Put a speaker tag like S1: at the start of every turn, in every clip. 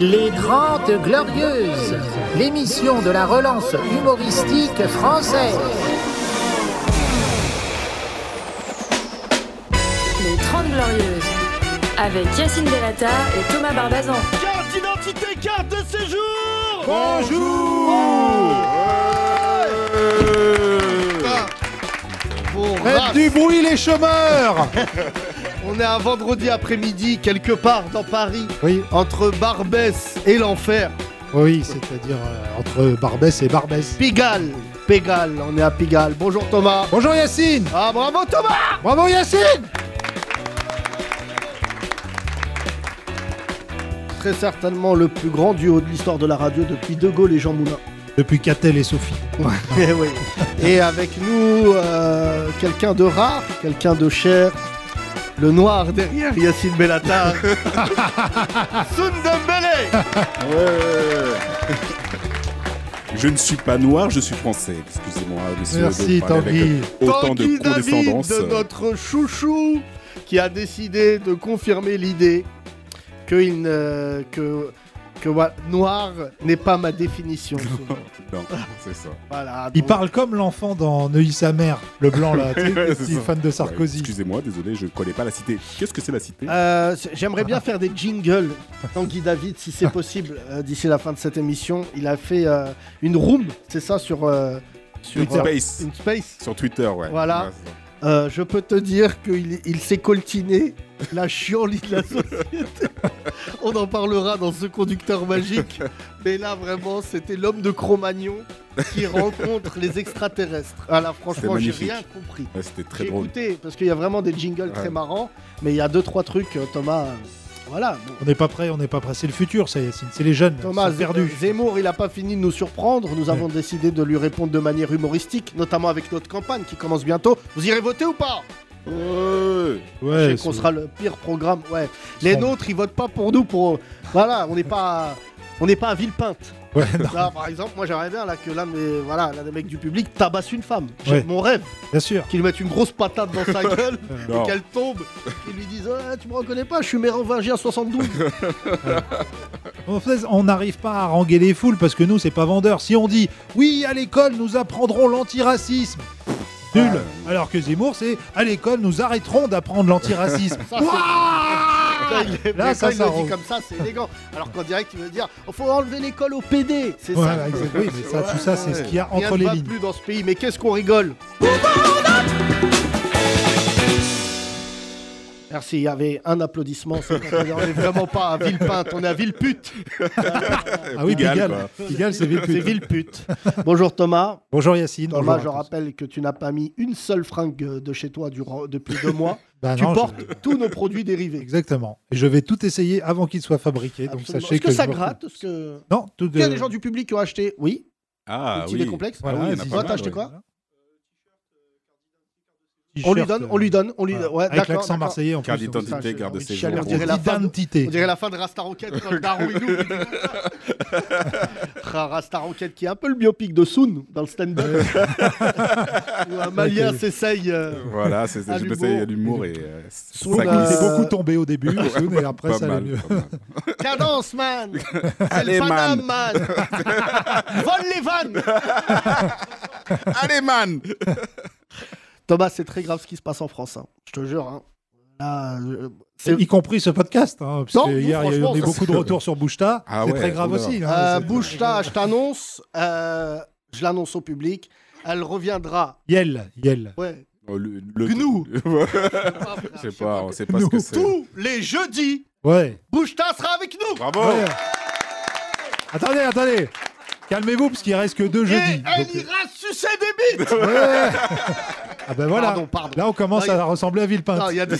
S1: Les Grandes Glorieuses, l'émission de la relance humoristique française.
S2: Les 30 Glorieuses, avec Yacine Delata et Thomas Barbazan.
S3: Carte d'identité, carte de séjour Bon,
S4: Faites
S3: raf,
S4: du bruit Eh, les chômeurs
S3: On est un vendredi après-midi, quelque part dans Paris,
S4: Oui,
S3: entre Barbès et l'enfer.
S4: oui, c'est-à-dire euh, entre Barbès et Barbès.
S3: Pigalle Pigalle, on est à Pigalle. Bonjour Thomas
S4: Bonjour Yacine
S3: Ah bravo Thomas
S4: Bravo Yacine
S3: Très certainement le plus grand duo de l'histoire de la radio depuis De Gaulle et Jean Moulin.
S4: Depuis Catel et Sophie.
S3: Eh oui. Et avec nous, euh, quelqu'un de rare, quelqu'un de cher, le noir derrière Yacine Bellatar. Sundembele
S5: Je ne suis pas noir, je suis français. Excusez-moi, monsieur.
S4: Merci
S5: de parler avec
S4: Tanguy.
S5: Autant de
S3: Tanguy David,
S5: condescendance.
S3: de notre chouchou, qui a décidé de confirmer l'idée que, il ne- que, que voilà, noir n'est pas ma définition. souvent.
S5: Non, c'est ça.
S3: voilà,
S4: Il
S3: donc-
S4: parle comme l'enfant dans Neuilly sa mère, le blanc là, tu sais,
S5: Ouais,
S4: le
S5: c'est
S4: petit
S5: ça.
S4: fan de
S5: Ouais,
S4: Sarkozy.
S5: Excusez-moi, désolé, je ne connais pas la cité. Qu'est-ce que c'est la cité
S3: Euh, c'est- J'aimerais bien faire des jingles, Tanguy David, si c'est possible, euh, d'ici la fin de cette émission. Il a fait euh, une room, c'est ça, sur, euh, sur
S5: Twitter.
S3: euh,
S5: Space.
S3: une space.
S5: Sur Twitter, ouais.
S3: Voilà.
S5: Ouais, c'est ça.
S3: Euh, je peux te dire qu'il il s'est coltiné la chiolie de la société. On en parlera dans ce conducteur magique. Mais là, vraiment, c'était l'homme de Cro-Magnon qui rencontre les extraterrestres. Ah là, franchement, j'ai
S5: magnifique.
S3: rien compris.
S5: Ouais, C'était très
S3: J'ai
S5: drôle.
S3: écouté, parce qu'il y a vraiment des jingles très
S5: Ouais.
S3: marrants. Mais il y a deux, trois trucs, euh, Thomas. euh, Voilà. bon.
S4: On n'est pas prêt, on n'est pas prêt. C'est le futur, ça Yacine. C'est les jeunes. ils
S3: Thomas
S4: sont perdus.
S3: Zemmour, il n'a pas fini de nous surprendre. Nous avons décidé de lui répondre de manière humoristique, notamment avec notre campagne qui commence bientôt. Vous irez voter ou pas
S5: Ouais.
S3: Je
S4: Ouais,
S3: sais qu'on
S4: c'est-
S3: sera le pire programme. Ouais. Les
S4: Sombre.
S3: nôtres, ils votent pas pour nous. Pour voilà, on n'est pas, on n'est pas à Villepinte.
S4: Ouais,
S3: Là, par exemple, moi j'aimerais bien là que l'un de mes- voilà, l'un des mecs du public tabasse une femme. J'ai
S4: Ouais.
S3: mon rêve,
S4: bien sûr.
S3: qu'il lui mette une grosse patate dans sa gueule et
S5: Non.
S3: qu'elle tombe, qu'il lui dise Ah, tu me reconnais pas, je suis mérovingien 72.
S4: En fait, on n'arrive pas à haranguer les foules parce que nous, c'est pas vendeur. Si on dit oui, à l'école, nous apprendrons l'antiracisme. Nul. Alors que Zemmour, c'est à l'école, nous arrêterons d'apprendre l'antiracisme.
S3: Ça, c'est- Quand il, mais
S4: Là,
S3: quand
S4: ça,
S3: il
S4: ça
S3: le dit
S4: rend-
S3: comme ça, c'est élégant. Alors qu'en direct, il veut dire faut enlever l'école au PD. C'est
S4: Ouais,
S3: ça.
S4: ouais, exact. Oui, mais ça, tout ça, c'est ce qu'il y a
S3: Rien
S4: entre
S3: ne
S4: les
S3: va
S4: lignes.
S3: plus dans ce pays, mais qu'est-ce qu'on rigole Merci, il y avait un applaudissement. c'est quand on n'est vraiment pas à Villepinte, on est à Villepute.
S4: Ah oui,
S5: Pigalle,
S4: Pigalle, Pigalle, c'est
S3: C'est
S4: Villepute.
S3: Villepute. Bonjour Thomas.
S4: Bonjour Yacine.
S3: Thomas,
S4: bonjour
S3: je
S4: à tous.
S3: rappelle que tu n'as pas mis une seule fringue de chez toi durant- depuis deux mois.
S4: Bah
S3: tu
S4: non, je-
S3: portes tous nos produits dérivés.
S4: Exactement. Et je vais tout essayer avant qu'il soit fabriqué. Donc
S3: Absolument.
S4: sachez
S3: Est-ce que,
S4: je
S3: ça
S4: me-
S3: gratte Est-ce que...
S4: Non, tout
S3: Il y a
S4: de-
S3: des gens du public qui ont acheté. Oui,
S5: Ah,
S3: le petit
S5: oui.
S3: des complexes.
S5: Ah
S4: Voilà,
S5: oui, il y en a
S4: vas-y.
S5: pas
S3: Toi,
S5: mal,
S3: t'as acheté
S5: ouais.
S3: quoi
S4: T-shirt,
S3: On lui donne,
S4: euh,
S3: on lui donne, on lui
S4: voilà.
S3: donne. Ouais,
S4: Avec
S3: d'accord,
S4: l'accent
S3: d'accord.
S4: marseillais en plus.
S5: Carte
S4: donc ça-
S3: ça,
S5: d'identité, garde de
S3: ah, j'ai envie de chialer,
S5: séjour.
S3: on dirait la fin de-
S4: D'identité.
S3: On dirait la fin de Rasta Rocket quand le daron il ouvre, il dit comme ça. Ra- Rasta Rocket qui est un peu le biopic de Soon dans le stand-up. Où un malien
S4: Ouais,
S3: s'essaye. euh,
S5: Voilà, c'est
S3: À
S5: je
S3: l'humour.
S5: m'essaye à l'humour et euh,
S3: Soit
S5: ça
S3: on a-
S4: Il
S5: glisse.
S4: est beaucoup tombé au début, Soun, et après
S5: Pas
S4: ça allait
S5: mal,
S4: mieux.
S5: pas mal.
S3: Cadence, man C'est le
S5: Allez,
S3: Paname,
S5: man.
S3: man Vole les vannes
S5: Allez, man
S3: Thomas, c'est très grave ce qui se passe en France. hein. Je te jure. hein. Là, euh, c'est-
S4: Y compris ce podcast. Hein, parce
S3: Non,
S4: que
S3: nous,
S4: hier, il y a eu
S3: franchement, ça,
S4: beaucoup de
S5: c'est-
S4: retours sur Boucheta.
S5: Ah
S4: c'est
S5: ouais,
S4: très grave
S5: oulala.
S4: aussi. hein,
S3: Euh,
S4: c'est-
S3: Boucheta, je t'annonce, euh, je l'annonce au public, elle reviendra.
S4: Yel, Yel.
S3: Ouais.
S5: Oh, le, le-
S3: Gnou.
S5: Je sais pas, on sait pas
S4: Nous.
S5: ce que c'est.
S3: Tous les jeudis,
S4: Ouais.
S3: Boucheta sera avec nous.
S5: Bravo
S4: Ouais. Attendez, attendez. Calmez-vous, parce qu'il reste que deux jeudis.
S3: et elle
S4: donc,
S3: ira sucer des bites.
S4: euh, ouais. ah ben voilà.
S3: Pardon, pardon.
S4: Là, on commence
S3: Non, il-
S4: à ressembler à Villepinte.
S3: Non, il y a des...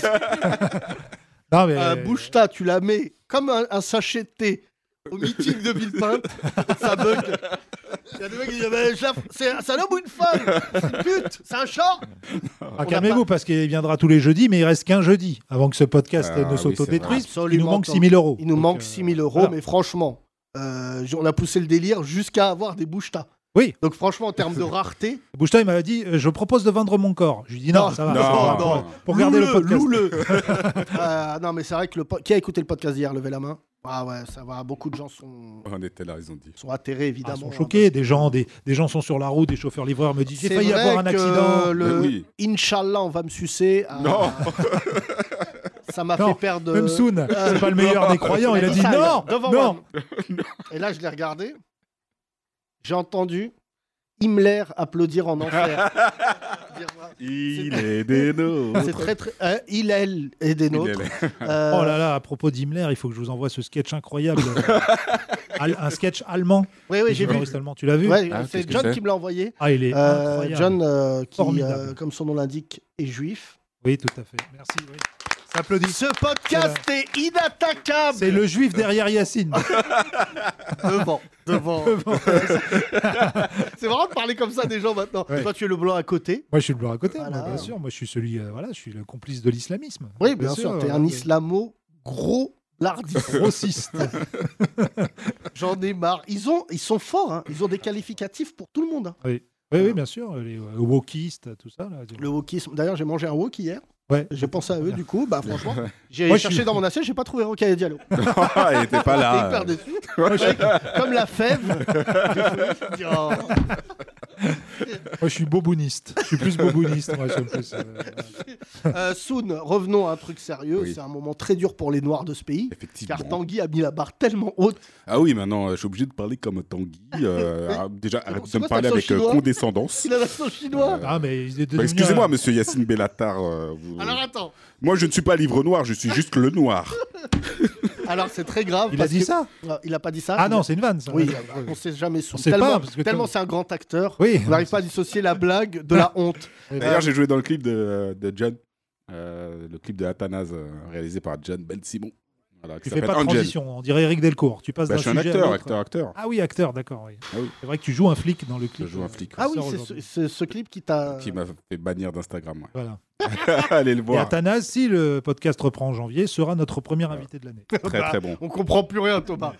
S4: Non, mais...
S3: Euh, Boucheta, tu la mets comme un, un sachet de thé au meeting de Villepinte. ça bug. Il y a des mecs qui disent Mais je la- C'est un salope ou une femme C'est une pute C'est un chat
S4: Ah, Calmez-vous parce qu'il viendra tous les jeududis, mais il reste qu'un jeudi avant que ce podcast
S5: Ah
S4: ne
S5: oui,
S4: s'autodétruise.
S3: c'est vrai.
S4: Il nous manque
S3: Absolument.
S4: 6 000 euros.
S3: Il nous
S4: Donc,
S3: manque
S4: euh,
S3: 6000 euros,
S4: voilà.
S3: mais franchement, euh, j- on a poussé le délire jusqu'à avoir des Boucheta.
S4: Oui.
S3: Donc franchement, en termes de rareté,
S4: Boucheta, il m'avait dit euh, Je propose de vendre mon corps. Je lui dis Non,
S3: Non,
S4: ça va.
S5: non,
S4: ça va,
S5: non.
S4: Pour, pour garder le podcast.
S3: loue-le. Euh, non, mais c'est vrai que le po- qui a écouté le podcast hier, levez la main. Ah ouais, ça va. Beaucoup de gens sont,
S5: On était là, ils ont dit.
S3: sont atterrés,
S4: Ah,
S3: évidemment.
S4: ils sont
S3: hein,
S4: choqués, des gens, des, des gens sont sur la route, des chauffeurs-livreurs me disent
S3: C'est
S4: j'ai failli
S3: vrai
S4: avoir un
S3: que
S4: accident.
S3: Le...
S5: Mais Ben oui.
S3: Inch'Allah, on va me sucer. Ah,
S5: Non
S3: Ça m'a
S4: Non,
S3: fait perdre. euh,
S4: Même Soun, c'est pas le meilleur des croyants, il a dit
S3: Ça,
S4: non,
S3: devant
S4: non.
S3: moi. Et là, je l'ai regardé. J'ai entendu Himmler applaudir en enfer. Dire, voilà.
S5: Il est des nôtres.
S3: C'est très très. euh, Hillel est
S5: Il
S3: des
S5: est
S3: nôtres.
S5: là.
S3: Euh,
S4: Oh là là, à propos d'Himmler, il faut que je vous envoie ce sketch incroyable. Al- un sketch allemand.
S3: Oui, oui, j'ai vu.
S4: Humoriste allemand, tu l'as vu
S3: Ouais,
S5: Ah, qu'est-ce
S3: c'est
S5: que
S3: John
S5: c'est
S3: qui me l'a envoyé.
S4: Ah, il est
S3: Euh,
S4: incroyable.
S3: John, euh, qui,
S4: Formidable.
S3: euh, comme son nom l'indique, est juif.
S4: Oui, tout à fait. Merci. Oui. Ça applaudit.
S3: Ce podcast est inattaquable.
S4: C'est le juif derrière Yacine.
S3: devant, devant. c'est marrant de parler comme ça des gens maintenant.
S4: Ouais.
S3: Toi, tu es le blanc à côté.
S4: Moi, je suis le blanc à côté, moi,
S3: Voilà.
S4: bien sûr. Moi, je suis celui, euh, voilà, je suis le complice de l'islamisme.
S3: Oui, bien, sûr. T'es
S4: euh,
S3: un islamo gros lardiste.
S4: Grossiste.
S3: J'en ai marre. Ils ont, ils sont forts. hein. Ils ont des qualificatifs pour tout le monde. hein.
S4: oui, oui, bien sûr. Les euh, wokistes, tout ça. là.
S3: Le wokisme. D'ailleurs, j'ai mangé un wok hier.
S4: Ouais.
S3: J'ai pensé à eux du coup. Bah franchement, j'ai
S4: Moi, je
S3: cherché
S4: suis- Ah,
S3: dans mon assiette, j'ai pas trouvé Rocaille Diallo.
S5: il était pas
S3: J'étais
S5: là.
S3: hyper déçu. Ouais, Comme la fève. J'ai dit, oh.
S4: Moi, je suis bobouniste. Je suis plus bobouniste. Moi, je suis plus, euh, voilà.
S3: Euh, Soun, revenons à un truc sérieux.
S5: Oui.
S3: C'est un moment très dur pour les Noirs de ce pays. Car
S5: Effectivement.
S3: Tanguy a mis la barre tellement haute.
S5: Ah oui, maintenant, euh, je suis obligé de parler comme Tanguy. euh,
S3: Mais-
S5: ah, déjà, arrête
S3: c'est
S5: de me
S3: quoi cet
S5: parler
S3: accent
S5: avec euh,
S3: chinois
S5: condescendance.
S3: Il a l'accent chinois.
S5: Euh,
S4: Ah, mais il est
S5: Bah,
S4: devenu
S5: Excusez-moi,
S4: un-
S5: monsieur Yacine Bellatar. euh, vous-
S3: Alors attends.
S5: Moi, je ne suis pas livre noir, je suis juste le noir.
S3: Alors c'est très grave.
S4: Il a
S3: parce
S4: dit
S3: que-
S4: ça
S3: Euh, Il a pas dit ça.
S4: Ah
S3: Il-
S4: non, c'est une vanne, ça.
S3: Oui, on sait jamais son.
S4: On sait
S3: tellement,
S4: pas, parce que
S3: tellement
S4: comme-
S3: c'est un grand acteur.
S4: Oui.
S3: On n'arrive pas à dissocier la blague de la honte.
S5: D'ailleurs, j'ai joué dans le clip de, de John, euh, le clip de Athanase, euh, réalisé par John Ben Simon. Voilà,
S4: Tu
S5: qui
S4: fais
S5: s'appelle
S4: pas de
S5: Angel.
S4: transition, on dirait Eric Delcourt. Tu passes
S5: Bah,
S4: d'un
S5: je suis un
S4: sujet à
S5: acteur,
S4: l'autre.
S5: acteur, acteur.
S4: Ah oui, acteur, d'accord. oui.
S5: Ah oui.
S4: C'est vrai que tu joues un flic dans le clip.
S5: joue un
S4: euh,
S5: flick.
S4: qui
S3: Ah oui,
S4: sort
S3: c'est ce,
S4: aujourd'hui.
S3: c'est ce clip qui t'a.
S5: Qui m'a fait bannir d'Instagram. ouais.
S4: Voilà.
S5: Allez le
S4: Et
S5: voir.
S4: Athanas, si le podcast reprend en janvier, sera notre premier invité de l'année.
S5: Très, très bon.
S3: On comprend plus rien, Thomas.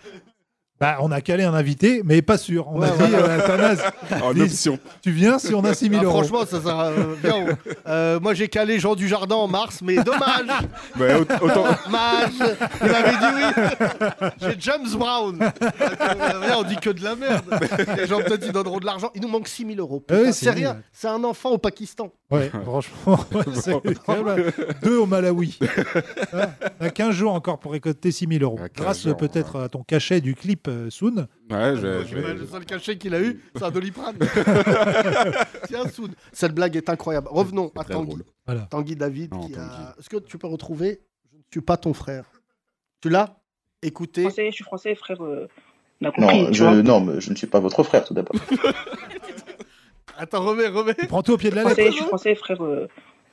S4: Bah, on a calé un invité, mais pas sûr. On a
S3: Ouais,
S4: dit, euh, Athanas,
S5: En
S4: Dis-
S5: option.
S4: tu viens si on a 6 000
S3: Ah,
S4: euros.
S3: franchement, ça sert à- euh, bien, on- euh, moi, j'ai calé Jean du Jardin en mars, mais dommage.
S5: Bah, au- autant,
S3: dommage. Il m'avait dit oui. J'ai James Brown. Euh, rien, on dit que de la merde. Les gens peut-être ils donneront de l'argent. Il nous manque 6000 euros.
S4: Ah oui,
S3: Putain,
S4: c'est
S3: c'est
S4: nul,
S3: rien.
S4: ouais.
S3: C'est un enfant au Pakistan.
S4: Ouais, franchement, ouais, c'est quand même
S5: euh,
S4: deux au Malawi. Hein, T'as 15 jours encore pour récolter 6 000 euros.
S5: Ah, 15
S4: Grâce
S5: jours,
S4: peut-être à ton cachet du clip euh, Soon.
S5: Ouais, je, je
S3: Ouais,
S5: vais-
S3: le seul cachet qu'il a eu, c'est un doliprane. Tiens, Soud. Cette blague est incroyable. Revenons à
S5: très
S3: Tanguy.
S5: drôle.
S4: Voilà.
S3: Tanguy David.
S5: Non,
S3: qui a-
S5: Tanguy.
S3: Est-ce que tu peux retrouver Je ne suis pas ton frère. Tu l'as Écoutez.
S6: français, je suis français, frère. euh, on a compris,
S7: Non,
S6: tu
S7: je,
S6: vois.
S7: non, mais je ne suis pas votre frère tout d'abord.
S3: Attends, remets, remets.
S4: Prends tout au pied de la lettre.
S6: Français, je suis français, frère. euh,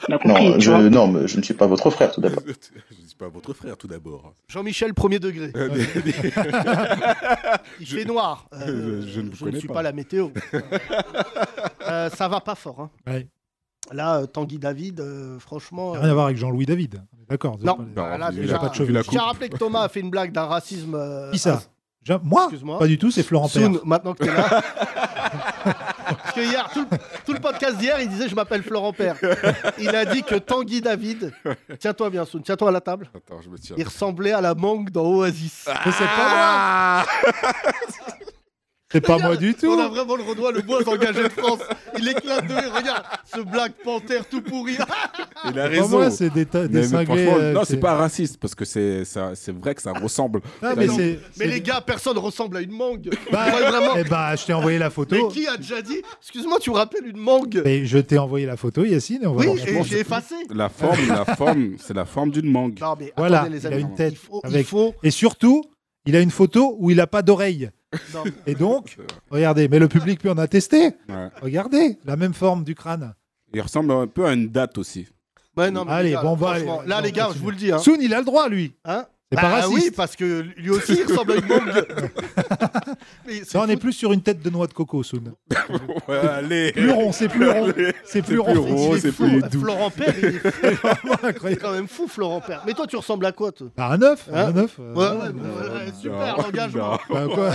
S6: on a compris,
S7: Non,
S6: tu
S7: je,
S6: vois.
S7: non, mais je ne suis pas votre frère tout d'abord.
S5: Je dis pas votre frère tout d'abord. hein.
S3: Jean-Michel, premier degré. Il
S5: Je-
S3: fait noir. Euh,
S5: Euh, Je- je ne vous connais
S3: suis
S5: pas.
S3: pas la météo. Euh, ça va pas fort. hein.
S4: Ouais.
S3: Là, euh, Tanguy David, euh, franchement.
S4: Rien à voir avec Jean-Louis David. D'accord. vous
S3: Non.
S4: êtes pas les-
S5: Non,
S3: Ah, là,
S5: Bah, vu
S3: déjà,
S5: la-
S4: pas de
S5: vu
S4: cheveux.
S5: la
S3: Je tiens à
S5: coupe.
S3: rappeler que Thomas a fait une blague d'un racisme. euh,
S4: Qui ça Jean- Moi
S3: Excuse-moi.
S4: Pas du tout, c'est Florent Père.
S3: Soun, maintenant que t'es là. Parce que hier, tout le, tout le podcast d'hier, il disait Je m'appelle Florent Père. Il a dit que Tanguy David, tiens-toi bien, Soun, tiens-toi à la table,
S5: Attends, je me tiens. Ah
S3: il ressemblait à la mangue dans Oasis.
S4: Mais c'est pas moi C'est pas moi du tout
S3: On a vraiment le Renoir le moins engagé de France. Il éclate de rire. Regarde ce Black Panther tout pourri.
S5: Il a
S4: C'est pas Ah, moi,
S5: raison.
S4: c'est des, ta- des
S5: Mais- mais
S4: cinglés.
S5: franchement,
S4: euh,
S5: non,
S4: c'est-
S5: c'est pas raciste parce que c'est ça, c'est vrai que ça ressemble.
S4: Ah, mais
S5: T'as dit-
S4: c'est.
S3: Mais
S4: c'est-
S3: les gars, personne ressemble à une mangue.
S4: Bah,
S3: Ouais, vraiment.
S4: eh bah, je t'ai envoyé la
S3: Mais
S4: photo.
S3: qui a déjà dit Excuse-moi, tu me rappelles une mangue
S4: Mais je t'ai envoyé la photo, Yacine. et On va
S3: Oui,
S4: voir.
S3: et j'ai effacé.
S5: La forme, la forme, c'est la forme d'une mangue.
S3: Non, mais
S4: Voilà,
S3: attendez, les
S4: il a
S3: amis.
S4: une tête
S3: Il faut. il
S4: avec-
S3: faut-
S4: Et surtout, il a une photo où il a pas d'oreille.
S3: non.
S4: Et donc, regardez, mais le public peut en attester.
S5: Ouais.
S4: Regardez, la même forme du crâne.
S5: Il ressemble un peu à une date aussi.
S3: Ouais, non, mais
S4: Allez,
S3: les gars,
S4: bon, bah,
S3: franchement,
S4: allez,
S3: Là,
S4: on
S3: les gars,
S4: continue.
S3: je vous le dis. Hein.
S4: Soun, il a le droit, lui.
S3: Hein
S4: C'est pas
S3: Bah
S4: raciste.
S3: oui, parce que lui aussi, il ressemble à une mangue. mais c'est
S4: Ça, on est
S3: fou.
S4: plus sur une tête de noix de coco, Soun.
S5: Ouais, allez.
S4: Plus rond, c'est plus rond. C'est plus
S5: plus
S4: rond.
S5: rond. gros,
S3: Il est
S5: c'est
S3: fou.
S5: plus doux.
S3: Florent Père, il est fou,
S4: C'est vraiment
S3: il est
S4: incroyable.
S3: quand même fou, Florent Père. Mais toi, tu ressembles à quoi, toi
S4: Bah, un œuf,
S3: Hein
S4: un œuf.
S3: Ouais,
S4: euh,
S3: ouais,
S4: bah,
S3: ouais, ouais,
S4: bah,
S3: super,
S5: non.
S3: engagement.
S4: bah, quoi.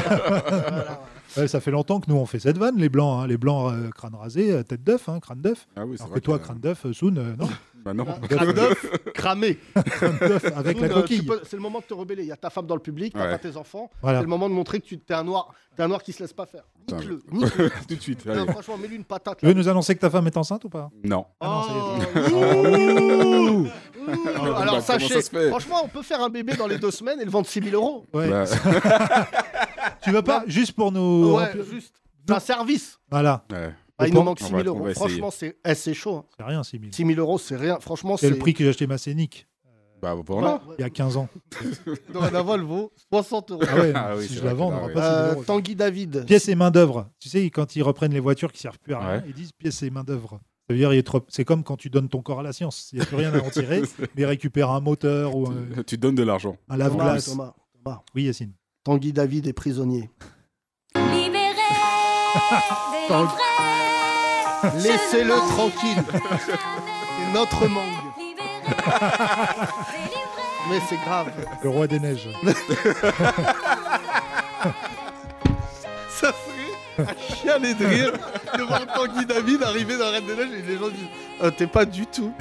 S4: Ouais, ça fait longtemps que nous on fait cette vanne, les blancs, hein. les blancs euh, crâne rasé, euh, tête d'œuf, hein, crâne d'œuf.
S5: Ah oui, c'est
S4: Alors que
S5: vrai
S4: toi,
S5: que-
S4: crâne d'œuf, euh, Soun, euh, non.
S5: Bah non.
S3: Crâne d'œuf, cramé.
S4: d'œuf avec la
S3: Donc, euh, tu
S4: coquille.
S3: peux- C'est le moment de te rebeller. Il y a ta femme dans le public, t'as
S5: Ouais.
S3: pas tes enfants.
S4: Voilà.
S3: C'est le moment de montrer que tu t'es un noir. T'es un noir qui se laisse pas faire. Nique-le. Nique-le.
S5: Tout de suite.
S3: Non,
S5: allez.
S3: franchement, mets-lui une patate.
S4: Tu
S3: là.
S4: veux nous annoncer que ta femme est enceinte ou pas
S5: Non.
S4: Ah non, ça y est,
S3: Oh, Ouh. Ouh.
S5: Ah, bah, comment
S3: Euh, Alors,
S5: ça
S3: sachez,
S5: se fait
S3: franchement, on peut faire un bébé dans les deux semaines et le vendre 6 000 euros.
S4: Ouais.
S5: Bah,
S4: Tu veux pas Juste pour nous.
S3: Ouais, juste. C'est un service.
S4: Voilà,
S5: ouais.
S3: Ah, il nous manque
S5: euh, on
S3: 6
S5: va- on
S3: 000
S5: va
S3: euros.
S5: essayer.
S3: Franchement, c'est eh, c'est chaud. hein.
S4: c'est rien, 6 000.
S3: 6 000 euros, c'est rien. Franchement,
S4: C'est le prix que j'ai acheté ma Scénic
S5: Bah voilà.
S4: il y a 15 ans.
S3: Dorénavant, elle vaut 60 euros.
S4: Ah ouais,
S5: Ah oui,
S4: si
S5: c'est
S4: je
S5: vrai
S4: la
S5: que
S4: vends, on
S5: là,
S4: n'aura
S5: ouais.
S4: pas 6 000
S3: Euh,
S4: euros.
S3: Tanguy David.
S4: Pièces et main-d'œuvre. Tu sais, quand ils reprennent les voitures qui servent plus à rien,
S5: Ouais.
S4: ils disent pièces et main-d'œuvre. Ça veut dire, il est trop- c'est comme quand tu donnes ton corps à la science. Il n'y a plus rien à en tirer, mais récupère un moteur ou un,
S5: Tu donnes de l'argent.
S4: un
S3: Thomas,
S4: lave-glace.
S3: Thomas, Thomas.
S4: Oui, Yacine.
S3: Tanguy David est prisonnier.
S8: Libéré, délivré,
S3: Laissez-le tranquille. C'est notre mangue.
S8: libéré,
S3: Mais c'est grave.
S4: Le roi des neiges.
S3: Ça serait à chialer de rire de voir Tanguy David arriver dans Reine des Neiges et les gens disent Euh, T'es pas du tout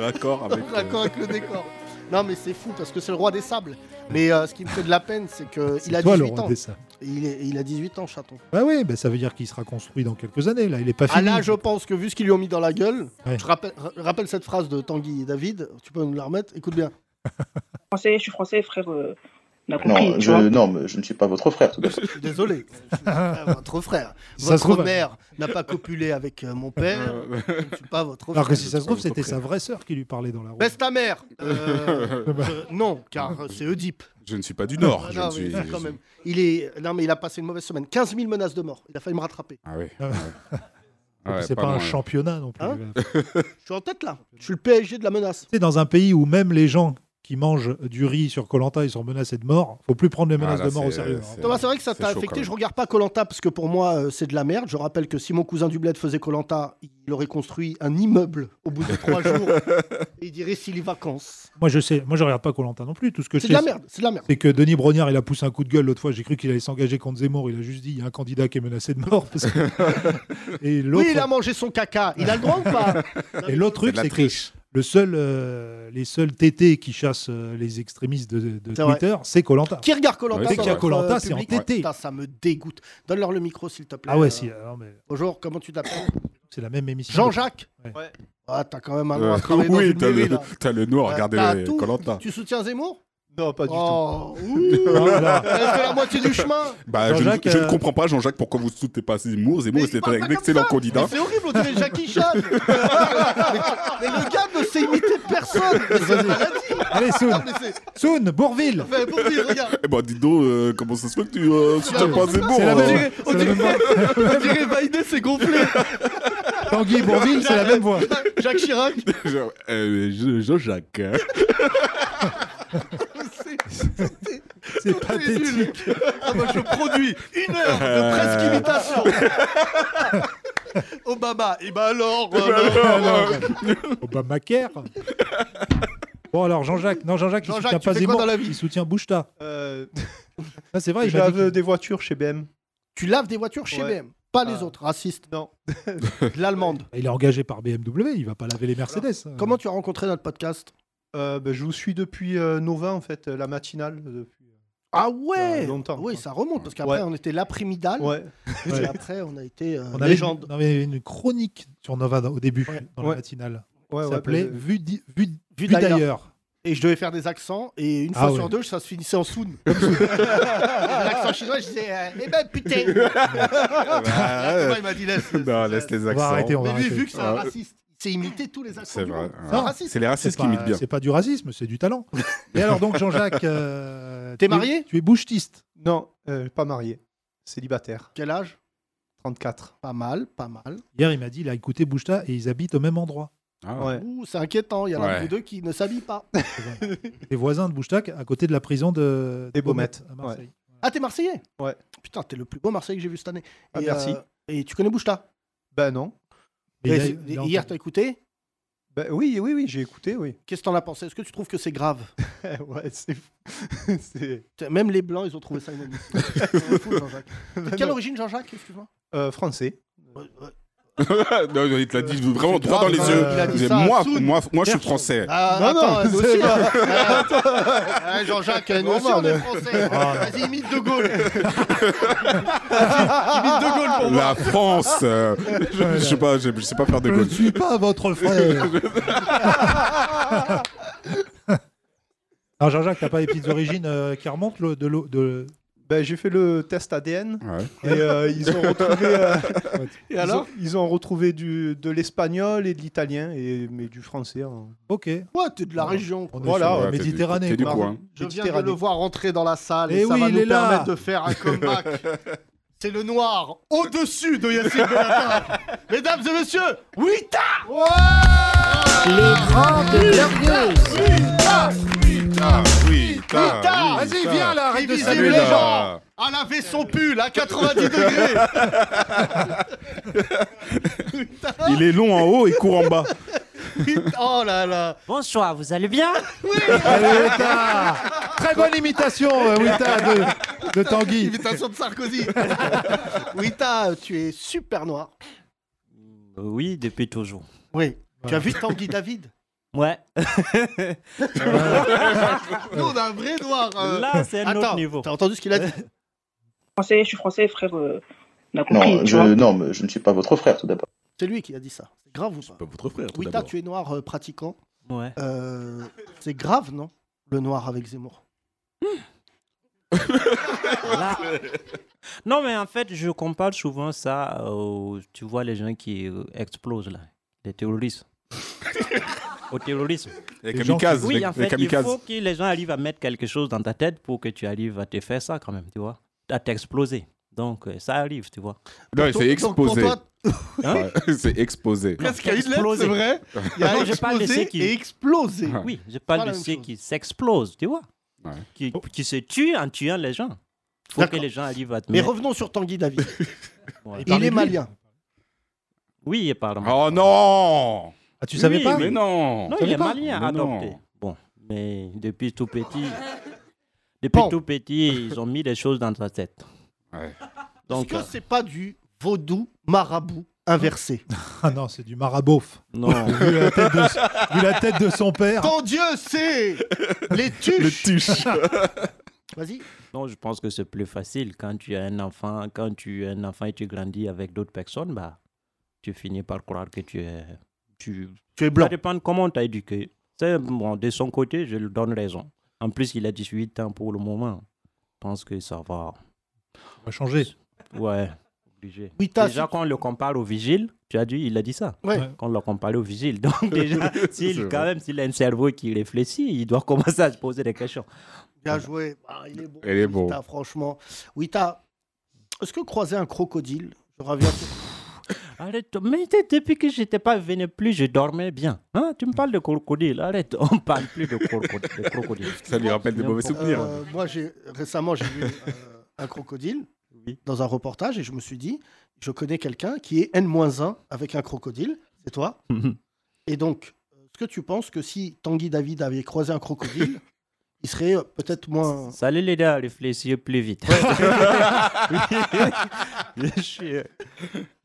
S5: Raccord
S4: euh,
S5: avec. euh,
S3: raccord avec le décor. Non, mais c'est fou parce que c'est le roi des sables. Mais euh, ce qui me fait de la peine, c'est
S4: C'est
S3: qu'il a
S4: toi
S3: 18
S4: le roi
S3: ans.
S4: des sables.
S3: Il, est- il a 18 ans, chaton.
S4: Bah oui, bah ça veut dire qu'il sera construit dans quelques années. Là, il est pas
S3: Ah
S4: fini.
S3: là, je pense que vu ce qu'ils lui ont mis dans la gueule,
S4: Ouais.
S3: je rappelle, ra- rappelle cette phrase de Tanguy et David. Tu peux nous la remettre Écoute bien.
S6: Français, je suis français, frère. euh, on a compris,
S7: Non,
S6: tu
S7: je,
S6: vois.
S7: non, mais je ne suis pas votre frère tout d'abord.
S3: Je suis désolé. Je suis pas Ah, votre frère.
S4: Si ça se
S3: Votre
S4: trouve-
S3: mère
S5: hein.
S3: n'a pas copulé avec euh, mon père.
S5: Ah,
S3: Je ne suis pas votre Bah, frère.
S4: Alors que si ça se trouve,
S5: Votre
S4: c'était
S5: frère.
S4: sa vraie sœur qui lui parlait dans la rue.
S3: Baisse ta mère Euh, euh, Non, car c'est Oedipe.
S5: Ah bah.
S3: Ah,
S5: Je ne suis pas du Nord. Je
S3: Non,
S5: ne
S3: mais
S5: suis.
S3: quand même. Il est... Non, mais il a passé une mauvaise semaine. 15 000 menaces de mort. Il a failli me rattraper.
S5: Ah oui.
S4: Ah.
S5: ouais.
S4: Et puis,
S5: Ouais,
S4: c'est pas,
S5: loin,
S4: un
S5: ouais.
S4: championnat non plus.
S3: Hein
S4: Euh,
S3: Je suis en tête là. Je suis le PSG de la menace.
S4: Tu sais, dans un pays où même les gens qui mangent du riz sur Colanta ils sont menacés de mort, faut plus prendre les
S5: Ah,
S4: menaces
S5: là,
S4: de mort au
S5: c'est-
S4: sérieux. hein.
S5: c'est-
S3: Thomas, c'est vrai que ça
S5: c'est
S3: t'a
S5: chaud, quand
S3: affecté.
S5: même.
S3: Je regarde pas Colanta parce que pour moi, euh, c'est de la merde. Je rappelle que si mon cousin du bled faisait Colanta, il aurait construit un immeuble au bout de trois jours et il dirait s'il est vacances.
S4: Moi je sais, moi je regarde pas Colanta non plus. Tout ce que je
S3: C'est de la
S4: sais,
S3: merde. C'est de la merde.
S4: c'est que Denis Brognard il a poussé un coup de gueule l'autre fois. J'ai cru qu'il allait s'engager contre Zemmour. Il a juste dit il y a un candidat qui est menacé de mort. parce que- Et l'autre,
S3: Oui, il a mangé son caca. Il a le droit ou pas
S4: et l'autre
S5: C'est
S4: truc
S5: de la
S4: c'est que
S5: triche.
S4: le seul, euh, les seuls TT qui chassent euh, les extrémistes de, de
S3: C'est vrai.
S4: Twitter, c'est Colanta.
S3: Qui regarde Colanta
S5: Ouais, c'est
S4: Dès qu'il y a
S5: vrai.
S3: euh,
S4: Colanta, c'est en TT.
S3: Putain, ça me dégoûte. Donne-leur le micro, s'il te plaît.
S4: Ah ouais,
S3: Euh,
S4: si. alors, mais
S3: Bonjour, comment tu t'appelles
S4: c'est la même émission.
S3: Jean-Jacques
S4: Ouais.
S3: Ah, t'as quand même un droit
S5: Euh,
S3: à travailler dans
S5: oui,
S3: une
S5: t'as
S3: mairie,
S5: le,
S3: là.
S5: t'as le Nord,
S3: Euh,
S5: regardez
S3: t'as
S5: les
S3: tout.
S5: Colanta.
S3: Tu soutiens Zemmour
S9: Non, pas du tout.
S3: Oh, ouh,
S4: Oh là là.
S3: elle fait la moitié du chemin
S5: Bah, je, ne-
S4: Jean-Jacques,
S5: je ne
S4: euh,
S5: comprends pas, Jean-Jacques, pourquoi vous ne soutenez pas Zemmour. Zemmour,
S3: Mais il
S5: c'est
S3: parle pas
S5: un
S3: comme
S5: excellent
S3: ça.
S5: candidat.
S3: Mais c'est horrible, on dirait Jackie Chan Mais le gars ne sait imiter personne Mais c'est une maladie.
S4: Allez,
S3: Non,
S4: Soun,
S3: mais c'est-
S4: Soun, Bourville.
S3: Enfin, bon, oui, regarde.
S5: Eh ben, dis donc, euh, comment ça se fait que tu euh, soutiens pas Zemmour
S4: C'est la
S5: euh,
S4: même-
S3: dirait-
S4: c'est la même voix.
S3: On dirait Biden s'est gonflé
S4: Tanguy Bourville, c'est la même voix.
S3: Jacques Chirac
S5: Genre, euh, je- Jean-Jacques. hein.
S3: c'est-
S4: C'est
S3: c'est
S4: pathétique. Euh.
S3: nul. Ah, moi, je produis une heure de Euh, presque imitation Obama,
S9: eh ben
S3: et bah alors,
S9: euh,
S3: alors. euh,
S4: Alors, Obamacare. Bon, alors Jean-Jacques, non, Jean-Jacques, il
S3: Jean-Jacques,
S4: soutient
S3: tu
S4: pas
S3: fais quoi
S4: Zemmour,
S3: dans la vie
S4: il soutient Bouchta.
S9: Euh,
S4: Ah, c'est vrai, il
S9: je
S4: m'a dit
S9: lave
S4: qu'il-
S9: des voitures chez BM.
S3: Tu laves des voitures chez
S9: Ouais.
S3: BM, pas les
S9: Ah.
S3: autres, raciste,
S9: Non.
S3: de l'allemande.
S4: il est engagé par BMW, il va pas laver les Mercedes. hein.
S3: Comment tu as rencontré notre podcast
S9: Euh, ben, je vous suis depuis euh, Nova, en fait, euh, la matinale. Depuis... euh,
S3: Ah
S9: Il y
S3: ouais
S9: a longtemps,
S3: Oui,
S9: quoi.
S3: ça remonte, parce qu'après,
S9: Ouais.
S3: on était l'après-midal,
S9: Ouais.
S3: et
S4: Ouais.
S3: après, on a été euh,
S4: on avait, une,
S3: légende.
S4: on avait une chronique sur Nova dans- au début,
S3: Ouais. bah,
S4: dans
S9: Ouais.
S4: la matinale.
S9: Ouais,
S4: ça
S9: ouais,
S4: s'appelait
S9: ben,
S4: Vue d'i- Vue- Vue
S3: d'ailleurs.
S4: d'ailleurs.
S3: Et je devais faire des accents, et une
S4: Ah
S3: fois
S4: ouais.
S3: sur deux, ça se finissait en soun. L'accent chinois, je disais, euh, eh ben putain
S5: Bah,
S3: Thomas,
S5: euh,
S3: il m'a dit, laisse.
S5: non, laisse les
S4: On va arrêter,
S5: accents.
S4: on va
S3: Mais lui,
S4: arrêter.
S3: vu que c'est un
S5: Ouais.
S3: raciste, il s'est imité tous les accents.
S5: C'est
S3: du
S5: vrai.
S3: monde.
S5: hein.
S3: C'est un raciste.
S5: C'est les racistes qui
S4: pas-
S5: imitent bien.
S4: c'est pas du racisme, c'est du talent. Et alors donc Jean-Jacques, euh,
S3: T'es
S4: tu es-
S3: marié
S4: Tu es bouchtiste.
S9: Non, euh, pas marié. Célibataire.
S3: Quel âge
S9: 34.
S3: Pas mal, pas mal.
S4: Hier, il m'a dit, il a écouté Bouchta et ils habitent au même endroit.
S5: Ah,
S9: Ouais.
S3: Ouh, c'est inquiétant, il y en a
S5: Ouais.
S3: un ou deux qui ne s'habillent pas.
S4: Les voisins de Bouchta, à côté de la prison de
S9: Des
S4: de Beaumette,
S9: Beaumettes,
S4: à Marseille.
S3: Ah, t'es Marseillais
S9: Ouais.
S3: Putain, t'es le plus beau Marseillais que j'ai vu cette année.
S9: Ah,
S3: Et,
S9: merci.
S3: euh, et tu connais Bouchta
S9: Ben non.
S4: Et il a- il
S3: Et-
S4: a
S3: et-
S4: entendu-
S3: Hier, t'as écouté
S9: Ben oui, oui, oui, j'ai écouté, oui.
S3: Qu'est-ce que t'en as pensé Est-ce que tu trouves que c'est grave
S9: ouais, c'est fou. C'est-
S3: Putain, Même les Blancs, ils ont trouvé ça inadmissible. C'est fou, Jean-Jacques.
S9: Ben
S3: Quelle
S9: non.
S3: origine, Jean-Jacques Excuse-moi.
S9: Euh, français.
S3: Euh, euh,
S5: Non, il te l'a dit vraiment droit dans les
S3: grave,
S5: yeux.
S3: euh, il a dit
S5: Il disait,
S3: ça à
S5: moi,
S3: Soun.
S5: moi, moi, je suis
S3: Personne.
S5: français.
S3: Ah,
S4: Non,
S3: attends,
S4: non,
S3: nous
S4: c'est
S3: aussi,
S4: pas-
S3: Ah, attends. Ah, Jean-Jacques, nous aussi, on est français.
S4: Ah.
S3: Vas-y, imite De Gaulle. Vas-y, imite De Gaulle pour moi.
S5: La France. euh, je, je sais pas, je, je sais pas faire de
S4: Je ne
S5: Gaulle.
S4: suis pas votre frère. Alors Jean-Jacques, t'as pas les petites origines euh, qui remontent le- de l'eau de.
S9: Ben, j'ai fait le test ADN
S5: Ouais.
S9: et euh, ils ont retrouvé. euh,
S3: Et
S9: ils
S3: alors
S9: ont- ils, ont, retrouvé du, de l'espagnol et de l'italien, et mais du français. hein.
S4: Ok.
S3: Ouais, t'es de la région. quoi.
S4: On est
S9: Voilà,
S4: sur la
S5: ouais, t'es du-
S4: Méditerranée.
S5: t'es du
S4: quoi.
S5: coup, hein.
S3: Je viens de
S9: Méditerranée.
S3: le voir rentrer dans la salle et,
S4: Eh
S3: ça
S4: oui,
S3: va
S4: il
S3: nous
S4: est là.
S3: permettre de faire un comeback. C'est le noir au-dessus de Yacine Bellatar. Mesdames et messieurs, Wita
S1: Les Grandes Glorieuses.
S5: oui,
S3: Wita
S5: oui,
S3: là, arrête de
S5: Salut,
S3: saluer les
S5: là.
S3: gens À laver son pull à 90 degrés
S5: Il est long en haut et court en bas.
S3: Wita- Oh là là
S10: Bonsoir, vous allez bien Euh,
S4: Allez, Wita Eh Très bonne imitation, euh, Wita, de, de Tanguy.
S3: Invitation de Sarkozy Wita, tu es super noir.
S10: Oui, depuis toujours.
S3: Oui. Tu as vu Tanguy David
S10: Ouais.
S3: Nous, on a un vrai noir euh.
S10: Là, c'est un
S3: Attends,
S10: autre niveau.
S3: t'as entendu ce qu'il a dit
S6: français, je suis français, frère. euh, on a compris,
S7: Non,
S6: tu
S7: je,
S6: vois.
S7: non, mais je ne suis pas votre frère, tout d'abord.
S3: C'est lui qui a dit ça. C'est grave ou pas
S5: Pas votre frère, tout
S3: Wita,
S5: d'abord.
S3: tu es noir euh, pratiquant.
S10: Ouais.
S3: Euh, c'est grave, non Le noir avec Zemmour.
S10: Là- Non, mais en fait, je compare souvent ça au. Tu vois les gens qui euh, explosent là, les terroristes. au terrorisme.
S5: Les
S4: Les gens
S5: kamikazes.
S10: Oui,
S5: les-
S10: en
S5: les
S10: fait, il
S5: kamikazes.
S10: faut que les gens arrivent à mettre quelque chose dans ta tête pour que tu arrives à te faire ça quand même, tu vois. À t'exploser. Donc, euh, ça arrive, tu vois.
S5: Non, il s'est
S3: Donc, pour
S5: exposé.
S3: toi,
S10: Hein
S5: Ouais, C'est exposé.
S3: Presque à une lettre,
S10: Exploser.
S3: c'est vrai. Il y a
S10: Non, je parle de
S3: explosé
S10: ceux qui-
S3: et explosé.
S5: Ouais.
S10: Oui, je
S3: pas
S10: parle
S3: la
S10: de
S3: même
S10: ceux
S3: chose. Oh.
S10: qui s'explosent, tu vois.
S5: Ah. Ouais.
S10: Qui, qui se tuent en tuant les gens. faut que
S3: D'accord.
S10: les gens arrivent à te
S3: Mais
S10: mettre.
S3: revenons sur Tanguy David.
S10: Ouais.
S3: Il est malien.
S10: Oui, apparemment.
S5: Oh non
S4: Ah, tu savais
S10: Oui,
S4: pas
S5: Mais non
S10: Non,
S5: Tu
S10: il
S5: savais
S10: est
S5: pas
S10: malien,
S5: Mais non.
S10: adopté. Bon, mais depuis tout petit, depuis
S3: Bon.
S10: tout petit, ils ont mis des choses dans ta tête.
S5: Ouais.
S3: Est-ce
S10: Donc,
S3: que
S10: euh,
S3: c'est pas du vaudou marabout inversé
S4: Ah non, c'est du marabouf.
S10: non.
S4: Vu la tête de, vu la tête de son père.
S3: Ton Dieu, c'est les
S5: Le
S3: tuches.
S5: tuche
S3: Vas-y.
S10: non, je pense que c'est plus facile quand tu as un enfant, quand tu as un enfant et tu grandis avec d'autres personnes, bah, tu finis par croire que tu es, tu.
S3: Tu es
S10: Ça
S3: blanc.
S10: dépend de comment t'as éduqué. C'est bon, de son côté, je lui donne raison. En plus, il a 18 ans pour le moment. Je pense que ça va.
S4: On va changer.
S10: Ouais, obligé.
S3: Oui, t'as-
S10: Déjà, quand on le compare au vigile, tu as dit, il a dit ça.
S3: Ouais.
S10: Quand on le compare au vigile. Donc, déjà,
S5: C'est
S10: s'il,
S5: vrai.
S10: quand même, s'il a un cerveau qui réfléchit, il doit commencer à se poser des questions.
S3: Bien joué. Ah, il est bon.
S5: Il est bon.
S3: Wita, franchement. Wita, est-ce que croiser un crocodile, je reviens sur-
S10: Arrête, mais t'es- depuis que j'étais pas venu plus, je dormais bien. Hein, tu me parles de crocodile. Arrête, on parle plus de, croco- de crocodile.
S5: Ça lui rappelle des mauvais souvenirs.
S3: Euh, moi, j'ai récemment j'ai vu euh, un crocodile
S10: Oui.
S3: dans un reportage et je me suis dit, je connais quelqu'un qui est n-1 avec un crocodile. C'est toi.
S10: Mhm.
S3: Et donc, est-ce que tu penses que si Tanguy David avait croisé un crocodile, il serait euh, peut-être moins.
S10: Ça allait l'aider à réfléchir plus vite. je suis, euh,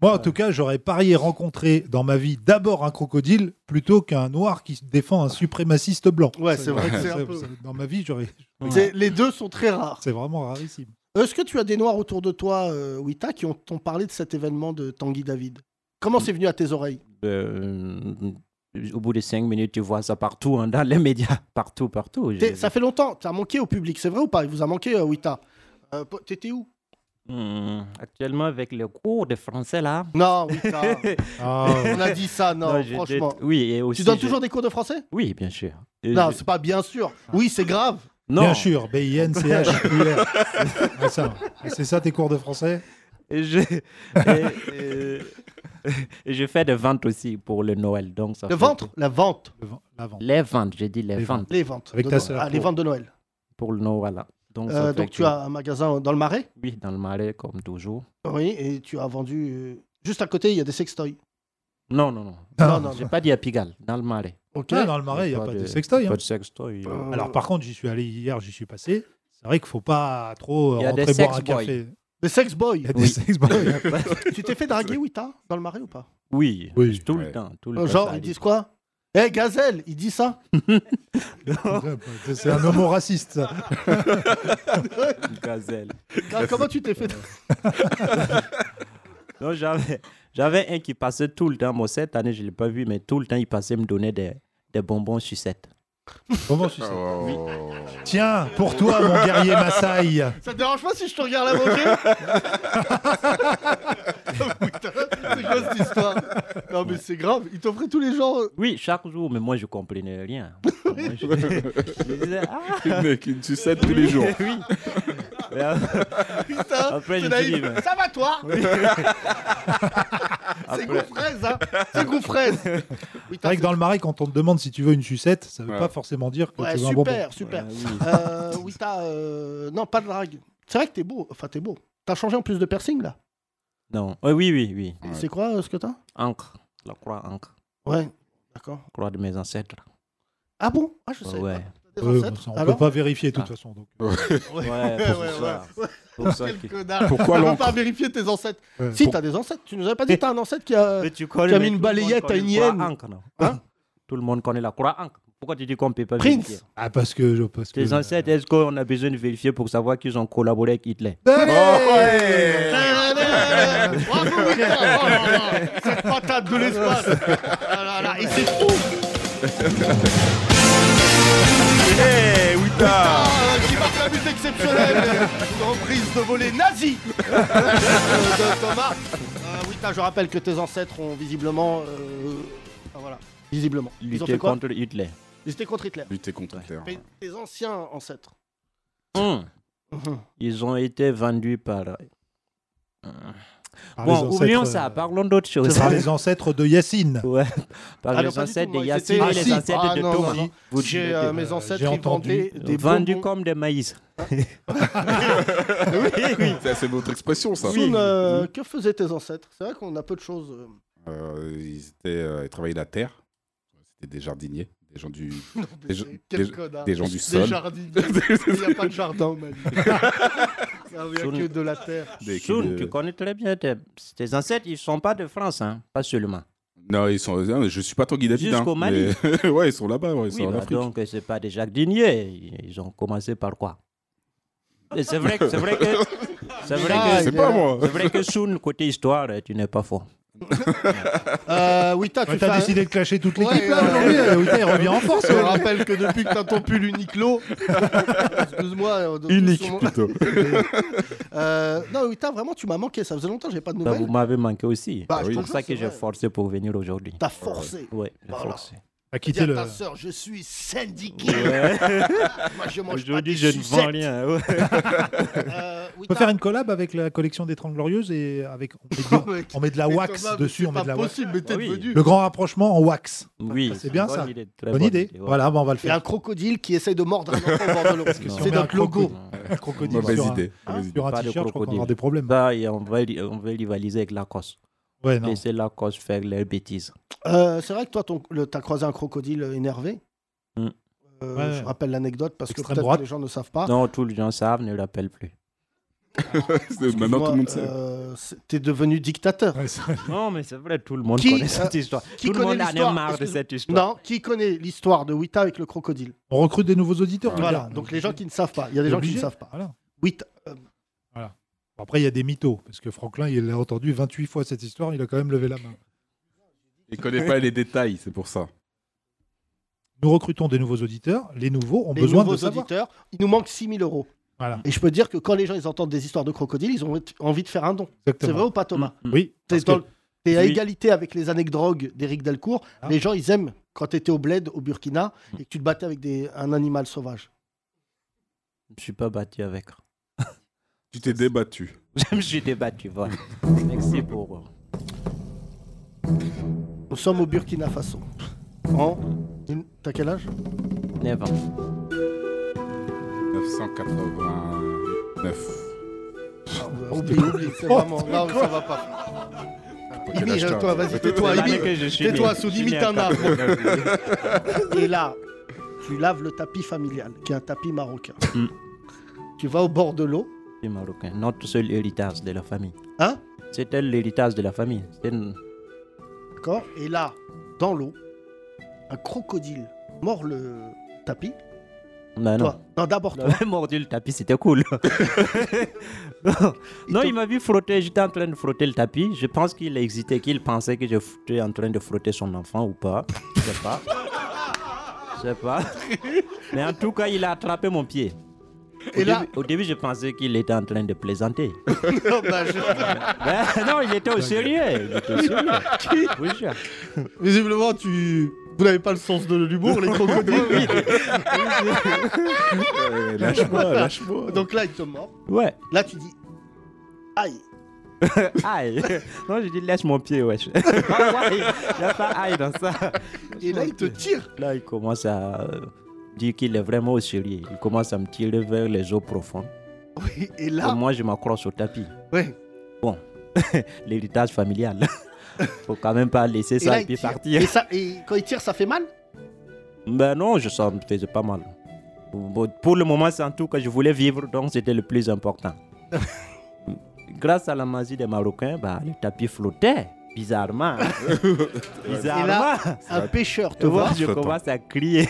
S4: Moi, en tout cas, j'aurais parié rencontrer dans ma vie d'abord un crocodile plutôt qu'un noir qui défend un suprémaciste blanc.
S3: Ouais, c'est vrai que
S4: Ça,
S3: c'est un
S4: ça,
S3: peu-
S4: ça, Dans ma vie, j'aurais.
S3: C'est- Les deux sont très rares.
S4: C'est vraiment rarissime.
S3: Est-ce que tu as des noirs autour de toi, euh, Wita, qui ont t'ont parlé de cet événement de Tanguy David Comment c'est venu à tes oreilles
S10: euh, au bout de cinq minutes, tu vois ça partout, hein, dans les médias, partout, partout.
S3: T'es-
S10: Je-
S3: Ça fait longtemps, t'as manqué au public, c'est vrai ou pas Il vous a manqué, euh, Wita Euh, po- T'étais où
S10: Hmm, Actuellement, avec le cours de français là.
S3: Non, Wita,
S4: Ah,
S3: on a dit ça, non,
S10: Non, j'ai
S3: franchement.
S10: dét- Oui, et aussi.
S3: Tu donnes
S10: je-
S3: toujours des cours de français
S10: Oui, bien sûr. Et
S3: Non,
S10: je-
S3: c'est pas bien sûr. Oui, c'est grave.
S10: non.
S4: Ah. Bien sûr, B-I-N-C-H-U-R. Ah, ça. C'est ça tes cours de français
S10: Et je... et- et- et je fais des ventes aussi pour le Noël. Donc ça
S3: Le
S10: fait-
S3: ventre La vente.
S4: Le vent- la vente.
S10: Les ventes, j'ai dit les,
S4: Les
S10: ventes
S3: Les ventes.
S4: Avec
S3: de
S4: ta
S3: Noël.
S4: sœur,
S3: Ah, les
S4: pour-
S3: ventes de Noël.
S10: pour le Noël. là. Donc, ça
S3: Euh,
S10: fait
S3: donc tu
S10: que-
S3: as un magasin dans le marais
S10: Oui, dans le marais, comme toujours.
S3: Oui, et tu as vendu. euh, Juste à côté, il y a des sextoys.
S10: Non, non, non.
S3: Non, non,
S10: J'ai
S3: non.
S10: pas dit à Pigalle, dans le marais.
S3: Ok.
S4: Ah, dans le marais, il n'y a pas de sextoy. hein.
S10: Pas de sextoy.
S3: Euh,
S4: Alors par contre, j'y suis allé hier, j'y suis passé. C'est vrai qu'il faut pas trop euh,
S10: Il y a des
S4: rentrer boire un
S10: sex boys.
S4: café.
S3: Des sex boys.
S4: Il y a des sex boys.
S3: tu t'es fait draguer, Wita, dans le marais ou pas
S10: Oui,
S4: Oui.
S10: tout le temps. Tout le
S3: Euh,
S10: temps,
S3: Genre,
S10: ça
S3: ils
S10: dit.
S3: disent quoi Eh, Gazelle, il dit ça
S4: C'est- C'est un homo raciste. ça.
S10: Gazelle.
S3: Ah, Comment tu t'es fait
S10: Non, j'avais, j'avais un qui passait tout le temps. Moi, cette année, je ne l'ai pas vu, mais tout le temps, il passait me donner des, des bonbons sucettes.
S4: Comment tu sais
S5: Oh.
S4: Tiens, pour toi, mon guerrier Maasai.
S3: Ça te dérange pas si je te regarde à manger Oh, Putain, c'est quoi cette histoire Non mais c'est grave, ils t'offraient tous les genres.
S10: Oui, chaque jour, mais moi, je ne comprenais rien. Moi, je, je disais, ah,
S5: Le mec, il me sucette tous les jours.
S10: oui. Mais après-
S3: Putain,
S10: Après,
S3: c'est
S10: je me suis
S3: naïf.
S10: dit, mais-
S3: Ça va toi C'est
S10: après-
S3: goût fraise, hein C'est goût fraise
S4: C'est vrai que dans le marais, quand on te demande si tu veux une sucette, ça veut
S5: Ouais.
S4: pas forcément dire que
S3: Ouais,
S4: tu veux un bonbon.
S3: super, super.
S10: Ah, oui.
S3: Euh, oui, t'as... euh, Non, pas de drague. C'est vrai que t'es beau, enfin t'es beau. T'as changé en plus de piercing là
S10: Non. Oh, oui, oui, oui.
S5: Ouais.
S3: C'est quoi euh, ce que t'as
S10: Ancre. La croix ancre.
S3: Ouais, d'accord.
S10: Croix de mes ancêtres.
S3: Ah bon Ah je sais.
S10: Ouais.
S3: Des
S4: Euh,
S3: ancêtres.
S4: ça, on
S3: Alors
S4: peut pas vérifier de toute
S10: Ah.
S4: façon. donc.
S10: Ouais, pour
S3: ouais,
S10: ça. Pour ça
S3: Quel
S10: que-
S3: connard
S5: Pourquoi
S3: On peut
S5: l'encre
S3: pas vérifier tes ancêtres.
S4: Ouais.
S3: Si, t'as des ancêtres. Tu nous avais pas dit que t'as un ancêtre qui a...
S10: Mais tu connais,
S3: Tu as
S10: mais
S3: mis une
S10: tout le monde
S3: balayette
S10: connaît
S3: à une
S10: la croix
S3: hyène.
S10: ancre, non Hein Tout le monde connaît la croix ancre. Pourquoi tu dis qu'on ne peut pas
S3: Prince.
S10: vérifier
S4: Ah, parce que. je- Parce que
S10: Tes ancêtres, est-ce qu'on a besoin de vérifier pour savoir qu'ils ont collaboré avec Hitler Oh,
S5: Ouais.
S3: Bah Bravo, Wita. Oh là là. Cette patate de l'espace Ah là là, Et c'est fou
S5: Eh, Wita
S3: Ah, Qui marque la but exceptionnelle Une reprise de volée nazi euh, de Thomas. Euh, Wita, je rappelle que tes ancêtres ont visiblement... euh, ah, voilà, visiblement. Ils ont
S10: Lutter
S3: fait quoi
S10: contre Hitler.
S3: Ils étaient contre Hitler.
S5: Lutter contre Hitler.
S3: Tes- Tes anciens ancêtres.
S10: Hum.
S4: Mmh.
S10: Ils ont été vendus par. Hum.
S4: par les
S10: Bon,
S4: ancêtres,
S10: oublions
S4: euh,
S10: ça, parlons d'autres choses.
S4: Par les ancêtres de Yacine.
S10: Ouais. Par
S3: Ah, non,
S10: les
S3: pas du tout,
S10: ancêtres de
S3: moi, ils
S10: Yassine
S3: étaient-
S10: et les
S4: Ah, si.
S10: ancêtres
S3: Ah,
S10: de
S3: non, non,
S10: Thomas.
S3: non.
S10: Vous
S3: J'ai
S10: notez.
S3: euh, mes ancêtres
S4: j'ai
S3: ils
S4: entendu.
S3: vendaient des
S10: vendus
S3: bonbons.
S10: comme des maïs.
S3: Hein
S5: Ça, C'est notre expression, ça.
S3: Soun, euh,
S5: Mm-hmm.
S3: que faisaient tes ancêtres C'est vrai qu'on a peu de choses. euh,
S5: Euh, ils, étaient, euh, ils travaillaient la terre. C'était des jardiniers, des gens du, Des gens-
S3: Quel
S5: des-
S3: connard.
S5: des gens du
S3: Des
S5: sol.
S3: jardiniers. Il n'y a pas de jardin au Mali. Ah oui, Il n'y a que de la terre.
S5: des-
S10: Soun,
S5: des-
S10: tu connais très bien tes, tes ancêtres, ils ne sont pas de France, hein, pas seulement.
S5: Non, ils sont. non, Je suis pas ton guide à vide,
S10: Jusqu'au
S5: hein,
S10: Mali.
S5: mais- ouais, ils sont là-bas,
S3: Oh,
S5: ouais, ils
S10: Oui,
S5: sont en
S10: bah
S5: Afrique.
S10: donc euh, c'est pas des jardiniers, ils ont commencé par quoi Et C'est vrai, que- c'est vrai que c'est vrai
S3: là,
S10: que
S5: C'est
S3: il
S5: pas
S3: est-
S5: moi.
S10: c'est vrai que Soun côté histoire, euh, tu n'es pas faux.
S3: Euh, Wita,
S4: Ouais,
S3: tu
S4: T'as
S3: fais-
S4: décidé de clasher toute l'équipe
S3: Ouais,
S4: là
S3: ouais.
S4: aujourd'hui. euh, Wita, il revient en force. euh.
S3: Je te rappelle que depuis que t'as ton pull Uniqlo, excuse-moi, euh, de-
S5: Unique,
S3: sur mon-
S5: plutôt.
S3: Euh, non, Wita, vraiment, tu m'as manqué. Ça faisait longtemps que j'avais pas de
S10: Bah,
S3: nouvelles.
S10: vous m'avez manqué aussi.
S3: Bah, je
S10: c'est
S3: te
S10: pour
S3: jure,
S10: ça que
S3: c'est
S10: j'ai
S3: vrai.
S10: forcé pour venir aujourd'hui.
S3: T'as forcé.
S10: Ouais, j'ai
S3: Voilà.
S10: forcé.
S4: À
S3: Dis
S4: quitter
S3: à
S4: le.
S3: ta sœur, je suis syndiqué. Moi, je mange pas
S10: Aujourd'hui,
S3: des
S10: je ne
S3: sucettes.
S10: vends rien. ouais.
S3: Euh,
S4: On
S3: Wita,
S4: peut faire une collab avec la collection des Trente Glorieuses et avec on met de,
S3: Oh, mec.
S4: on met de la
S3: Mais
S4: wax
S3: Thomas, mais
S4: dessus, on
S3: c'est
S4: met de la
S3: pas
S4: wax.
S3: possible, mais t'es
S10: Ah oui.
S3: devenu.
S4: Le grand rapprochement en wax.
S10: Oui,
S4: Ah, c'est bien
S10: bonne
S4: ça.
S10: idée, très
S4: Bonne, idée.
S10: ouais.
S4: Voilà, bah, on va le
S3: Il y a un
S4: faire.
S3: crocodile qui essaye de mordre un enfant au bord de l'eau.
S10: que si on
S3: C'est
S10: met
S3: notre logo.
S4: Un crocodile
S5: Mauvaise
S4: sur un,
S5: idée.
S3: Hein
S5: mauvaise idée.
S4: sur un
S10: Pas de
S4: t-shirt, je crois qu'on
S10: crocodile.
S4: aura des problèmes.
S10: Bah, et on va li- on va rivaliser avec Lacoste.
S4: ouais, non.
S10: Laissez Lacoste faire leurs bêtises.
S3: Euh, c'est vrai que toi, ton- le- t'as croisé un crocodile énervé.
S10: Hmm.
S3: Euh,
S4: Ouais.
S3: Je rappelle l'anecdote parce que
S4: Extrême
S3: peut-être
S4: droite.
S3: que les gens ne savent pas.
S10: Non, tous les gens savent, ne l'appellent plus.
S5: C'est- Maintenant, tout le monde sait.
S3: euh, c'est- T'es devenu dictateur.
S4: Ouais, ça-
S10: Non, mais c'est vrai, tout le monde
S3: Qui, euh,
S10: connaît cette histoire.
S3: qui
S10: tout le
S3: connaît
S10: monde en
S3: l'histoire
S10: a marre de
S3: Excuse-
S10: cette histoire.
S3: Non, qui connaît l'histoire de Wita avec le crocodile
S4: on recrute des nouveaux auditeurs. tout à
S3: Voilà,
S4: l'heure.
S3: donc les gens qui ne savent pas. Il y a des gens qui ne
S4: Obligé.
S3: savent pas.
S4: Voilà.
S3: Wita, euh,
S4: Bon, Après, il y a des mythos, parce que Franklin, il l'a entendu 28 fois cette histoire, il a quand même levé la main.
S5: Il connaît pas les détails, c'est pour ça.
S4: Nous recrutons des nouveaux auditeurs, les nouveaux ont
S3: les
S4: besoin
S3: nouveaux
S4: de savoir.
S3: auditeurs, il nous manque 6000 euros.
S4: Voilà,
S3: Et je peux dire que quand les gens ils entendent des histoires de crocodiles, ils ont envie de faire un don. C'est
S4: exactement.
S3: vrai ou pas, Thomas
S10: Mm, mm.
S4: Oui,
S3: T'es
S4: parce que-
S3: dans- t'es à
S10: Oui.
S3: égalité avec les anecdotes d'Éric Delcourt.
S4: Ah.
S3: Les gens, ils aiment quand t'étais au bled, au Burkina, et que tu te battais avec des, un animal sauvage.
S10: Je ne suis pas battu avec.
S5: Tu t'es débattu.
S10: Je me suis débattu, voilà. Merci pour. euh,
S3: Nous sommes au Burkina Faso. En... une- T'as quel âge
S10: Never.
S5: 989.
S3: Ah, Oublie, oublie, c'est vraiment... Non, ça va pas.
S5: quel âge
S3: Imite,
S5: t'as
S3: toi, vas-y, tais-toi,
S10: C'est l'année
S3: imite.
S10: que je suis
S3: tais-toi,
S10: né.
S3: Soud,
S10: Je suis né
S3: imite
S10: en
S3: un arbre.
S10: 89.
S3: Et là, tu laves le tapis familial, qui est un tapis marocain.
S10: Mm.
S3: Tu vas au bord de l'eau,
S10: Les Marocains. Notre seul héritage de la famille.
S3: Hein
S10: C'était l'héritage de la famille. C'était une-
S3: D'accord Et là, dans l'eau, un crocodile mord le tapis.
S10: Ah Non, non.
S3: Toi. Non, d'abord
S10: Il
S3: toi.
S10: avait mordu le tapis, c'était cool. non, non, il m'a vu frotter, j'étais en train de frotter le tapis. Je pense qu'il hésitait, qu'il pensait que j'étais en train de frotter son enfant ou pas. Je sais pas. Je sais pas. Mais en tout cas, il a attrapé mon pied. Au,
S3: Et là-
S10: début, au début, je pensais qu'il était en train de plaisanter.
S3: Non, bah, je-
S10: Ben, non, il était au sérieux. Il était au sérieux. Je vous jure.
S3: Visiblement, tu. Vous n'avez pas le sens de l'humour, les crocodiles.
S5: Euh, lâche-moi, lâche-moi.
S3: Donc là, il te mord.
S10: Ouais.
S3: Là, tu dis. Aïe.
S10: Aïe. Non, j'ai dit lâche mon pied, wesh. Ouais, il n'y a pas aïe dans ça.
S3: Et là, il te tire.
S10: Là, il commence à euh, dire qu'il est vraiment au sérieux. Il commence à me tirer vers les eaux profondes.
S3: Oui, Et
S10: Et
S3: là,
S10: moi, je m'accroche au tapis.
S3: ouais.
S10: L'héritage familial. Faut quand même pas laisser
S3: Et
S10: ça
S3: là,
S10: et
S3: il
S10: puis
S3: tire.
S10: partir.
S3: Et, ça, et quand il tire, ça fait mal
S10: Ben non, je sens me faisait pas mal. Bon, pour le moment, c'est en tout que je voulais vivre, donc c'était le plus important. Grâce à la magie des Marocains, bah, le tapis flottait. Bizarrement.
S3: Et
S10: Bizarrement.
S3: là,
S5: Ça
S3: un
S5: va.
S3: pêcheur te
S10: Tu vois,
S3: voit.
S10: je
S5: flottant.
S10: commence à crier.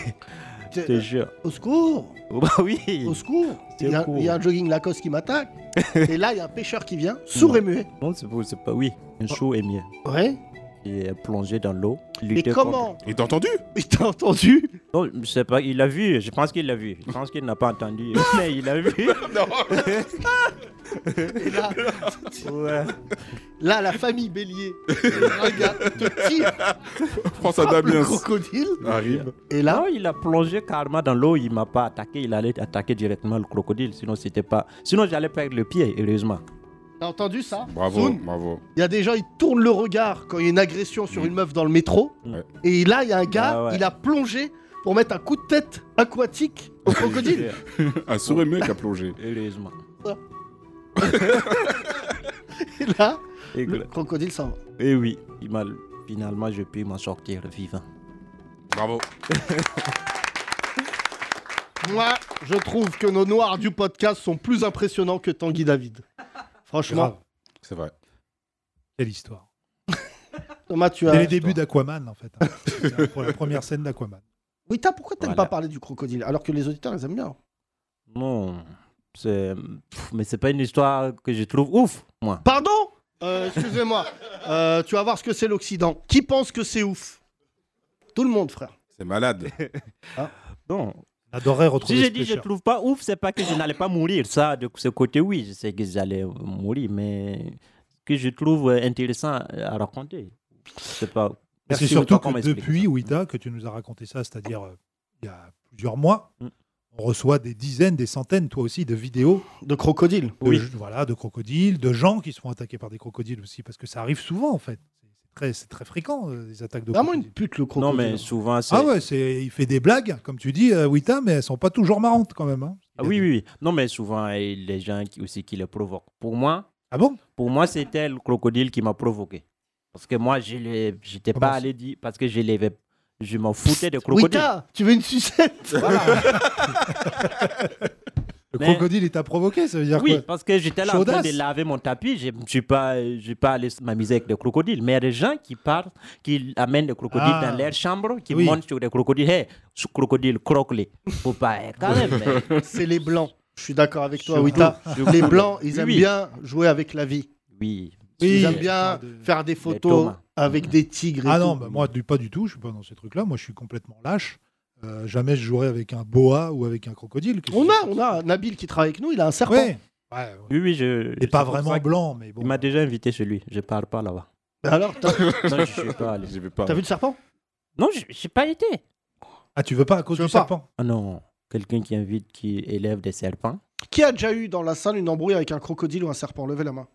S10: Je
S3: te-
S10: te jure.
S3: Au secours
S10: Bah. Oh, bah oui.
S3: Au secours
S10: C'est
S3: Il y, a,
S10: court.
S3: il y a un jogging Lacoste qui m'attaque. et là, il y a un pêcheur qui vient, sourd et muet. Ah.
S10: Non, c'est pas, c'est pas- Oui, un chou est mieux.
S3: Ouais.
S10: Il est plongé dans l'eau.
S3: Mais
S10: lutter
S3: comment
S5: Et t'as entendu
S3: Il t'a entendu
S10: contre- Non, je sais pas, il l'a vu, je pense qu'il l'a vu. Je pense qu'il n'a pas entendu, mais il l'a vu.
S3: Et là,
S10: Ouais.
S3: là, la famille Bélier regarde, te tire,
S5: François
S3: frappe le
S5: Damiens
S3: crocodile.
S5: arrive.
S3: Et là,
S10: Non, il a plongé carrément dans l'eau, il m'a pas attaqué, il allait attaquer directement le crocodile, sinon c'était pas... Sinon j'allais perdre le pied, heureusement.
S3: t'as entendu ça
S5: Bravo,
S3: Zoun
S5: bravo.
S3: Il y a des gens, ils tournent le regard quand il y a une agression sur une meuf dans le métro.
S10: Ouais.
S3: Et là, il y a un gars,
S10: Ah ouais.
S3: il a plongé pour mettre un coup de tête aquatique au crocodile.
S5: Un sourire mieux qu'à plonger.
S10: Heureusement.
S3: Et là,
S10: Et,
S3: le crocodile s'en va.
S10: et oui, il m'a... Finalement, je pu m'en sortir vivant.
S5: Bravo.
S3: Moi, je trouve que nos noirs du podcast sont plus impressionnants que Tanguy David. Franchement,
S4: Grave.
S5: C'est vrai.
S4: Quelle histoire.
S3: Thomas, tu as.
S4: Dès les débuts d'Aquaman, en fait. hein. C'est Pour la première scène d'Aquaman.
S3: Oui, t'as, pourquoi t'aimes
S10: Voilà.
S3: pas parler du crocodile alors que les auditeurs, ils aiment bien
S10: Non, c'est... pff, Mais c'est pas une histoire que je trouve ouf, moi.
S3: Pardon Euh, Excusez-moi. Euh, tu vas voir ce que c'est l'Occident. Qui pense que c'est ouf Tout le monde, frère. Hein
S5: C'est malade.
S10: Non,
S4: On adorait retrouver
S10: Si
S4: ce
S10: j'ai dit je
S4: pêcheur.
S10: trouve pas ouf, c'est pas que je n'allais pas mourir. Ça, de ce côté, oui, je sais que j'allais mourir, mais ce que je trouve euh, intéressant à raconter. C'est pas.
S4: Mais C'est
S10: Merci
S4: surtout
S10: autant qu'on
S4: que
S10: m'explique
S4: depuis,
S10: ça.
S4: Ouida, que tu nous as raconté ça, c'est-à-dire euh, il y a plusieurs mois,
S10: Mm.
S4: on reçoit des dizaines, des centaines, toi aussi, de vidéos
S3: De crocodile.
S4: de, voilà, de crocodiles, de gens qui sont attaqués par des crocodiles aussi, parce que ça arrive souvent, en fait. C'est très, c'est très fréquent, euh, les attaques de
S3: Vraiment
S4: crocodiles.
S3: Ah, une pute, le
S10: Non,
S3: crocodile.
S10: mais souvent, c'est.
S4: Ah ouais, c'est, il fait des blagues, comme tu dis, euh, Wita, mais elles sont pas toujours marrantes quand même. hein.
S10: Ah oui, oui, oui. Non, mais souvent, euh, les gens qui, aussi qui les provoquent. Pour moi,
S4: Ah bon
S10: pour moi c'était le crocodile qui m'a provoqué. Parce que moi, je l'ai- j'étais
S4: Comment
S10: pas
S4: ça
S10: allé dire. Parce que je l'avais. Je m'en foutais de crocodile.
S3: Wita, Ah, tu veux une sucette
S4: Le
S10: Mais-
S4: crocodile, il t'a provoqué, ça veut dire
S10: Oui,
S4: quoi
S10: parce que j'étais là en train
S4: Chaudasse.
S10: de laver mon tapis. Je ne suis pas, je suis pas allé m'amuser avec des crocodiles. Mais il y a des gens qui partent, qui amènent des crocodiles
S4: Ah.
S10: dans leur chambre, qui
S4: Oui.
S10: montent sur des crocodiles. Hé, ce crocodile, croque-les. Faut pas, eh, quand même. eh.
S3: C'est les blancs. Je suis d'accord avec toi,
S10: Surtout,
S3: Wita.
S10: surtout.
S3: Les blancs, ils aiment
S10: Oui.
S3: bien jouer avec la vie.
S10: Oui.
S4: Oui.
S10: Mmh.
S3: Ils
S10: C'est-
S3: aiment bien
S4: Pas de-
S3: faire des photos
S10: Thomas.
S3: avec des tigres. et
S4: Ah
S3: tout.
S4: non, bah moi du- pas du tout, je suis pas dans ces trucs-là, moi je suis complètement lâche. Euh, jamais je jouerai avec un boa ou avec un crocodile. que
S3: On
S4: ce-
S3: a, on a Nabil qui travaille avec nous, il a un serpent.
S4: Ouais. ouais.
S10: Oui, oui, je.
S4: Et pas
S10: c'est pour
S4: vraiment
S10: ça que-
S4: blanc, mais bon. Ben
S10: Il m'a déjà invité chez lui. Je pars pas là-bas.
S3: Mais Alors, t'as,
S10: Non, je suis pas allé.
S5: J'y vais pas.
S3: t'as vu le serpent
S10: Non, je j'ai pas été.
S4: Ah, tu veux pas à cause
S3: Je
S4: du
S3: veux pas.
S4: serpent
S10: Ah non, quelqu'un qui invite, qui élève des serpents.
S3: Qui a déjà eu dans la salle une embrouille avec un crocodile ou un serpent Levez la main.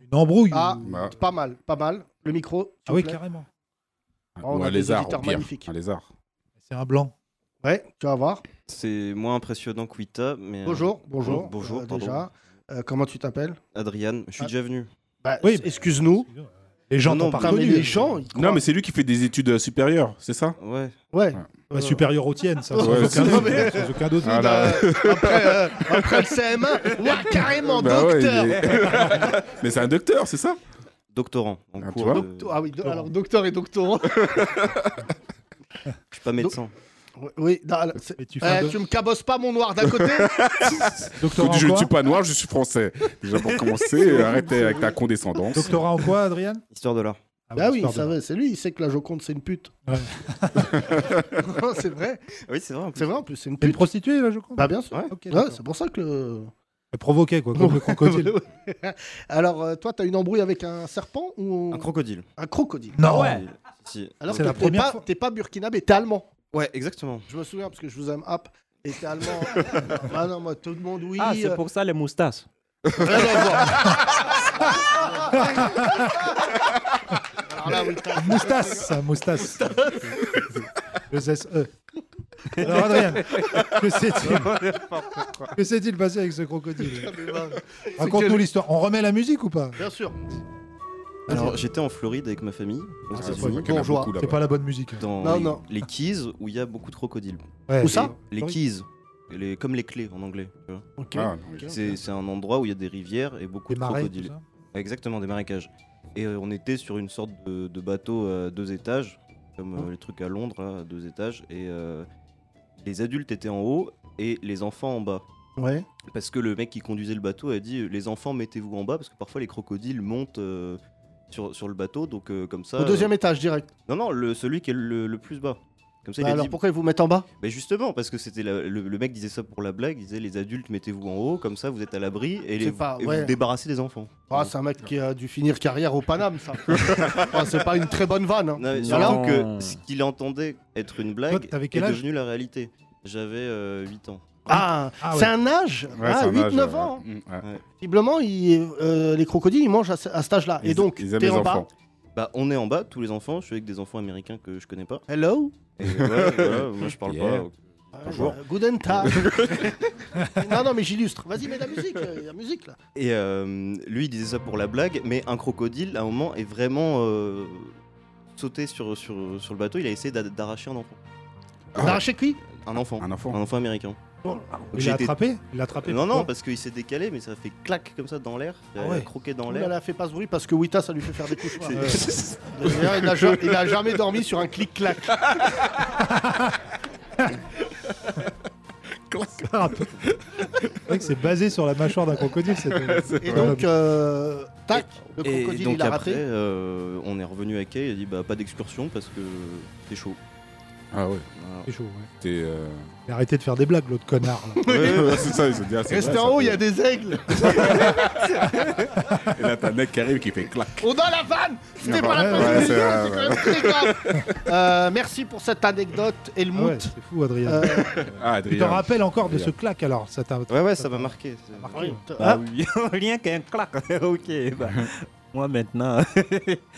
S4: Une embrouille
S3: Ah.
S4: ou-
S5: Bah,
S3: Pas mal, pas mal. Le micro. s'il
S4: Ah
S3: vous
S4: oui,
S3: plaît. Oh,
S4: carrément.
S3: on
S5: ou
S3: a
S5: un
S3: des
S5: lézard,
S3: auditeurs
S5: au pire.
S3: magnifiques.
S5: Un lézard.
S4: C'est un blanc.
S3: Ouais, tu vas voir.
S11: C'est moins impressionnant que Wita, mais. euh,
S3: Bonjour, bonjour.
S11: Bonjour,
S3: euh,
S11: pardon.
S3: déjà. Euh, comment tu t'appelles
S11: Adrian, je suis
S3: Ah.
S11: déjà venu.
S3: Bah,
S4: Oui,
S3: excuse-nous.
S4: bah, Les
S3: Ah
S4: gens t'ont pas reconnu.
S5: Non, mais c'est lui qui fait des études euh, supérieures, c'est ça
S11: Ouais.
S3: Ouais.
S4: Bah, supérieur aux tiennes, ça,
S5: Ouais,
S4: sans
S5: c'est- Ah
S4: aucun doute.
S5: mais-
S4: sans aucun doute.
S5: Voilà.
S3: Après, euh, après le CM1, ouah, carrément
S5: Bah ouais,
S3: docteur.
S5: il est- mais c'est un docteur, c'est ça
S11: Doctorant. En
S5: Ah, tu
S11: cours
S5: vois
S11: de-
S3: Ah oui, do- alors docteur et doctorant.
S11: Je suis
S3: Ah.
S11: pas médecin.
S3: Ouais, oui, non, alors, c'est- Eh,
S11: tu
S3: tu,
S11: fais un doc-
S3: me cabosses pas mon noir d'un côté.
S5: Faut dire, je ne suis pas noir, je suis français. Déjà pour commencer, arrêtez avec ta condescendance.
S4: Doctorat en quoi, Adrien
S11: Histoire de l'art.
S3: Ah,
S5: bon,
S3: oui,
S5: pardon.
S3: ça va, c'est lui, il sait que la Joconde c'est une pute. Non, c'est vrai.
S11: Oui, c'est vrai.
S3: C'est vrai en plus, c'est une
S4: T'es une
S3: pute.
S4: prostituée, là, je crois
S3: Bah bien sûr.
S4: Ouais.
S3: Ouais,
S4: d'accord.
S3: c'est pour ça que le.
S4: Elle provoquait, quoi, comme le crocodile.
S3: Alors, euh, toi, t'as une embrouille avec un serpent ou
S11: Un crocodile.
S3: Un crocodile.
S4: Non.
S11: Ah Ouais. Si.
S3: Alors,
S11: Donc-
S3: t'es t'es pas, t'es pas burkinabé, t'es allemand.
S11: Ouais, exactement.
S3: Je me souviens parce que je vous aime, hop, et t'es allemand. ah non, moi, tout le monde, oui.
S10: Ah, c'est
S3: euh,
S10: pour ça les moustaches.
S4: Ah,
S3: Alors là, oui, t'as-
S4: Moustache, moustache. Le SE. Alors, Adrien, que s'est-il que s'est-il passé avec ce crocodile Raconte-nous l'histoire. On remet la musique ou pas
S3: Bien sûr.
S4: Ah,
S11: Alors, j'étais en Floride avec ma famille. aux
S4: c'est
S11: États-Unis.
S4: pas- qu'il y en a Bourgeois. beaucoup là-bas. C'est pas la bonne musique.
S11: Dans
S4: Non,
S11: les,
S4: non.
S11: les Keys, où il y a beaucoup de crocodiles.
S4: Ouais. Ah Où
S11: Et-
S4: ça
S11: Les Keys. Et les- comme les clés en anglais. tu vois.
S3: Ok. Ah, ok, ok.
S11: C'est c'est un endroit où il y a des rivières et beaucoup
S4: Des
S11: de
S4: marais,
S11: crocodiles.
S4: tout ça
S11: Exactement, des marécages. Et euh, on était sur une sorte de, de bateau à deux étages, comme euh,
S4: Hein
S11: les trucs à Londres, là, à deux étages. Et euh, les adultes étaient en haut et les enfants en bas.
S3: Ouais.
S11: Parce que le mec qui conduisait le bateau a dit euh, les enfants mettez-vous en bas parce que parfois les crocodiles montent euh, sur, sur le bateau donc euh, comme ça.
S3: Au deuxième
S11: euh,
S3: étage direct.
S11: Non non le, celui qui est le, le plus bas. Comme ça il
S3: Bah
S11: a
S3: alors
S11: dit-
S3: pourquoi ils vous mettent en bas
S11: bah justement, parce que c'était la- le, le mec disait ça pour la blague, il disait les adultes mettez-vous en haut, comme ça vous êtes à l'abri et, les,
S3: C'est pas-
S11: et
S3: ouais.
S11: vous débarrassez des enfants.
S3: Ah, c'est un mec qui a dû finir carrière au Paname, ça. Ah, c'est pas une très bonne vanne. hein.
S11: Non, mais
S3: Alors
S11: surtout que ce qu'il entendait être une blague
S3: t'avais
S11: est
S3: quel âge
S11: devenu la réalité. J'avais euh, 8 ans.
S3: Ah,
S11: Ah
S3: c'est
S11: ouais.
S3: un âge
S11: Ouais, c'est
S3: ah,
S11: un
S3: 8,
S11: âge,
S3: 9
S11: ouais.
S3: ans.
S11: Mm, ouais.
S3: Visiblement, il- euh, les crocodiles, ils mangent à, ce- à cet âge-là. Et donc, t'es en bas.
S11: Bah, on est en bas, tous les enfants. Je suis avec des enfants américains que je connais pas.
S3: Hello
S11: Et ouais, voilà, moi je parle
S3: Yeah.
S11: pas. Bonjour.
S3: Euh, Guten Tag. non, non, mais j'illustre. Vas-y, mets la musique, euh, la musique, là.
S11: Et euh, lui, il disait ça pour la blague, mais un crocodile, à un moment, est vraiment euh, sauté sur, sur, sur le bateau. Il a essayé d'a- d'arracher un enfant.
S3: Ah. D'arracher qui Oh.
S11: Un enfant. Un enfant. Un enfant américain.
S3: Bon.
S11: Donc,
S4: Il
S11: j'ai
S4: l'a
S11: été-
S4: attrapé Il l'a attrapé
S11: Non, non,
S4: pourquoi
S11: parce qu'il s'est décalé, mais ça a fait clac comme ça dans l'air. Il a
S3: Ah ouais.
S11: croqué dans
S3: Ouh
S11: l'air.
S3: là là, fais pas ce bruit parce que Wita, ça lui fait faire des cauchemars.
S11: C'est-
S3: Ouais. D'ailleurs, il n'a ja- il n'a jamais dormi sur un clic-clac.
S4: Crap. C'est vrai que c'est basé sur la mâchoire d'un crocodile. cette-
S3: Et donc, euh, tac, le
S11: Et
S3: crocodile,
S11: donc
S3: il a
S11: après,
S3: raté.
S11: euh, on est revenu à quai, il a dit bah pas d'excursion parce que c'est chaud.
S5: Ah ouais.
S4: C'est chaud, ouais.
S5: T'es. euh,
S4: Il a arrêté de faire des blagues, l'autre connard. là.
S5: Ouais, ouais, c'est ça, ils se disent, ah, c'est
S3: Restez
S5: vrai,
S3: en
S5: ça
S3: haut, il y
S5: peut-
S3: a des aigles.
S5: Et là, t'as un mec qui arrive qui fait clac.
S3: On a la vanne C'était
S5: Ouais,
S3: pas la peine de
S5: ouais,
S3: le
S5: c'est
S3: dire,
S5: vrai,
S3: c'est
S5: ouais.
S3: quand même très grave. Euh, Merci pour cette anecdote,
S4: Ah
S3: Helmut.
S4: ouais, c'est fou, Adrien.
S3: Euh,
S5: Ah,
S4: Tu te rappelles encore de ce claque alors ça t'a-
S10: Ouais, ouais,
S4: ça
S10: ça m'a
S4: t'a-
S10: marqué.
S4: ça t'a marqué.
S10: Bah, oui, rien qu'un claque. ok, bah, moi maintenant.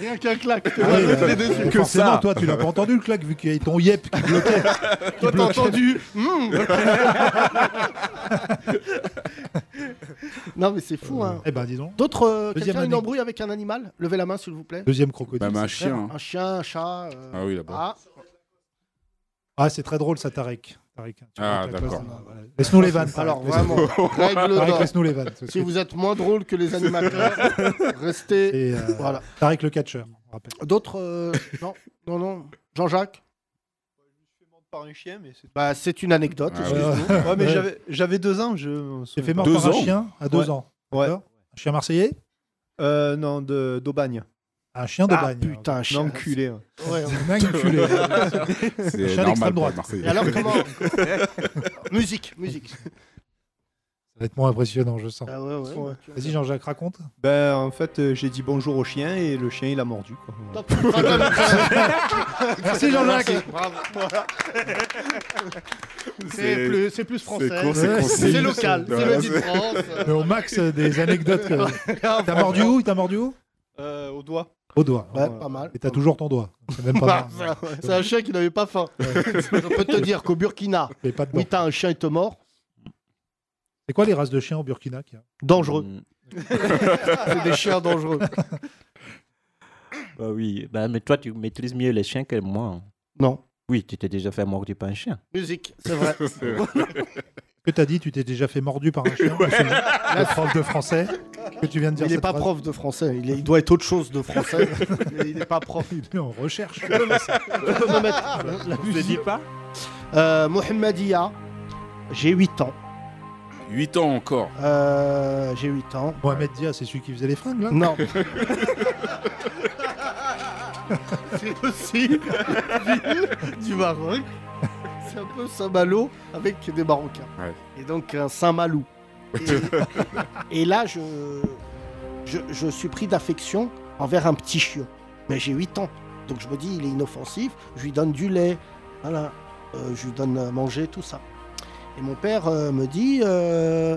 S3: Rien qu'un claque, tu
S4: Ah
S3: vois,
S4: oui,
S3: le-
S4: euh,
S3: les dessus.
S4: euh, forcément, toi, tu l'as pas entendu le claque vu qu'il y avait ton yep qui bloquait.
S3: Toi, t'as
S4: bloquait.
S3: entendu Hmm. Non, mais c'est fou, hein.
S4: Eh ben, dis donc.
S3: D'autres, euh,
S4: Deuxième
S3: quelqu'un a une
S4: anecdé-
S3: embrouille avec un animal Levez la main, s'il vous plaît.
S4: Deuxième crocodile.
S5: Même un
S4: c'est clair.
S5: chien. hein.
S3: Un chien, un chat. euh,
S5: Ah oui, là-bas.
S3: ah.
S4: Ah, c'est très drôle ça, Tarek. Tarek, tu
S5: Ah,
S4: racontes la
S5: d'accord.
S4: classe, voilà. Laisse-nous les vannes.
S3: Alors
S4: Tarek,
S3: vraiment,
S4: laisse-nous-
S3: règle
S4: Tarek,
S3: d'or.
S4: laisse-nous les vannes.
S3: Si vous êtes moins drôle que les animateurs, restez.
S4: Et, euh,
S3: Voilà.
S4: Tarek le catcheur. on rappelle.
S3: D'autres euh, Non, non, non. Jean-Jacques
S9: Par un chien, mais c'est.
S3: Bah, c'est une anecdote.
S9: Ah
S3: excuse-nous.
S9: ouais. Ouais, mais j'avais- j'avais deux ans. Je
S4: T'es fait mort par un chien à deux
S9: Ouais.
S4: ans.
S9: Ouais.
S4: D'accord. Un chien marseillais
S9: Euh, non, de- d'Aubagne.
S4: Un chien d'Aubagne.
S9: Ah,
S3: putain, un
S9: chien. Enculé. ouais.
S3: Ouais,
S4: Un enculé.
S5: hein.
S4: hein,
S5: C'est
S4: Un chien
S5: normal
S4: d'extrême
S5: pour
S4: droite.
S5: Marseille.
S3: Et alors comment Musique, musique.
S4: Ça va être moins impressionnant, je sens.
S3: Ah ouais, ouais.
S9: Ouais.
S4: Vas-y, Jean-Jacques, raconte.
S9: Ben, en fait, euh, j'ai dit bonjour au chien et le chien, il a mordu. quoi.
S3: Top. Enfin, top.
S4: Merci, Jean-Jacques.
S3: Merci, Bravo. C'est
S5: C'est-
S3: plus, c'est plus français.
S5: c'est con, c'est
S4: Ouais,
S5: concis.
S4: c'est
S3: local, c'est
S5: Voilà,
S3: le dit de France. Ah,
S4: Mais au max euh, des anecdotes. que- T'as mordu où T'as mordu où
S9: Euh, au doigt.
S4: Au doigt. Euh,
S3: Ouais, Bah, pas mal.
S4: Et t'as toujours ton doigt. C'est même pas
S3: Ah,
S4: grave.
S3: c'est un- c'est un chien qui n'avait pas faim. Je peux te dire qu'au Burkina,
S4: Mais pas de
S3: oui, t'as un chien, il te mord.
S4: C'est quoi les races de chiens au
S3: Mm.
S4: Burkina qu'il y a
S3: Dangereux. c'est des chiens dangereux.
S10: Bah oui, bah, mais toi, tu maîtrises mieux les chiens que moi.
S3: Non.
S10: Oui, tu t'es déjà fait mordre par un chien.
S3: Musique, c'est vrai.
S4: que t'as dit Tu t'es déjà fait mordu par un chien monsieur le prof de français que tu viens de dire
S3: il n'est
S4: cette
S3: pas
S4: phrase.
S3: prof de français, il, est- il doit être autre chose de français. Mais il n'est pas prof.
S4: Mais on recherche.
S3: Je peux me je peux me mettre la musique.
S10: dis pas
S3: Euh, Mohamedia, j'ai 8 ans.
S5: 8 ans encore.
S3: Euh, j'ai 8 ans.
S4: Mohamed Dia, c'est celui qui faisait les fringues là
S3: Non. C'est aussi une ville du Maroc. C'est un peu Saint-Malo avec des Marocains.
S5: Ouais.
S3: Et donc un Saint-Malou. Et, et là, je, je, je suis pris d'affection envers un petit chiot. Mais j'ai 8 ans. Donc je me dis, il est inoffensif, je lui donne du lait, voilà. Euh, je lui donne à manger, tout ça. Et mon père euh, me dit, euh,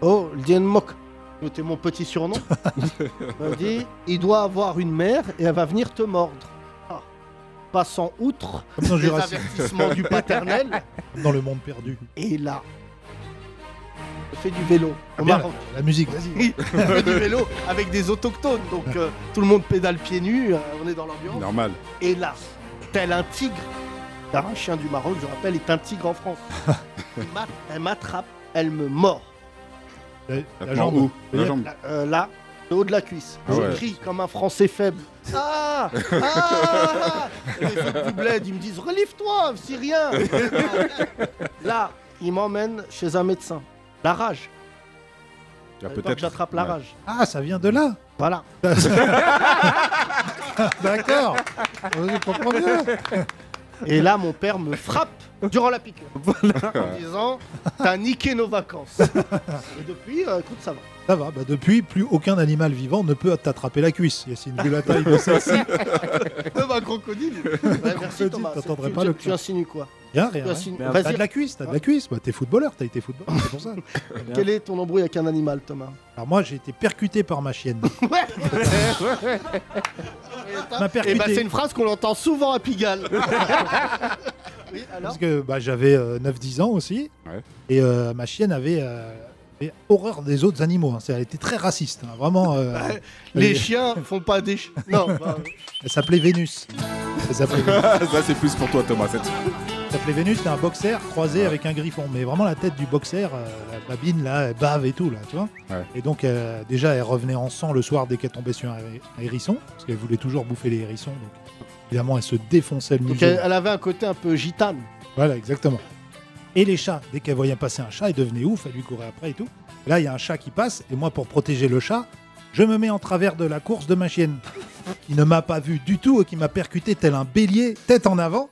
S3: oh, le Dienmok, c'était Oh, mon petit surnom. Il me dit, il doit avoir une mère et elle va venir te mordre. Ah. Passant outre
S4: Comme dans
S3: les
S4: Jurassic.
S3: avertissements du paternel,
S4: Dans le monde perdu.
S3: et là, je fais du vélo au
S4: Bien,
S3: Maroc.
S4: la musique, vas-y.
S3: Ah, Oui, on fait du vélo avec des autochtones, donc euh, tout le monde pédale pieds nus, euh, on est dans l'ambiance.
S5: Normal.
S3: Et là, tel un tigre, car un chien du Maroc, je rappelle, est un tigre en France. Il m'a- elle m'attrape, elle me mord.
S4: La, la
S5: Maintenant,
S4: jambe.
S5: où La
S4: Yep.
S5: jambe.
S3: Là, euh, là, le haut de la cuisse.
S5: Ah
S3: je
S5: ouais.
S3: crie comme un Français faible. Ah Ah Les flics du bled, ils me disent Relève-toi, Syrien Là, il m'emmène chez un médecin. La rage.
S5: Tu as
S3: Le temps que J'attrape la
S5: Ouais.
S3: rage.
S4: Ah, ça vient de là
S3: Voilà.
S4: D'accord Je comprends mieux
S3: Et là, mon père me frappe durant la piqûre. En disant T'as niqué nos vacances. Et depuis, euh, écoute, ça va.
S4: Ça va, bah depuis, plus aucun animal vivant ne peut t'attraper la cuisse. Yacine, vu la taille de celle-ci,
S3: Même un crocodile. Ouais, merci
S4: crocodile,
S3: Thomas. C'est-
S4: t'entendrais
S3: tu-
S4: pas
S3: tu-
S4: le
S3: Tu insinues quoi
S4: y a rien.
S3: Tu
S4: hein.
S3: insinues-
S10: Mais
S4: T'as
S3: Vas-y,
S4: de la cuisse, t'as de la cuisse. Bah, t'es footballeur, t'as été footballeur, c'est pour ça.
S3: quel est ton embrouille avec un animal, Thomas
S4: Alors moi, j'ai été percuté par ma chienne. Ma
S3: Et bah,
S4: percutée.
S3: c'est une phrase qu'on entend souvent à Pigalle. oui, alors
S4: Parce que bah, j'avais euh, 9-10 ans aussi.
S5: Ouais.
S4: Et euh, ma chienne avait, euh, avait horreur des autres animaux. hein. C'est- Elle était très raciste. hein, Vraiment. euh,
S3: Les
S4: elle-
S3: chiens font pas des chiens. Non, bah,
S4: elle s'appelait Vénus. Elle s'appelait Vénus.
S5: Ça, c'est plus pour toi, Thomas. cette-
S4: Elle s'appelait Vénus. C'était un boxer croisé avec un griffon. Mais vraiment, la tête du boxer, euh, la babine, là, elle bave et tout, là, tu vois.
S5: Ouais.
S4: Et donc, euh, déjà, elle revenait en sang le soir dès qu'elle tombait sur un hé- un hérisson. Parce qu'elle voulait toujours bouffer les hérissons. Donc, évidemment, elle se défonçait le
S3: donc
S4: museau.
S3: elle, elle avait un côté un peu gitane.
S4: Voilà, exactement. Et les chats, dès qu'elle voyait passer un chat, elle devenait ouf, elle lui courait après et tout. Et là, il y a un chat qui passe, et moi, pour protéger le chat, je me mets en travers de la course de ma chienne, qui ne m'a pas vu du tout et qui m'a percuté tel un bélier, tête en avant,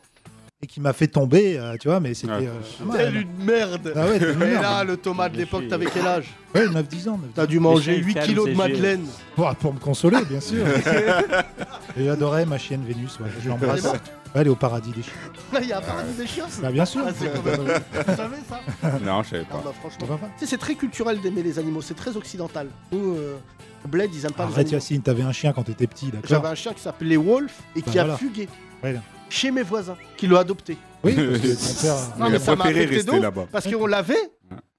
S4: et qui m'a fait tomber, euh, tu vois, mais c'était.
S5: Ouais.
S4: euh, vraiment,
S3: Telle
S4: elle-
S3: une merde.
S4: Ah ouais, t'es
S3: Et
S4: merde.
S3: là, le Thomas de l'époque, t'avais quel âge
S4: Ouais, 9-10 ans. 9-10
S3: T'as
S4: ans.
S3: dû manger
S10: chiens,
S3: 8
S10: ils
S3: kilos de
S10: ferment ses yeux.
S3: madeleine.
S4: Pour, pour me consoler, bien sûr. et j'adorais ma chienne Vénus, ouais, je l'embrasse.
S3: Elle est
S4: Ouais, elle est au paradis des chiens.
S3: Il y a un paradis des chiens.
S4: Bah, bien sûr.
S3: Ah, c'est quand même. Vous savez ça
S5: Non, je savais
S3: Non,
S5: pas.
S3: bah, franchement.
S4: On va pas.
S3: Tu sais, c'est très culturel d'aimer les animaux, c'est très occidental. Nous, euh, au Bled, ils aiment pas les
S4: Arrête,
S3: animaux.
S4: Yacine, t'avais un chien quand t'étais petit, d'accord
S3: J'avais un chien qui s'appelait Wolf et
S4: Bah,
S3: qui a
S4: voilà.
S3: fugué
S4: Ouais.
S3: chez mes voisins, qui l'ont adopté.
S4: Oui, parce que ton père.
S3: Non,
S5: Il
S3: mais
S5: a
S3: ça m'a
S5: préféré
S3: affecté
S5: rester
S3: de ouf,
S5: là-bas.
S3: Parce qu'on l'avait.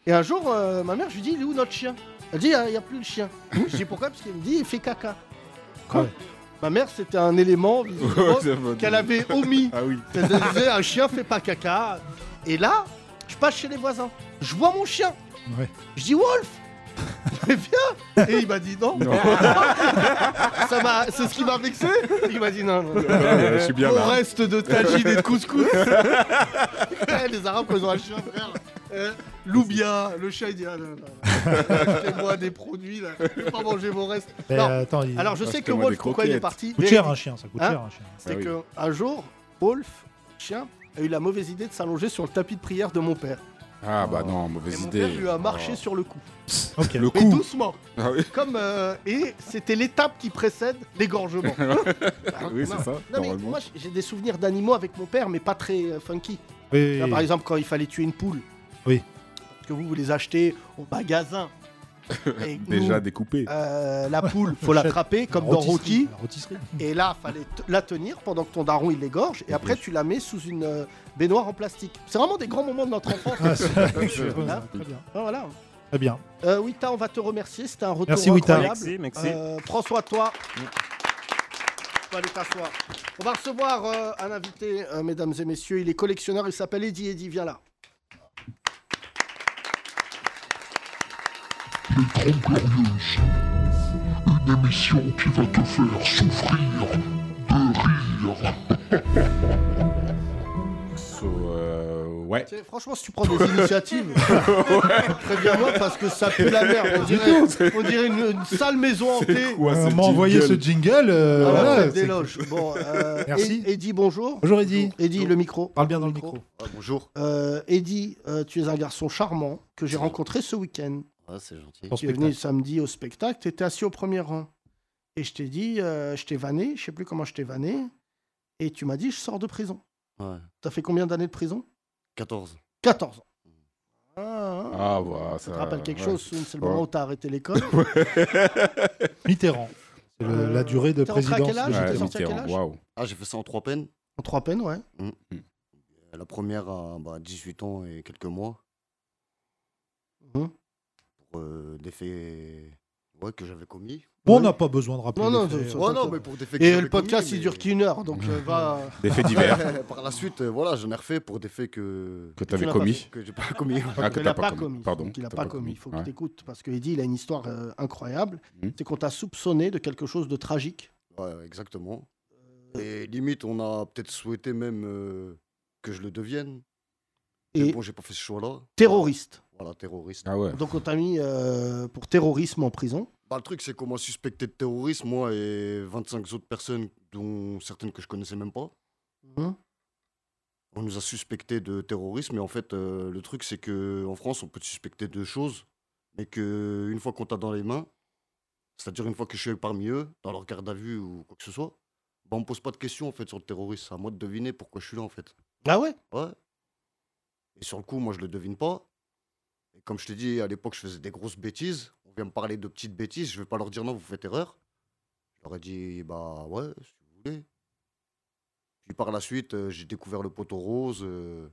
S3: Et un jour, euh, ma mère, je lui dis, il est où notre chien Elle dit, il n'y a plus le chien. je dis, pourquoi Parce qu'elle me dit, il fait caca.
S4: Quoi
S3: Ma mère, c'était un élément visiblement, qu'elle avait omis.
S5: Ah oui.
S3: Elle disait, un chien fait pas caca. Et là, je passe chez les voisins. Je vois mon chien.
S4: Ouais.
S3: Je dis, Wolf Mais viens Et il m'a dit, non.
S5: Non.
S3: Ça m'a- C'est ce qui m'a vexé. Il m'a dit, non, non, non.
S5: Euh, je suis bien
S3: Au
S5: là.
S3: reste de tagine et de couscous. Eh, les Arabes, quand ils ont un chien, frère. eh, Loubia, le chat, il dit ah, non, non, non. Achetez-moi des produits, là. Je vais pas manger vos restes.
S4: Mais,
S3: Non.
S4: euh, attends, il-
S3: Alors, je sais que
S5: Achetez-moi Ah, des
S3: Wolf, pourquoi il est
S5: croquettes.
S3: parti
S4: coûte cher un chien, ça coûte
S3: Hein
S4: cher un chien.
S3: C'est
S5: Ah oui.
S3: que un jour, Wolf, chien, a eu la mauvaise idée de s'allonger sur le tapis de prière de mon père.
S5: Ah bah non,
S3: Et
S5: mauvaise
S3: mon
S5: idée.
S3: père lui a marché
S5: Oh.
S3: sur le cou.
S4: hein. Ok.
S5: Le
S3: Mais
S5: coup.
S3: doucement.
S5: Ah oui,
S3: Comme, euh, et c'était l'étape qui précède l'égorgement.
S5: oui, c'est ça.
S3: Non, mais
S5: normalement.
S3: moi, j'ai des souvenirs d'animaux avec mon père, mais pas très euh, funky.
S4: Oui,
S3: Là,
S4: oui,
S3: par
S4: oui.
S3: exemple, quand il fallait tuer une poule.
S4: Oui.
S3: Parce que vous, vous les achetez au magasin. Et
S5: Déjà
S3: nous,
S5: découpé.
S3: euh, la poule, faut l'attraper comme
S4: La
S3: dans
S4: rôtisserie,
S3: Rocky.
S4: la rôtisserie.
S3: Et là, fallait t- la tenir pendant que ton daron il l'égorge. Et après, tu la mets sous une euh, baignoire en plastique. C'est vraiment des grands moments de notre enfance.
S4: Ah, c'est-
S3: Voilà.
S4: Très bien.
S3: Ah, voilà.
S4: Très bien.
S3: Euh, Wita, on va te remercier. C'était un retour Euh,
S4: Merci, Mm. Wita.
S3: incroyable.
S10: Merci, merci.
S3: Euh, prends soin de toi. On va aller t'asseoir. On va recevoir euh, un invité, euh, mesdames et messieurs. Il est collectionneur, il s'appelle Eddy. Eddy, viens là.
S12: Trompe-l'œil. Une émission qui va te faire souffrir de rire.
S5: So, euh, ouais.
S3: Tu sais, Franchement, si tu prends des initiatives, très bien moi parce que ça pue la merde. On
S5: Du
S3: dirait,
S5: tout, c'est-
S3: on dirait une, une sale maison hantée.
S4: Euh, m'a envoyé ce jingle. euh,
S3: Ah,
S4: voilà,
S3: ouais,
S4: c'est-
S3: des loges. Bon, euh,
S4: Merci.
S3: Ed- Eddy, bonjour.
S4: Bonjour, Eddy.
S3: Eddy, le micro.
S4: Parle bien dans le micro. Ah,
S13: bonjour.
S3: Euh, Eddy, euh, tu es un garçon charmant que j'ai rencontré ce week-end.
S13: Ah, c'est gentil.
S3: Tu es venu samedi au spectacle, tu étais assis au premier rang. Et je t'ai dit, euh, je t'ai vanné, je sais plus comment je t'ai vanné. Et tu m'as dit, je sors de prison.
S13: Ouais.
S3: T'as fait combien d'années de prison
S13: 14.
S3: 14 ans. Ah, ah.
S5: Ah, bah,
S3: ça
S5: ça.
S3: te rappelle quelque
S5: ouais.
S3: chose, Soun, c'est le
S5: Ouais.
S3: moment où t'as arrêté l'école.
S4: Mitterrand. C'est le- Euh, la durée de
S3: t'es rentré à
S4: présidence.
S3: quel âge
S4: de
S3: T'es
S4: Mitterrand.
S3: sorti à quel âge
S13: Ah, j'ai fait ça en trois peines.
S3: En trois peines, ouais.
S13: Mm. La première à bah, 18 ans et quelques mois.
S3: Mhm.
S13: Pour euh, des faits ouais, que j'avais commis.
S4: Bon, on n'a pas besoin de rappeler.
S3: Non, non,
S4: les faits.
S3: ça- ça-
S13: Ouais, Oh non,
S3: ça-
S13: mais pour des faits que
S3: Et
S13: j'avais
S3: le podcast,
S13: commis,
S3: il
S13: mais-
S3: dure qu'une heure, donc euh, va.
S5: Des faits divers.
S13: Par la suite, euh, voilà, j'en ai refait pour des faits que.
S5: Que
S13: tu
S5: t'avais
S13: n'as
S5: commis.
S13: pas fait, Que j'ai pas commis.
S5: Ah, que
S3: qu'il
S5: t'as
S3: a pas commis.
S5: Pardon.
S3: Qu'il a
S5: t'as
S3: pas commis. Il faut que
S5: Ouais. Hmm.
S3: tu écoutes parce que Eddie, il a une histoire euh, incroyable. C'est qu'on t'a soupçonné de quelque chose de tragique.
S13: Ouais, exactement. Et limite, on a peut-être souhaité même euh, que je le devienne.
S3: Et
S13: Et bon, j'ai pas fait ce choix-là.
S3: Terroriste.
S13: Voilà, terroriste.
S5: Ah ouais.
S3: Donc on t'a mis euh, pour terrorisme en prison.
S13: Bah, le truc, c'est qu'on m'a suspecté de terrorisme, moi et 25 autres personnes, dont certaines que je connaissais même pas.
S3: Mhm.
S13: On nous a suspecté de terrorisme, et en fait, euh, le truc, c'est que en France, on peut te suspecter de choses, mais que une fois qu'on t'a dans les mains, c'est-à-dire une fois que je suis parmi eux, dans leur garde à vue ou quoi que ce soit, bah, on me pose pas de questions en fait sur le terrorisme. C'est à moi de deviner pourquoi je suis là en fait.
S3: Ah ouais
S13: Ouais. Et sur le coup, moi, je le devine pas. Et comme je t'ai dit, à l'époque, je faisais des grosses bêtises. On vient me parler de petites bêtises. Je vais pas leur dire non, vous faites erreur. Je leur ai dit, bah ouais, si vous voulez. Puis par la suite, euh, j'ai découvert le poteau rose, euh,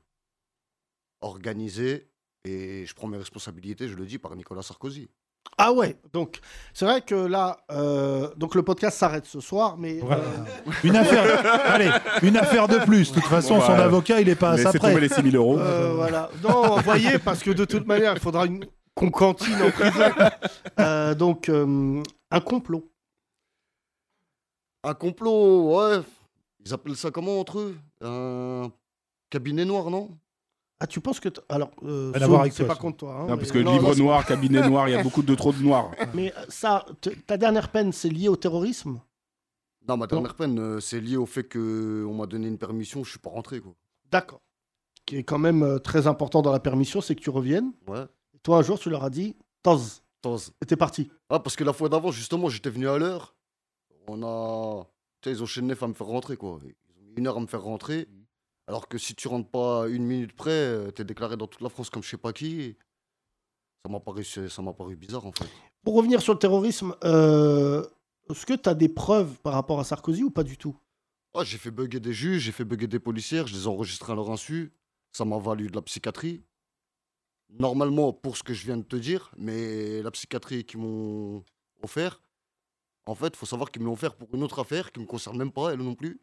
S13: organisé. Et je prends mes responsabilités, je le dis, par Nicolas Sarkozy.
S3: Ah ouais. Donc c'est vrai que là, euh, donc le podcast s'arrête ce soir, mais
S4: Voilà.
S3: euh,
S4: Une affaire. Allez, une affaire de plus. De toute façon,
S5: Bon, bah,
S4: son avocat, il est pas à ça
S5: laissez
S4: près.
S5: tomber les 6000 euros.
S3: euh, voilà. Non, vous voyez, parce que de toute manière, il faudra une qu'on cantine en prison. Euh, donc euh, un complot.
S13: Un complot, ouais. Ils appellent ça comment entre eux Un cabinet noir, non
S3: Ah, tu penses que t- alors euh,
S4: Rien à voir
S3: Saul,
S4: avec
S3: c'est
S4: toi,
S3: pas
S4: ça.
S3: contre toi. hein,
S5: Non,
S3: mais-
S5: parce que livre
S3: non,
S5: noir, cabinet noir, il y a beaucoup de trop de noirs.
S3: Mais euh, ça, t- ta dernière peine, c'est lié au terrorisme.
S13: Non, ma dernière peine, euh, c'est lié au fait qu'on m'a donné une permission, je suis pas rentré, quoi.
S3: D'accord. Qui est quand même euh, très important dans la permission, c'est que tu reviennes.
S13: Ouais.
S3: Toi, un jour, tu leur as dit, Taz,
S13: Taz.
S3: et t'es parti.
S13: Ah, parce que la fois d'avant, justement, j'étais venu à l'heure. On a. Tu sais, ils ont chaîné à me faire rentrer, quoi. Ils ont mis une heure à me faire rentrer. Alors que si tu rentres pas à une minute près, euh, t'es déclaré dans toute la France comme je sais pas qui. Et Ça m'a paru, ça m'a paru bizarre, en fait.
S3: Pour revenir sur le terrorisme, euh, est-ce que tu as des preuves par rapport à Sarkozy ou pas du tout
S13: Ah, j'ai fait bugger des juges, j'ai fait bugger des policières, je les ai enregistrés à leur insu. Ça m'a valu de la psychiatrie. Normalement, pour ce que je viens de te dire, mais la psychiatrie qu'ils m'ont offert, en fait, faut savoir qu'ils me l'ont offert pour une autre affaire qui me concerne même pas, elle non plus.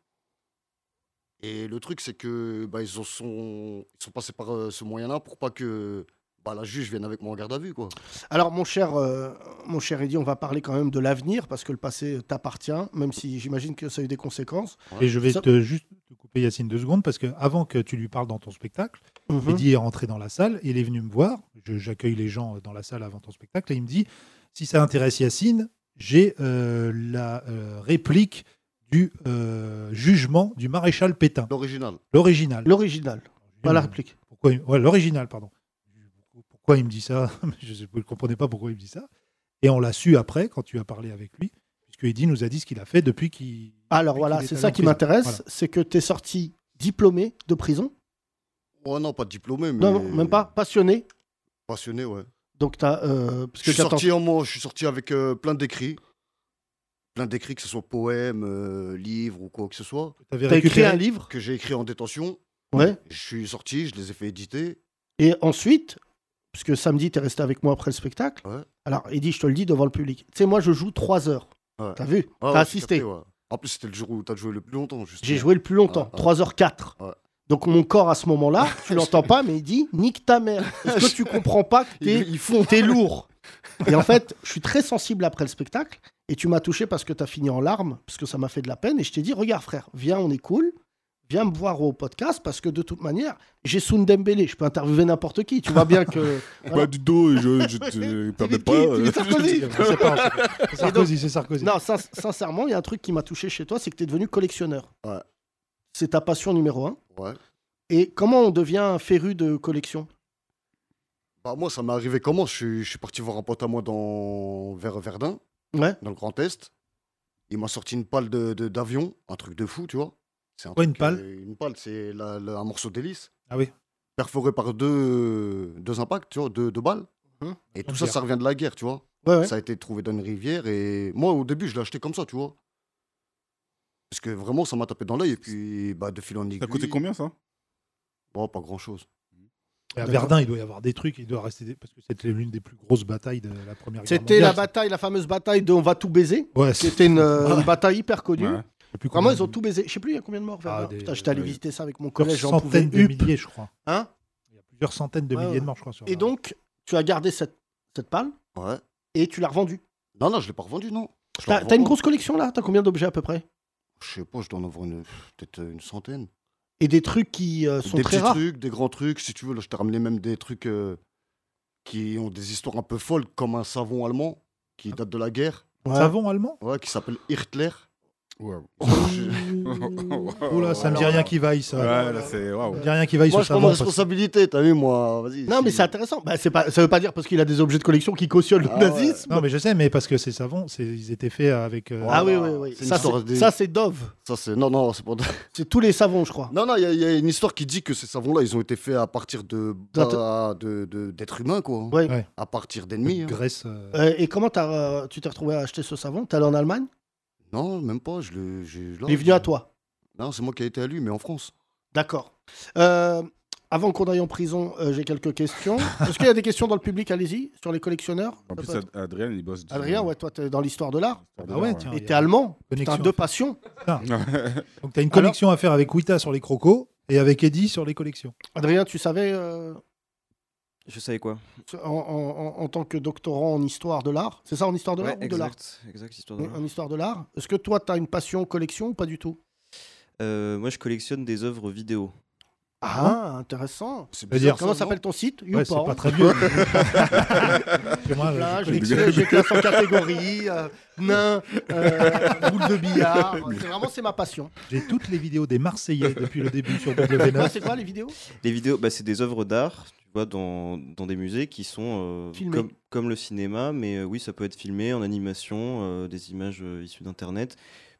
S13: Et le truc, c'est que bah, ils, en sont, ils sont passés par euh, ce moyen-là pour pas que bah, la juge vienne avec moi en garde à vue. Quoi.
S3: Alors, mon cher, euh, mon cher Eddy, on va parler quand même de l'avenir, parce que le passé t'appartient, même si j'imagine que ça a eu des conséquences.
S4: Et je vais
S3: Ça-
S4: te, juste te couper Yacine deux secondes parce que avant que tu lui parles dans ton spectacle,
S3: Mhm.
S4: Eddy est rentré dans la salle, il est venu me voir, je- j'accueille les gens dans la salle avant ton spectacle et il me dit si ça intéresse Yacine, j'ai euh, la euh, réplique du euh, jugement du maréchal Pétain,
S13: L'original.
S4: l'original.
S3: L'original, pas la
S4: Euh,
S3: réplique.
S4: Pourquoi il- ouais, l'original, pardon. Pourquoi il me dit ça Je ne comprenais pas pourquoi il me dit ça. Et on l'a su après quand tu as parlé avec lui, puisque Eddy nous a dit ce qu'il a fait depuis qu'il.
S3: Alors
S4: depuis
S3: voilà,
S4: qu'il est
S3: c'est
S4: allé
S3: ça
S4: en
S3: qui
S4: prison.
S3: m'intéresse,
S4: Voilà.
S3: c'est que tu es sorti diplômé de prison.
S13: Oh non, pas diplômé, mais.
S3: Non, non, même pas, passionné.
S13: Passionné, ouais.
S3: Donc, tu as. parce
S13: Je
S3: que
S13: suis,
S3: 14
S13: sorti en mo- je suis sorti avec euh, plein d'écrits. Plein d'écrits, que ce soit poèmes, euh, livres ou quoi que ce soit.
S4: T'avais
S3: T'as écrit
S4: récupéré-
S3: un livre
S13: Que j'ai écrit en détention.
S3: Ouais.
S13: Je suis sorti, je les ai fait éditer.
S3: Et ensuite, parce que samedi, tu es resté avec moi après le spectacle.
S13: Ouais.
S3: Alors, Eddy, je te le dis devant le public. Tu sais, moi, je joue 3 heures.
S13: Ouais.
S3: T'as vu
S13: Ah ouais,
S3: T'as
S13: j'ai
S3: assisté.
S13: capté, ouais. En plus, c'était le jour où t'as joué le plus longtemps, justement.
S3: J'ai joué le plus longtemps,
S13: Ah, ah.
S3: 3h04.
S13: Ouais.
S3: Donc mon corps à ce moment-là, tu l'entends pas, mais il dit nique ta mère. Est-ce que tu comprends pas que t'es, t'es lourd Et en fait, je suis très sensible après le spectacle. Et tu m'as touché parce que t'as fini en larmes, parce que ça m'a fait de la peine. Et je t'ai dit regarde frère, viens, on est cool. Viens me voir au podcast parce que de toute manière, j'ai Sundembele, je peux interviewer n'importe qui. Tu vois bien que.
S5: Bah, du dos, je, je te permets pas.
S3: Qui
S5: euh,
S3: Sarkozy
S5: je te-
S3: Je sais pas, c'est-
S4: C'est Sarkozy,
S3: Et donc-
S4: c'est Sarkozy.
S3: Non, sin- sincèrement, il y a un truc qui m'a touché chez toi, c'est que tu es devenu collectionneur. C'est ta passion numéro un.
S13: Ouais.
S3: Et comment on devient un féru de collection
S13: Bah, moi, ça m'est arrivé comment je suis, je suis parti voir un pote à moi dans... vers Verdun, dans le Grand Est. Il m'a sorti une palle d'avion, de, d'avion, un truc de fou, tu vois. C'est un
S4: Ouais, une
S13: truc,
S4: palle.
S13: euh, Une palle, c'est la- la- un morceau d'hélice.
S4: Ah oui.
S13: Perforé par deux, deux impacts, tu vois, deux, deux balles. Et tout ça,
S3: Pierre.
S13: ça revient de la guerre, tu vois.
S3: Ouais, ouais.
S13: Ça a été trouvé dans une rivière. Et moi, au début, je l'ai acheté comme ça, tu vois. Parce que vraiment, ça m'a tapé dans l'œil. Et puis, bah, de fil en aiguille. Ça a coûté
S5: combien, ça
S13: Bon, pas grand-chose.
S4: À Verdun, il doit y avoir des trucs, il doit rester des- parce que c'était l'une des plus grosses batailles de la première guerre
S3: C'était la
S4: mondiale.
S3: bataille, la fameuse bataille de On va tout baiser.
S4: Ouais, c'est-
S3: C'était une, euh,
S4: Ouais.
S3: une bataille hyper connue.
S4: Ouais.
S3: Vraiment, ils ont tout baisé. Je sais plus, il y a combien de morts Verdun
S4: Ah, des-
S3: Putain, J'étais allé
S4: oui.
S3: visiter ça avec mon
S4: Plusieurs
S3: collège, j'en pouvais
S4: centaines de
S3: plus.
S4: milliers, je crois.
S3: Hein
S4: Il y a plusieurs centaines de
S3: Ouais,
S4: milliers
S3: ouais.
S4: de morts, je crois. Sur
S3: Et donc, tu as gardé cette, cette palle
S13: Ouais.
S3: et tu l'as revendue.
S13: Non, non, je l'ai pas revendu, non. Je l'ai
S3: T'as t'as une
S13: revendu.
S3: grosse collection là T'as combien d'objets à peu près
S13: Je sais pas, je dois en avoir une- pff, peut-être euh, une centaine.
S3: Et des trucs qui euh, sont
S13: des
S3: très
S13: petits
S3: rares.
S13: trucs, des grands trucs. Si tu veux, là, je t'ai ramené même des trucs euh, qui ont des histoires un peu folles, comme un savon allemand qui
S3: Ah.
S13: date de la guerre.
S4: Un savon allemand
S13: Ouais, qui s'appelle Hirtler.
S5: Ouais.
S4: Oula, ça me dit rien qui vaille, ça.
S5: Ouais, là, c'est. Waouh.
S4: Ça me dit rien qui vaille
S13: Moi,
S4: sur
S13: je prends ma
S4: savon. parce-
S13: responsabilité, t'as vu, moi. Vas-y.
S3: Non, mais c'est intéressant. Bah, c'est pas, ça veut pas dire parce qu'il a des objets de collection qui cautionnent
S13: Ah
S3: le nazisme.
S4: Non, mais je sais, mais parce que ces savons, c'est- ils étaient faits avec. euh,
S3: Ah oui, oui, oui.
S13: une
S3: Ça,
S13: histoire
S3: c'est-
S13: des-
S3: ça, c'est Dove.
S13: Ça, c'est. Non, non, c'est pas.
S3: C'est tous les savons, je crois.
S13: Non, non, il y, a- il y a une histoire qui dit que ces savons-là, ils ont été faits à partir de
S3: D'un-
S13: bah, de- de- d'êtres humains, quoi.
S3: Ouais. Ouais.
S13: À partir d'ennemis. hein.
S3: Euh, et comment t'as, euh, tu t'es retrouvé à acheter ce savon T'es allé en Allemagne
S13: Non, même pas. Je le. j'ai- là,
S3: Il est venu à toi.
S13: Non, c'est moi qui ai été à lui, mais en France.
S3: D'accord. Euh, avant qu'on aille en prison, euh, j'ai quelques questions. Est-ce qu'il y a des questions dans le public Allez-y, sur les collectionneurs.
S5: En
S3: Ça
S5: plus,
S3: peut être-
S5: Ad- Adrien, il bosse. du-
S3: Adrien, ouais, toi, t'es dans l'histoire de l'art.
S5: de l'art, Ah ouais, ouais. tiens,
S3: et
S5: y
S3: t'es
S5: a-
S3: allemand. T'as
S4: Connexion.
S3: deux passions.
S4: Putain. Ah. Donc, t'as une collection à faire avec Wita sur les crocos et avec Eddie sur les collections.
S3: Adrien, tu savais, euh,
S11: Je savais quoi
S3: en, en- en- en tant que doctorant en histoire de l'art, c'est ça en histoire de
S11: Ouais,
S3: l'art ou de l'art
S11: exact, exact, histoire de
S3: Oui,
S11: l'art.
S3: En histoire de l'art. Est-ce que toi, t'as une passion collection ou pas du tout
S11: Euh, Moi, je collectionne des œuvres vidéo.
S3: Ah, intéressant.
S11: C'est
S3: Comment
S11: bizarre,
S3: Comment
S11: ça, non
S3: s'appelle ton site hein.
S11: Ouais, c'est
S3: YouPorn.
S11: pas très vieux.
S3: Je
S11: Moi, je-
S3: classe,
S11: je-
S3: je les- je les classe en catégorie, euh, nain, euh, boule de billard. C'est vraiment c'est ma passion.
S4: J'ai toutes les vidéos des Marseillais depuis le début sur
S3: Moi,
S4: W9.
S3: C'est quoi les vidéos
S11: Les vidéos, bah, c'est des œuvres d'art, tu vois, dans, dans des musées qui sont euh,
S3: Filmées.
S11: comme, comme le cinéma, mais euh, oui, ça peut être filmé en animation, euh, des images euh, issues d'Internet,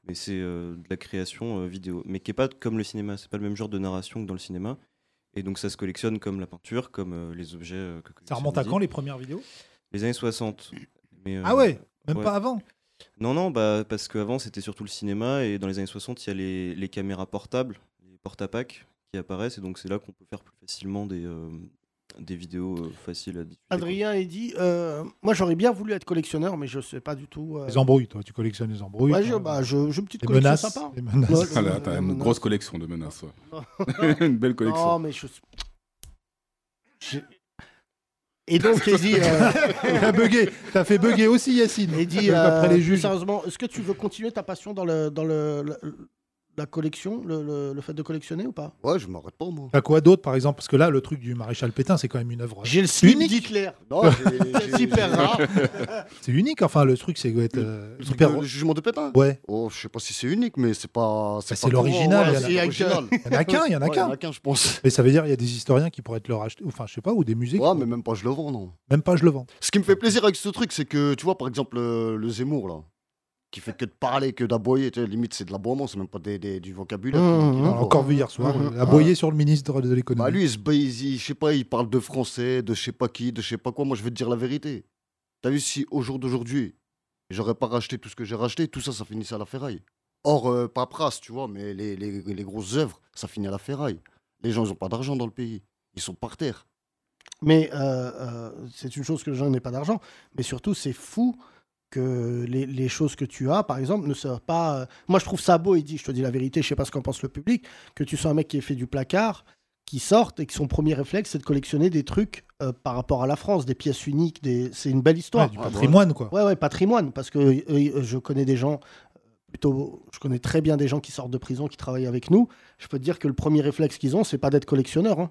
S11: mais c'est euh, de la création euh, vidéo, mais qui n'est pas comme le cinéma, c'est pas le même genre de narration que dans le cinéma. Et donc ça se collectionne comme la peinture, comme euh, les objets euh, que
S4: Ça remonte à
S11: collectionne
S4: quand
S11: Didi.
S4: les premières vidéos
S11: Les années 60. Mais, euh,
S4: Ah ouais Même pas avant
S11: Non, non, bah, parce qu'avant c'était surtout le cinéma et dans les années 60 il y a les, les caméras portables, les porte-à-pack qui apparaissent et donc c'est là qu'on peut faire plus facilement des, euh, des vidéos euh, faciles à diffuser.
S3: Adrien et dit euh, Moi, j'aurais bien voulu être collectionneur, mais je sais pas du tout. euh,
S4: Les embrouilles, toi, tu collectionnes les embrouilles.
S3: Ouais, je-
S4: toi. euh,
S3: bah, je- j'ai une petite
S4: Les
S3: collection
S4: menaces,
S3: sympa.
S4: les menaces.
S3: Ouais,
S5: Ah là, t'as une grosse collection de menaces. ouais. une belle collection.
S3: Non, mais je. J'ai- Et donc, Eddie. euh,
S4: T'as bugué, t'as fait bugger aussi Yacine.
S3: Eddie,
S4: après
S3: euh,
S4: les juges.
S3: sérieusement, est-ce que tu veux continuer ta passion dans, le, dans le, la, la collection, le, le- le fait de collectionner ou pas
S13: Ouais, je m'arrête pas, moi.
S4: T'as quoi d'autre, par exemple Parce que là, le truc du maréchal Pétain, c'est quand même une œuvre.
S3: J'ai le slip
S4: unique.
S3: d'Hitler.
S13: Non, j'ai- j'ai-
S3: Super
S13: j'ai-
S3: rare.
S4: C'est unique, enfin, le truc, c'est doit être. euh,
S13: Le, truc
S4: hyper-
S13: de- le jugement de Pétain
S4: Ouais.
S13: Oh, je sais pas si c'est unique, mais c'est pas.
S4: Bah,
S13: pas
S4: c'est
S13: courant,
S4: l'original.
S13: ouais,
S4: il y en a-
S13: c'est l'original.
S4: Il y en a qu'un, il y en a
S13: Ouais,
S4: qu'un.
S13: je pense.
S4: Mais ça veut dire il y a des historiens qui pourraient te le racheter, enfin, je sais pas, ou des musées.
S13: Ouais, mais même pas je le vends, non.
S4: Même pas, je le vends.
S13: Ce qui me fait plaisir avec ce truc, c'est que, tu vois, par exemple, euh, le Zemmour, là, qui fait que de parler, que d'aboyer, tu sais, limite, c'est de l'aboiement, c'est même pas des, des- du vocabulaire.
S4: Mmh,
S13: qu'il-
S4: on
S13: qu'il
S4: l'a
S13: envoie.
S4: encore vu hier soir, euh,
S13: Mmh.
S4: aboyé sur le ministre de
S13: Bah,
S4: l'économie.
S13: lui, il se baise, il- je sais pas, il parle de français, de je sais pas qui, de je sais pas quoi. Moi, je vais te dire la vérité. T'as vu, si au jour d'aujourd'hui, j'aurais pas racheté tout ce que j'ai racheté, tout ça, ça finissait à la ferraille. Or, euh, paperasse, tu vois, mais les, les- les grosses œuvres, ça finit à la ferraille. Les gens, ils ont pas d'argent dans le pays. Ils sont par terre.
S3: Mais euh, euh, c'est une chose que les gens n'aient pas d'argent. Mais surtout, c'est fou que les, les choses que tu as, par exemple, ne soient pas. euh, Moi, je trouve ça beau, il dit, je te dis la vérité, je sais pas ce qu'en pense le public, que tu sois un mec qui est fait du placard, qui sorte et que son premier réflexe, c'est de collectionner des trucs euh, par rapport à la France, des pièces uniques, des... c'est une belle histoire.
S4: Ouais, du patrimoine, quoi.
S3: Ouais, ouais, patrimoine, parce que euh, euh, je connais des gens. euh, Plutôt, je connais très bien des gens qui sortent de prison, qui travaillent avec nous. Je peux te dire que le premier réflexe qu'ils ont, c'est pas d'être collectionneur. hein.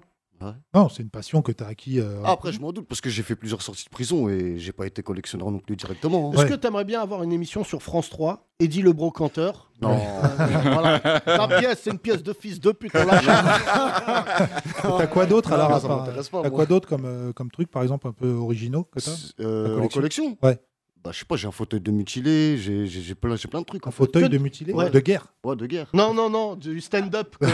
S4: Non, c'est une passion que tu as acquis. euh,
S13: Ah, Après, je m'en doute parce que j'ai fait plusieurs sorties de prison et j'ai pas été collectionneur non plus directement. hein.
S3: Est-ce que tu aimerais bien avoir une émission sur France 3 Eddie le brocanteur
S13: Non.
S3: voilà. Ta pièce, c'est une pièce de fils de pute. on l'a-
S4: T'as quoi d'autre
S3: Non,
S4: alors
S3: mais
S4: à
S3: ça
S4: part-
S3: m'intéresse pas,
S4: T'as
S3: moi.
S4: quoi d'autre comme, euh, comme truc, par exemple, un peu originaux que t'as
S13: Euh,
S4: La
S13: en collection
S4: Ouais.
S13: Bah, je sais pas, j'ai un fauteuil de mutilé, j'ai j'ai- j'ai plein, j'ai plein de trucs. Un
S4: fauteuil de mutilé De guerre
S13: Ouais, de guerre.
S3: Non, non, non, du stand-up. quoi.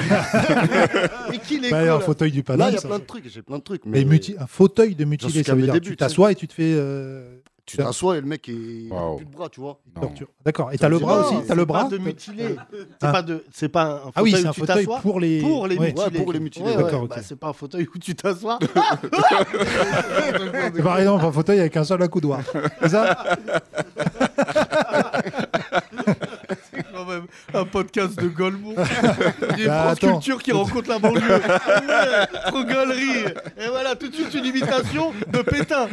S3: Et qui les
S4: Bah,
S3: cool,
S4: un
S3: là
S4: fauteuil du
S13: Là,
S4: Paname,
S13: il y a
S4: ça.
S13: plein de trucs, j'ai plein de trucs.
S4: Mais muti- un fauteuil de
S13: J'en suis
S4: mutilé, ça
S13: qu'à
S4: veut
S13: mes
S4: dire
S13: débuts,
S4: tu
S13: tu
S4: t'assois et tu te fais. euh,
S13: Tu
S4: faire-
S13: t'assois et Ah, le mec, il il a plus de bras, tu vois.
S4: torture. D'accord. Et t'as le bras
S3: Non,
S4: aussi T'as
S3: c'est
S4: le
S3: pas
S4: bras
S3: de mutilé. C'est
S4: Ah.
S3: pas de, c'est pas un
S4: Ah oui,
S3: fauteuil
S4: c'est
S3: où
S4: un
S3: tu
S4: fauteuil
S3: t'assois.
S4: pour les-
S3: pour les
S4: ouais.
S3: mutilés.
S4: Ouais, pour les mutilés.
S3: Ouais, ouais,
S4: D'accord,
S3: bah,
S4: ok.
S3: c'est pas un fauteuil où tu t'assois.
S4: C'est par exemple un fauteuil avec un seul accoudoir. C'est ça
S14: C'est quand même un podcast de Golemont. Il y
S4: Bah,
S14: a une
S4: attends.
S14: Culture qui rencontre la banlieue. Ouais, trop galerie. Et voilà, tout de suite une imitation de Pétain.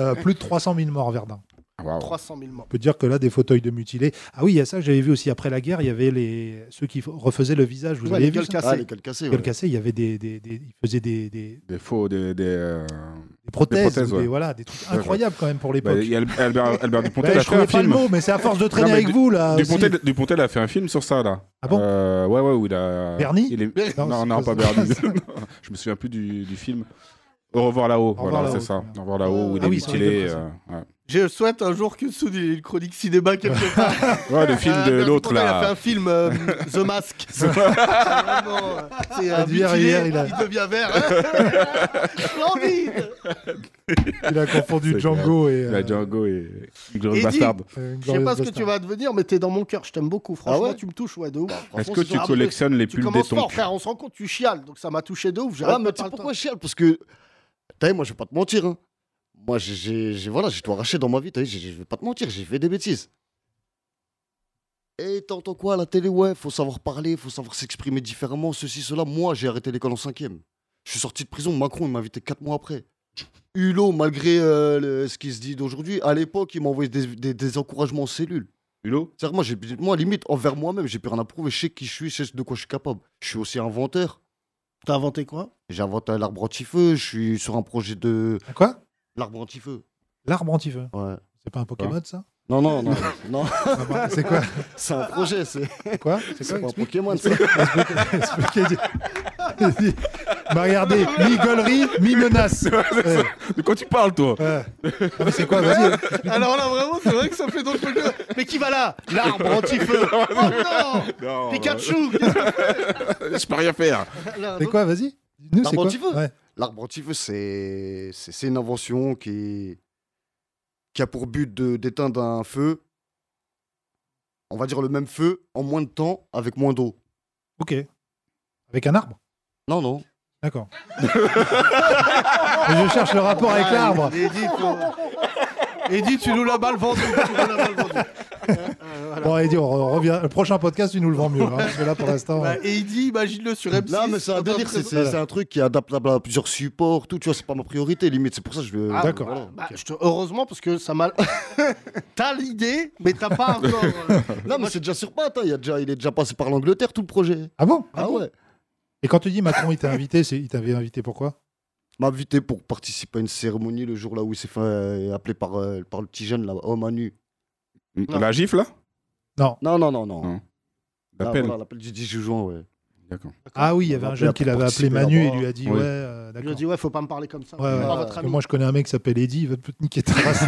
S4: Euh, plus de 300 000 morts, Verdun.
S3: 300 000 morts.
S4: On peut dire que là, des fauteuils de mutilés. Ah oui, il y a ça, j'avais vu aussi après la guerre, il y avait les... ceux qui f- refaisaient le visage. Vous
S13: Ouais,
S4: avez
S13: les
S4: vu
S13: gueules
S4: ça
S13: cassées. Ah, les gueules cassées,
S4: Les gueules
S13: ouais.
S4: cassées, il y avait des, des- des- ils faisaient des, des-
S5: Des faux, des, des, euh, des
S4: prothèses, ou des-
S5: ouais.
S4: voilà, des trucs
S5: Ouais,
S4: incroyables
S5: ouais.
S4: quand même pour l'époque.
S5: Bah, Il y a Albert, Albert Dupontel
S4: Bah,
S5: il
S4: je
S5: a fait un
S4: trouvais pas
S5: film.
S4: le mot, mais c'est à force de traîner
S5: mais
S4: avec
S5: Du-
S4: vous, là,
S5: Dupontel,
S4: aussi.
S5: Dupontel a fait un film sur ça là.
S4: Ah bon
S5: Euh, Ouais, ouais, où il a.
S4: Bernie
S5: il est- Non, non,
S4: c'est
S5: pas
S4: pas
S5: Bernie. Non, Je me souviens plus du, du film. Au revoir là-haut,
S4: revoir
S5: voilà,
S4: là-haut,
S5: c'est ça. Au revoir là-haut, où il
S4: Ah
S5: est
S4: oui, c'est vrai,
S5: mutilé.
S4: c'est vrai,
S5: euh, ouais.
S14: Je souhaite un jour que Soud ait une chronique cinéma quelque part. Euh,
S5: Ouais, le film de
S14: Albert
S5: l'autre,
S14: Dupontel,
S5: là.
S14: Il a fait un film euh, The Mask. C'est vraiment, euh, c'est
S4: Ah,
S14: un
S4: d'hier,
S14: mutilé,
S4: hier, il
S14: il,
S4: a-
S14: devient vert. Splendide.
S4: Il a confondu
S5: C'est
S4: Django
S5: clair.
S4: et. euh,
S5: Ouais, Django et. Glorious
S3: Eddie,
S5: Bastard.
S3: Je sais pas ce que tu vas devenir, mais t'es dans mon cœur. Je t'aime beaucoup. Franchement, tu me touches, ouais, de ouf.
S5: Ah Est-ce
S3: Franchement,
S5: que
S3: c'est
S5: tu
S3: genre-
S5: collectionnes les
S3: Tu
S5: pulls
S3: commences
S5: des
S3: fort,
S5: tongs
S3: frère. On se rend compte, tu chiales. Donc ça m'a touché de ouf.
S13: Ah, mais tu sais pourquoi je chiale Parce que, t'as vu, moi, je vais pas te mentir. hein. Moi, j'ai- j'ai j'ai- voilà, j'ai tout arraché dans ma vie, t'as vu, j'ai- je vais pas te mentir, j'ai fait des bêtises. Et t'entends quoi à la télé Ouais, faut savoir parler, faut savoir s'exprimer différemment, ceci, cela. Moi, j'ai arrêté l'école en cinquième. Je suis sorti de prison, Macron, il m'a invité quatre mois après. Hulot, malgré euh, le- ce qui se dit d'aujourd'hui, à l'époque, il m'a envoyé des, des- des encouragements en cellule.
S5: Hulot
S13: C'est-à-dire, moi, j'ai- moi, limite, envers moi-même, j'ai plus rien à prouver. Je sais qui je suis, je sais de quoi je suis capable. Je suis aussi inventeur.
S3: T'as inventé quoi
S13: J'ai inventé euh, l'arbre anti-feu, je suis sur un projet de.
S4: Ah, Quoi
S13: L'arbre anti-feu.
S4: L'arbre anti-feu.
S13: Ouais.
S4: C'est pas un
S3: hein.
S4: Pokémon, ça
S13: Non, non, non. non.
S4: bah, c'est quoi
S13: C'est un projet, c'est.
S4: Quoi
S13: C'est pas un
S4: Explique.
S13: Pokémon, ça.
S4: Expliquez- expliquez- bah regardez, mi-gaulerie, mi-menace.
S5: De quoi tu parles, toi
S4: Ah, mais c'est quoi Vas-y. explique-nous.
S14: Alors là, vraiment, c'est vrai que ça fait dans le truc. Mais qui va là L'arbre anti-feu. Oh non,
S5: Non,
S14: Pikachu
S5: Je peux rien faire.
S4: C'est quoi Vas-y. Dis-nous, c'est
S13: L'arbre
S4: quoi
S13: anti-feu
S4: Ouais.
S13: L'arbre anti-feu, c'est c'est- c'est une invention qui, qui a pour but de- d'éteindre un feu, on va dire le même feu, en moins de temps, avec moins d'eau.
S4: Ok. Avec un arbre
S13: Non, non.
S4: D'accord. Mais je cherche le rapport
S3: Ah,
S4: avec l'arbre.
S14: Eddie, faut- Eddie, tu nous l'as mal vendu.
S3: Euh,
S14: tu nous l'as mal vendu.
S4: Bon, Eddie, on re- revient. Le prochain podcast, tu nous le vends mieux. hein, parce que là, pour l'instant.
S14: Bah, Eddie, imagine-le sur M6.
S13: Là, mais c'est un délire, c'est- c'est c'est un truc qui est adaptable à plusieurs supports, tout, tu vois, c'est pas ma priorité, limite, c'est pour ça que je le.
S3: Ah, voilà. Bah, je te- Heureusement, parce que ça m'a. t'as l'idée, mais t'as pas encore. euh,
S13: Non, mais c'est déjà sur pattes, hein, il, y a déjà, il est déjà passé par l'Angleterre, tout le projet.
S4: Ah bon
S13: Ah, ouais.
S4: Et quand tu dis Macron, il t'a invité, c'est- il t'avait invité pourquoi
S13: m'a invité pour participer à une cérémonie le jour là où il s'est fait euh, appeler par, euh, par le petit jeune là, homme à nu. Non.
S5: La gifle, là
S4: Non.
S13: Non, non, non, non.
S5: La
S13: Ah,
S5: peine.
S13: voilà, L'appel du 10 juin, ouais.
S5: D'accord.
S4: Ah oui, il y avait un
S13: On l'appelait
S4: jeune
S13: à
S4: qui l'avait appelé
S13: participer
S4: Manu et
S13: là-bas.
S4: lui a dit
S13: Oui.
S4: Ouais, euh,
S3: Je lui ai dit, ouais, faut pas me parler comme ça.
S4: Ouais, ouais,
S3: Pas
S4: parce
S3: votre
S4: que
S3: ami.
S4: moi je connais un mec qui s'appelle Eddie, il va peut-être niquer ta race.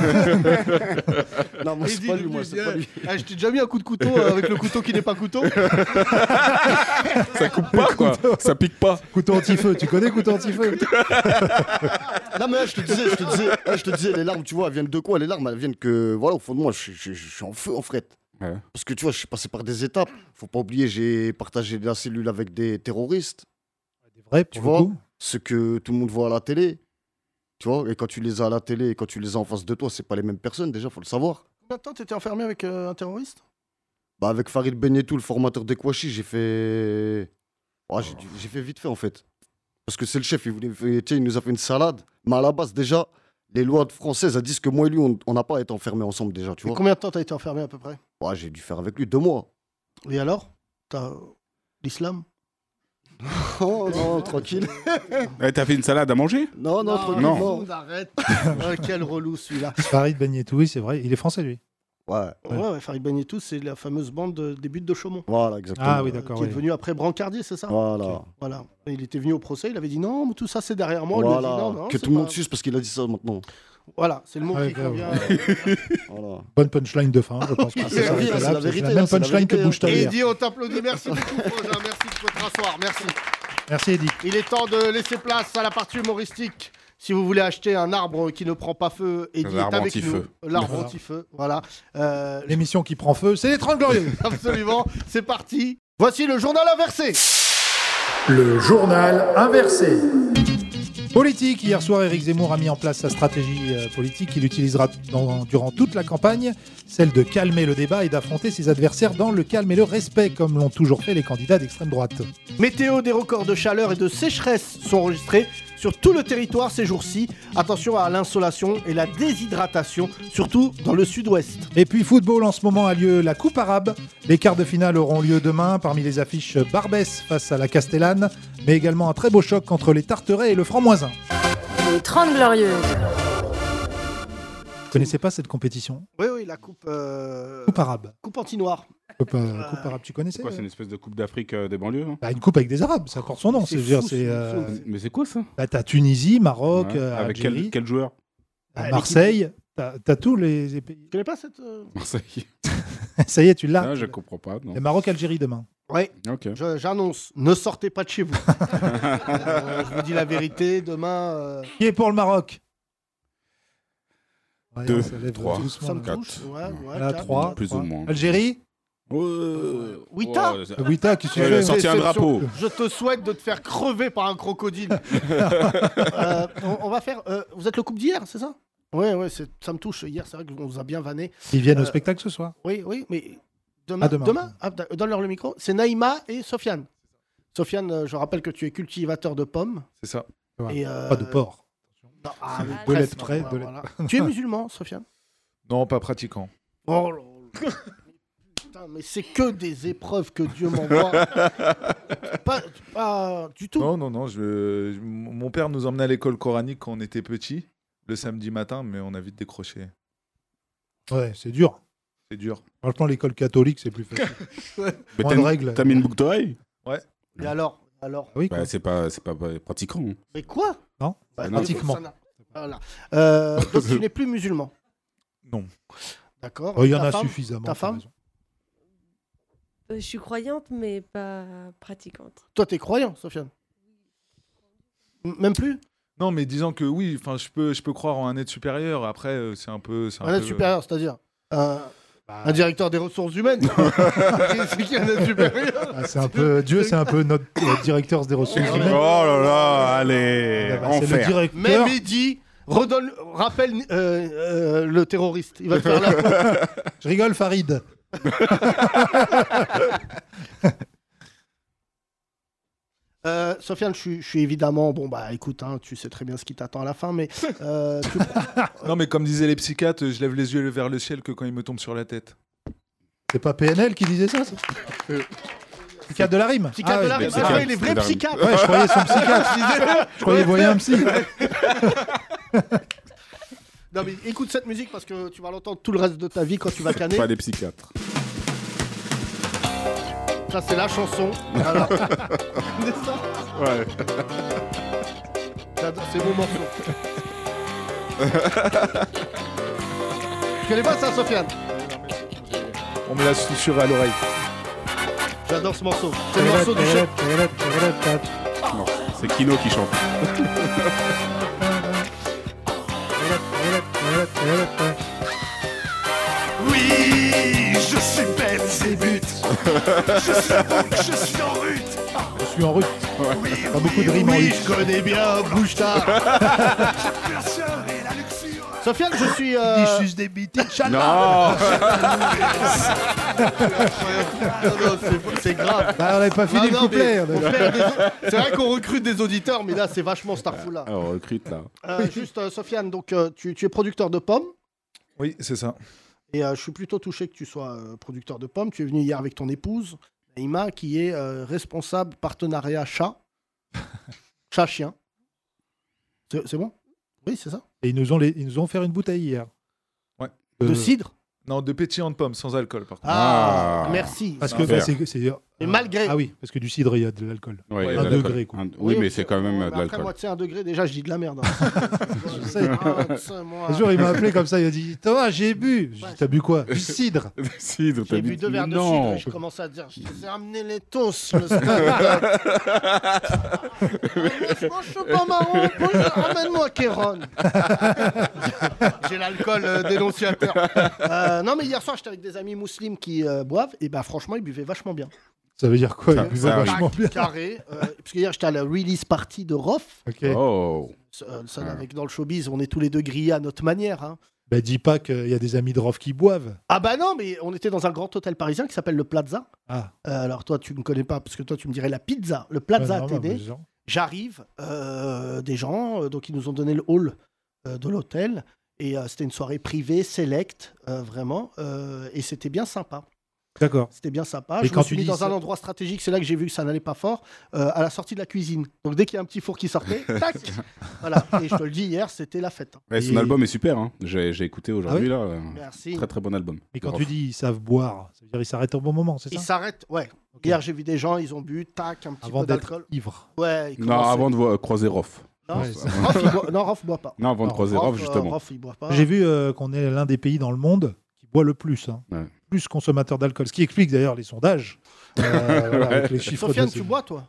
S13: Non, moi, c'est
S14: Eddie,
S13: pas
S14: je
S13: lui,
S14: lui
S13: moi,
S14: dis,
S13: c'est pas lui.
S14: eh, eh, je t'ai déjà mis un coup de couteau euh, avec le couteau qui n'est pas couteau.
S5: Ça coupe pas, quoi. Ça pique pas.
S4: couteau anti-feu, tu connais
S3: euh,
S4: couteau anti-feu
S13: Non, mais là, je te disais, je te disais, là, je te disais, les larmes, tu vois, elles viennent de quoi Les larmes, elles viennent que, voilà, au fond de moi, je, suis- je suis- je suis en feu, en frette.
S5: Ouais.
S13: Parce que tu vois, je suis passé par des étapes. Faut pas oublier, j'ai partagé la cellule avec des terroristes.
S4: Vrai,
S13: tu
S4: pour le
S13: vois,
S4: coup.
S13: ce que tout le monde voit à la télé. Tu vois, et quand tu les as à la télé et quand tu les as en face de toi, c'est pas les mêmes personnes déjà, faut le savoir.
S15: Attends, t'étais enfermé avec euh, un terroriste
S13: Bah avec Farid Benetou, le formateur des Kouachi, j'ai fait. Ouais, j'ai- J'ai fait vite fait en fait. Parce que c'est le chef, il, voulait, il- tu sais, il nous a fait une salade. Mais à la base, déjà, les lois françaises elles disent que moi et lui, on on n'a pas été enfermés ensemble déjà, tu
S3: Et
S13: vois.
S3: combien de temps t'as été enfermé à peu près
S13: Ouais, j'ai dû faire avec lui deux mois.
S3: Et alors T'as euh, l'islam
S13: Oh non, tranquille.
S5: Eh, T'as fait une salade à manger
S13: Non, non,
S5: Non.
S3: arrête. Ah, quel relou celui-là.
S4: Farid Bagnetou, oui, c'est vrai. Il est français, lui.
S13: Ouais.
S3: Ouais, ouais, Farid Benito, c'est la fameuse bande de- des buts de Chaumont.
S13: Voilà, exactement.
S4: Ah oui, d'accord,
S3: Qui
S4: oui.
S3: est devenu après brancardier, c'est ça
S13: Voilà.
S3: Voilà. Il était venu au procès, il avait dit non, mais tout ça c'est derrière moi. On lui a dit, non, non,
S13: que
S3: c'est
S13: tout le
S3: pas-
S13: monde suce parce qu'il a dit ça maintenant.
S3: Voilà, c'est le mot
S4: Ah,
S3: qui
S4: grave.
S3: convient.
S13: voilà.
S4: Bonne punchline de fin, je pense.
S13: euh, C'est
S4: Ah,
S13: la vie,
S4: incroyable,
S13: c'est la
S4: c'est
S13: vérité,
S4: la
S13: hein,
S4: même
S13: c'est la
S4: punchline que
S13: vérité, hein.
S4: bouche
S15: Et
S4: Merci,
S15: Eddy, on t'applaudit. Merci beaucoup, Frangin. Merci de votre asseoir. Merci.
S4: Eddy.
S3: Il est temps de laisser place à la partie humoristique. Si vous voulez acheter un arbre qui ne prend pas feu, Eddy est
S4: L'arbre
S3: avec nous.
S4: anti-feu.
S3: L'arbre
S4: Voilà.
S3: anti-feu, voilà. Euh,
S4: L'émission qui prend feu, c'est les 30 Glorieuses.
S3: absolument, c'est parti. Voici le journal inversé.
S4: Le journal inversé. Politique, hier soir, Éric Zemmour a mis en place sa stratégie euh, politique qu'il utilisera dans- durant toute la campagne, celle de calmer le débat et d'affronter ses adversaires dans le calme et le respect, comme l'ont toujours fait les candidats d'extrême droite.
S3: Météo, des records de chaleur et de sécheresse sont enregistrés sur tout le territoire ces jours-ci. Attention à l'insolation et la déshydratation, surtout dans le sud-ouest.
S4: Et puis football, en ce moment a lieu la Coupe arabe. Les quarts de finale auront lieu demain parmi les affiches Barbès face à la Castellane, mais également un très beau choc entre les Tarterets et le Franc-Moisin.
S16: Les 30 Glorieuses.
S4: Vous connaissez pas cette compétition
S3: Oui, oui, la coupe. euh,
S4: Coupe arabe.
S3: Coupe anti-noir.
S4: Coupe, euh, coupe arabe, tu connaissais
S5: C'est quoi,
S4: euh
S5: c'est une espèce de Coupe d'Afrique euh, des banlieues hein
S4: Bah, Une coupe avec des arabes, ça porte son nom.
S5: C'est
S4: je veux dire,
S5: fou,
S4: c'est,
S5: ce-
S4: euh,
S5: ce- Mais c'est quoi ça
S4: bah, T'as Tunisie, Maroc,
S5: Ouais.
S4: euh,
S5: Avec quel,
S4: Algérie,
S5: quel joueur
S4: t'as
S3: Bah,
S4: Marseille, t'as t'as tous les les pays.
S3: Tu connais pas cette. euh,
S5: Marseille.
S4: Ça y est, tu l'as.
S5: Ah, je comprends pas. Non.
S4: Le Maroc-Algérie demain.
S3: Ouais.
S5: Ok.
S3: Je- J'annonce, ne sortez pas de chez vous. Euh, je vous dis la vérité, demain. euh,
S4: Qui est pour le Maroc
S5: Deux,
S4: ça lève
S5: trois,
S4: doucement,
S3: ça me
S4: là.
S3: touche. Ouais, ouais,
S4: Voilà,
S3: quatre.
S4: trois.
S5: Plus
S4: trois.
S5: ou moins.
S4: Algérie
S5: Euh,
S3: Wita
S5: oh,
S4: Le Wita, qu'est-ce que
S5: Elle
S4: tu
S5: a
S4: fais
S5: sorti un drapeau.
S3: Je te souhaite de te faire crever par un crocodile. Euh, on, on va faire. euh, vous êtes le coupe d'hier, c'est ça Ouais, ouais, c'est- ça me touche. Hier, c'est vrai qu'on vous a bien vanné.
S4: Ils viennent
S3: Euh,
S4: au spectacle ce soir.
S3: Oui, oui, mais demain,
S4: Ah, demain.
S3: demain. Ah, d'ac- donne-leur le micro. C'est Naïma et Sofiane. Sofiane, euh, je rappelle que tu es cultivateur de pommes.
S5: C'est ça.
S3: Et,
S4: Pas de
S3: euh,
S4: porc.
S3: Non, ah, mais
S17: Deux
S3: presque,
S17: lettres près,
S3: voilà,
S17: deux lettres.
S3: voilà. Tu es musulman, Sofiane
S17: Non, pas pratiquant.
S3: Oh là là. Putain, mais c'est que des épreuves que Dieu m'envoie. pas, pas du tout.
S17: Non, non, non. Je... je- Mon père nous emmenait à l'école coranique quand on était petit, le samedi matin, mais on a vite décroché.
S4: Ouais, c'est dur.
S17: C'est dur.
S4: Franchement, l'école catholique, c'est plus facile.
S5: Mais
S4: Moins
S5: t'as
S4: de
S5: une-
S4: règles.
S5: T'as mis une boucle d'oreille
S17: Ouais.
S3: Et alors Alors
S4: Ah Oui,
S5: Bah, c'est pas, c'est pas pas pratiquant. hein.
S3: Mais quoi
S4: Non
S3: Bah,
S4: Pratiquement.
S3: ça n'a- Voilà. Euh, donc tu n'es plus musulman.
S17: Non.
S3: D'accord.
S4: Oh, il y en
S3: Ta
S4: a
S3: femme
S4: suffisamment,
S3: Ta
S4: t'as
S3: femme
S8: Euh, je suis croyante, mais pas pratiquante.
S3: Toi, t'es croyant, Sofiane M- Même plus
S17: Non, mais disons que oui, enfin, je peux, je peux croire en un être supérieur. Après, euh, c'est un peu. c'est
S3: Un aide
S17: peu-
S3: supérieur, c'est-à-dire un,
S4: Bah.
S3: un directeur des ressources humaines. c'est qui un aide supérieur
S4: Ah, c'est un peu Dieu, c'est un peu notre euh, directeur des ressources
S5: Oh
S4: humaines.
S5: là là, allez,
S4: Ah bah, c'est le
S5: enfer.
S4: directeur.
S3: Même il dit, redonne, rappelle euh, euh, le terroriste. Il va te faire la peau.
S4: Je rigole, Farid.
S3: Euh, Sofiane, je, suis- je suis évidemment. Bon, bah écoute, hein, tu sais très bien ce qui t'attend à la fin, mais euh, tu crois-
S17: Non, mais comme disaient les psychiatres, je lève les yeux vers le ciel que quand il me tombe sur la tête.
S4: C'est pas PNL qui disait ça, ça Psychiatre de la rime.
S3: Psychiatre de la
S4: oui,
S3: rime.
S4: c'est
S3: Ah
S4: vrai.
S3: oui, les vrais psychiatres.
S4: Ouais, je croyais son psychiatre. je croyais voyais un psy.
S3: Non, mais écoute cette musique parce que tu vas l'entendre tout le reste de ta vie quand tu vas canner.
S5: Pas des psychiatres.
S3: Ça, c'est la chanson. Voilà. C'est ça.
S5: Ouais.
S3: J'adore ces beaux morceaux. Tu connais pas ça, Sofiane
S17: On me l'a susurré à l'oreille.
S3: J'adore ce morceau. C'est le morceau du chef.
S5: Non, c'est Kino qui chante.
S18: Oui, je suis bête et but. Je suis donc, je suis en rut.
S17: Je suis
S4: suis en route. Pas beaucoup de rimes en
S13: Oui,
S4: russe.
S13: je connais bien Bouchetard. Sofiane, je suis. Euh...
S4: Il suce des bites,
S13: Non.
S4: c'est grave. Bah, on n'avait pas fini
S13: Non,
S4: le
S13: non,
S4: couplet.
S13: mais
S4: on
S13: on
S4: avait-
S13: perd des- C'est vrai qu'on recrute des auditeurs, mais là, c'est vachement Starfou là.
S5: Ah, on recrute là.
S13: Euh,
S3: juste, euh, Sofiane, donc euh, tu, tu es producteur de pommes.
S17: Oui, c'est ça.
S3: Et euh, je suis plutôt touché que tu sois euh, producteur de pommes. Tu es venu hier avec ton épouse, Naïma, qui est euh, responsable partenariat chat. Chat-chien. C'est c'est bon Oui, c'est ça.
S4: Et ils nous, ont les- ils nous ont offert une bouteille hier.
S17: Ouais.
S4: Euh,
S3: De cidre
S17: Non, de pétillant de pomme, sans alcool par contre.
S3: Ah, Ah. merci.
S4: Parce que bah, c'est. c'est- Ah oui, parce que du cidre, il y a de l'alcool.
S5: Ouais, il y a
S4: un
S5: de l'alcool.
S4: degré. Quoi.
S5: Un- oui, mais c'est quand même euh, de
S3: Après,
S5: l'alcool.
S3: moi, tu sais, un degré, déjà, je dis de la merde. hein.
S4: Je sais. Un jour, il m'a appelé comme ça. Il a dit Thomas, j'ai bu. J'ai dit, T'as bu quoi Du cidre.
S5: Du cidre,
S3: J'ai bu deux verres de cidre et je commence à dire Je t'ai ramené les tons sur le stand. Franchement, je suis pas marrant. Bonjour, Ramène-moi Kéron.
S13: J'ai l'alcool euh, dénonciateur.
S3: Euh, non, mais hier soir, j'étais avec des amis musulmans qui euh, boivent. Et bah, franchement, ils buvaient vachement bien.
S4: Ça veut dire quoi
S5: Ça-
S4: Il buvait
S5: ça arrive.
S4: vachement bien.
S3: Carré. euh, parce que hier, j'étais à la release party de Rof.
S4: Ok.
S5: Oh.
S3: Euh, ça, avec, dans le showbiz, on est tous les deux grillés à notre manière. hein.
S4: Bah, dis pas qu'il y a des amis de Rof qui boivent.
S3: Ah bah non, mais on était dans un grand hôtel parisien qui s'appelle le Plaza.
S4: Ah.
S3: Euh, alors toi, tu ne connais pas, parce que toi, tu me dirais la pizza, le
S4: Ah,
S3: Plaza
S4: non,
S3: ATD.
S4: bah, mais genre.
S3: J'arrive, euh, des gens, euh, donc ils nous ont donné le hall euh, de l'hôtel. Et euh, c'était une soirée privée, select, euh, vraiment. euh, et c'était bien sympa.
S4: D'accord.
S3: C'était bien sympa.
S4: Et
S3: je
S4: quand
S3: me suis
S4: tu
S3: mis
S4: dis
S3: dans
S4: ça-
S3: un endroit stratégique. C'est là que j'ai vu que ça n'allait pas fort. euh, à la sortie de la cuisine. Donc dès qu'il y a un petit four qui sortait, tac Voilà. Et je te le dis, hier, c'était la fête. hein.
S5: Ouais, son
S3: Et-
S5: album est super, hein. j'ai j'ai écouté aujourd'hui.
S3: Ah oui
S5: là. euh,
S3: Merci.
S5: Très très bon album.
S4: Mais quand tu dis ils savent boire, ça veut dire ils s'arrêtent au bon moment, c'est
S3: Ils
S4: ça
S3: s'arrêtent, ouais. Hier, j'ai vu des gens, ils ont bu, tac, un petit
S4: Avant
S3: peu
S4: d'être
S3: d'alcool.
S4: ivre.
S3: Ouais, ils
S5: Non,
S3: commençaient.
S5: avant de voir- croiser Rof.
S3: Non,
S5: Ouais, ça-
S3: Rof, il boit- non, Rof boit pas.
S5: Non, avant de croiser Rof,
S3: euh,
S5: justement.
S3: Rof, il boit pas.
S4: J'ai vu euh, qu'on est l'un des pays dans le monde qui boit le plus, hein.
S5: Ouais.
S4: plus consommateur d'alcool. Ce qui explique d'ailleurs les sondages. euh, voilà, avec les chiffres
S3: Sofiane,
S4: de ce-
S3: tu bois, toi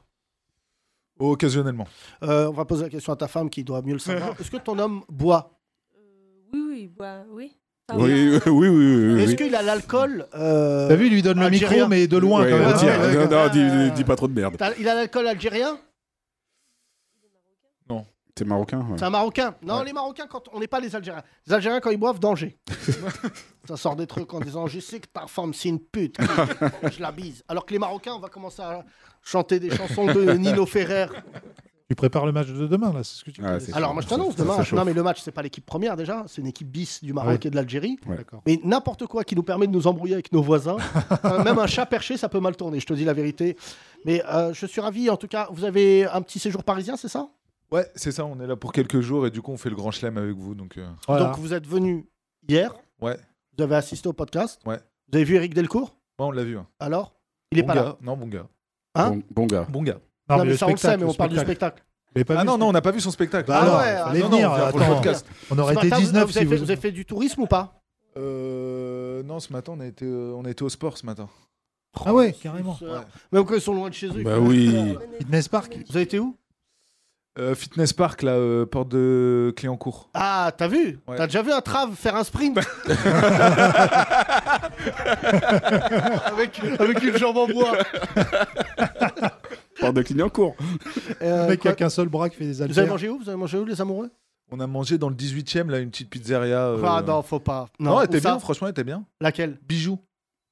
S17: Occasionnellement.
S3: Euh, On va poser la question à ta femme qui doit mieux le savoir. Est-ce que ton homme boit
S19: Euh, Oui, oui, bah, oui. Ah
S5: Oui, oui, oui, oui, oui.
S3: Est-ce
S5: oui.
S3: qu'il a l'alcool euh,
S4: T'as vu, il lui donne le
S3: algérien
S4: micro, mais de loin.
S5: Ouais,
S4: quand même.
S5: retire.
S4: Ouais, ouais,
S5: Non,
S4: ouais.
S5: non, dis, dis pas trop de merde.
S3: T'as- Il a l'alcool algérien
S5: T'es marocain ouais.
S3: C'est un Marocain. Non, les Marocains, quand on n'est pas les Algériens. Les Algériens, quand ils boivent, danger. ça sort des trucs en disant Je sais que ta femme, c'est une pute. Je la bise. Alors que les Marocains, on va commencer à chanter des chansons de Nino Ferrer.
S4: Tu prépares le match de demain, là, c'est ce que tu
S5: Ouais, Ah, c'est
S3: Alors,
S5: chaud.
S3: moi, je
S5: Ça-
S3: t'annonce
S5: ça-
S3: demain.
S5: ça chauffe.
S3: Non, mais le match, c'est pas l'équipe première déjà. C'est une équipe bis du Maroc
S4: Ouais.
S3: et de l'Algérie.
S5: Ouais.
S3: Mais n'importe quoi qui nous permet de nous embrouiller avec nos voisins, euh, même un chat perché, ça peut mal tourner, je te dis la vérité. Mais euh, je suis ravi, en tout cas, vous avez un petit séjour parisien, c'est ça
S17: Ouais, c'est ça, on est là pour quelques jours et du coup on fait le grand chelem avec vous. Donc, euh,
S3: Donc vous êtes venu hier,
S17: Ouais,
S3: vous avez assisté au podcast,
S17: ouais.
S3: vous avez vu Eric Delcourt
S17: Ouais, on l'a vu. hein.
S3: Alors Il est
S17: Bon
S3: pas
S17: gars.
S3: là.
S17: Non, bon gars.
S3: Hein
S5: bon, bon gars.
S17: Bon gars.
S3: Non, mais, ça, on le sait, mais on parle du spectacle. Ah
S17: Ah non, non, on n'a pas vu son spectacle.
S4: Bah alors, fallait
S17: non, non,
S4: venir,
S17: on vient pour
S4: attends.
S17: le podcast.
S4: On aurait
S3: Ce
S4: été
S3: matin, vous-
S4: 19
S3: vous,
S4: si
S3: avez fait,
S4: vous-
S3: vous avez fait du tourisme ou pas
S17: Euh, non, ce matin, on a été, euh, on a été au sport ce matin.
S4: Ah ouais, carrément.
S3: Même quand ils sont loin de chez eux. ils
S17: Bah
S3: font-
S17: oui.
S4: Fitness Park
S3: Vous avez été où
S17: Euh, fitness Park, là, euh, porte de Cléancourt.
S3: Ah, t'as vu
S17: Ouais.
S3: T'as déjà vu un trave faire un sprint
S13: avec, avec une jambe en bois.
S5: Porte de Clignancourt.
S3: Euh,
S4: Le mec
S3: quoi
S4: avec un seul bras qui fait des
S3: Vous avez
S4: haltères.
S3: mangé où Vous avez mangé où, les amoureux
S17: On a mangé dans le 18ème, là, une petite pizzeria. euh,
S3: Ah non, faut pas.
S17: Non, elle
S3: où
S17: était
S3: ça
S17: bien, franchement, elle était bien.
S3: Laquelle
S17: Bijoux.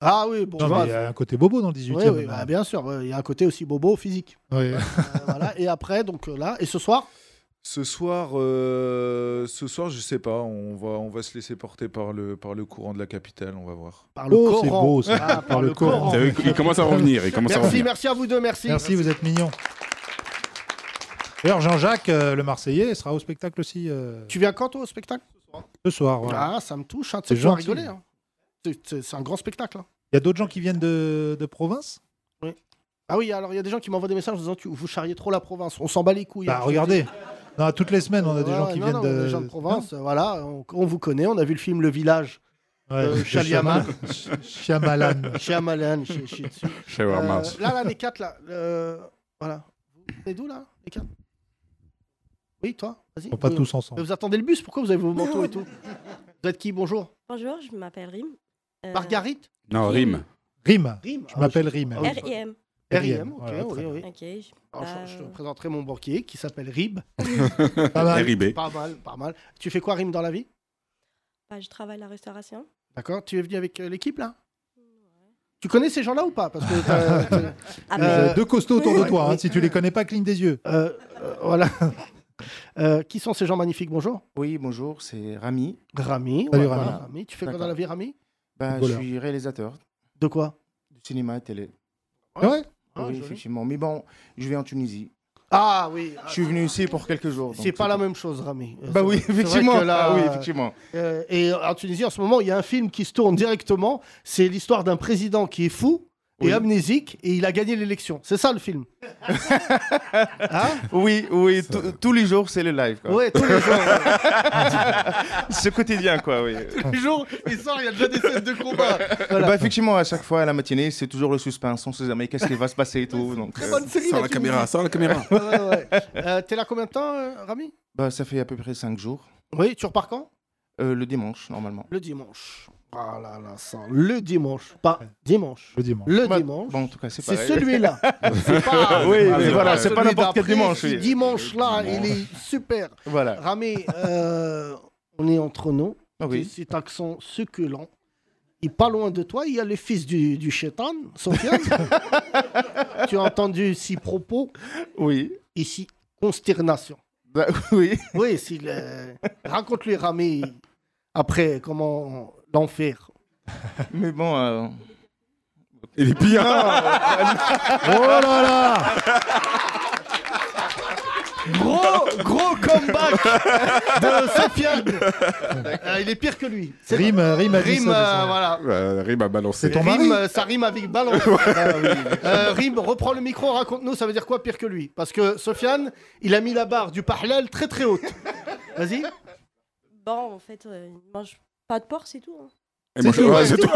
S3: Ah oui, bon.
S4: Non, mais il y a un côté bobo dans le 18
S3: Oui,
S4: e
S3: oui, bah, bien sûr. ouais, Il y a un côté aussi bobo physique. Euh, voilà. Et après, donc euh, là, et ce soir,
S17: Ce soir, euh, ce soir, je sais pas, on va, on va se laisser porter par le, par le courant de la capitale, on va voir. Oh,
S3: par le
S4: Oh,
S3: Coran.
S4: c'est beau, ça.
S3: Ah,
S4: Par le Coran.
S5: T'as vu, Il commence à revenir. Il commence à
S3: Merci,
S5: revenir.
S3: merci à vous deux, merci.
S4: Merci, vous êtes mignons. D'ailleurs, Jean-Jacques, euh, le Marseillais, sera au spectacle aussi euh,
S3: Tu viens quand toi au spectacle
S4: ce soir. ouais.
S3: Ah, ça me touche. Hein.
S4: C'est
S3: Tu sais que
S4: gentil.
S3: tu vas rigoler. hein. C'est- C'est c'est un grand spectacle. hein.
S4: Il y a d'autres gens qui viennent de, de province
S3: Ah oui, alors il y a des gens qui m'envoient des messages en disant tu, vous charriez trop la province. On s'en bat les couilles.
S4: Bah,
S3: hein, je te
S4: regardez.
S3: dis.
S4: Non, toutes les semaines, on a des
S3: Ouais,
S4: gens qui
S3: non,
S4: viennent
S3: non,
S4: de...
S3: des gens de province. euh, Voilà, on, on vous connaît. On a vu le film Le Village.
S4: Ouais,
S3: de
S4: de
S3: Shyamalan.
S4: Shyamalan. Shyamalan.
S3: Shyamalan, chez- chez-
S5: Shawarma.
S3: Euh, là, là, les quatre, là. euh, voilà. Vous venez d'où, là, les quatre Oui, toi Vas-y.
S4: sont pas
S3: Vous-
S4: tous ensemble.
S3: Mais Vous attendez le bus Pourquoi vous avez vos manteaux et tout Vous êtes qui Bonjour.
S18: Bonjour, je m'appelle Rim. Euh,
S3: Marguerite
S5: Non, rime.
S4: Rime.
S3: Rime. Ah,
S4: Je m'appelle Rime.
S18: R-I-M.
S3: RIM, ok,
S4: Voilà,
S3: oui,
S4: très
S3: oui.
S4: bien.
S3: Alors, je, je te présenterai mon banquier qui s'appelle Rib.
S4: Pas mal.
S5: RIB.
S3: Pas mal, pas mal. Tu fais quoi, Rib, dans la vie
S8: Bah, je travaille la restauration.
S3: D'accord Tu es venu avec euh, l'équipe, là Tu connais ces gens-là ou pas Parce que t'as- t'as-
S4: Ah, mais, euh, deux costauds autour de toi, hein, si tu les connais pas, cligne des yeux.
S3: Euh, euh, voilà. Euh, qui sont ces gens magnifiques Bonjour.
S20: Oui, bonjour, c'est Rami.
S3: Rami.
S20: Salut
S3: ouais,
S20: Rami.
S3: voilà, Rami. Tu fais quoi dans la vie, Rami
S20: Ben, Je
S3: Footballeur.
S20: suis réalisateur.
S3: De quoi
S20: Du cinéma et télé.
S3: Ah ouais Ah,
S20: Oui,
S3: joli.
S20: effectivement. Mais bon, je vais en Tunisie.
S3: Ah oui.
S20: Je suis venu ici pour quelques jours.
S3: C'est pas la même chose, Rami. Euh,
S20: Bah
S3: c'est-
S20: oui,
S3: c'est vrai
S20: effectivement.
S3: que là,
S20: Ah oui,
S3: euh,
S20: effectivement.
S3: euh, et en Tunisie, en ce moment, il y a un film qui se tourne directement. C'est l'histoire d'un président qui est fou et
S20: Oui.
S3: amnésique et il a gagné l'élection. C'est ça le film. Hein
S20: Oui, oui, tout- tous les jours, c'est le live. Quoi.
S3: Ouais, tous les jours.
S20: c'est quotidien, quoi, oui.
S3: Toujours, il sort, il y a déjà des scènes de combat.
S20: Bah, effectivement, à chaque fois, à la matinée, c'est toujours le suspense. On se dit, mais qu'est-ce qui va se passer et tout. Donc, euh,
S3: Très bonne série, Sans la la caméra, Tunisie. sans la caméra. Ouais, ouais, ouais. Euh, T'es là combien de temps, euh, Rami
S20: Bah, ça fait à peu près 5 jours. Euh,
S3: Oui, tu repars quand
S20: Le dimanche, normalement.
S3: Le dimanche. Ah là là, ça. Le dimanche. Pas dimanche. Le dimanche. Le dimanche.
S20: Bon, en tout cas, c'est
S3: C'est
S20: pareil.
S3: celui-là. C'est pas-
S20: Oui,
S3: c'est
S20: mais
S3: pas
S20: voilà, c'est pas
S3: celui
S20: n'importe quel
S3: d'après,
S20: dimanche,
S3: ce
S20: oui.
S3: dimanche-là,
S20: Bon.
S3: il est super.
S20: Voilà.
S3: Rami, euh, on est entre nous.
S20: Ah oui.
S3: C'est cet accent succulent. Et pas loin de toi, il y a le fils du, du chétan, Sofiane. tu as entendu six propos.
S20: Oui. Bah,
S3: Ici, consternation.
S20: oui.
S3: Oui, si le- raconte-lui, Rami, après comment l'enfer.
S20: Mais bon. euh, Ah.
S5: Il est
S3: pire.
S20: oh
S4: là là
S3: Gros, gros comeback de Sofiane. Euh, il est pire que lui. C'est-
S4: Rime, euh, rime a dit
S3: Rime,
S4: ça,
S3: euh,
S4: ça.
S3: voilà.
S5: Euh, Rib a balancé.
S3: Rime, euh, ça rime avec ballon. Ah oui. Euh, Rime, reprends le micro, raconte-nous, ça veut dire quoi pire que lui Parce que Sofiane, il a mis la barre du parallèle très très haute. Vas-y.
S8: Bon, en fait, euh, il mange pas de porc, c'est tout. hein.
S5: Et moi, je- ouais, c'est tout.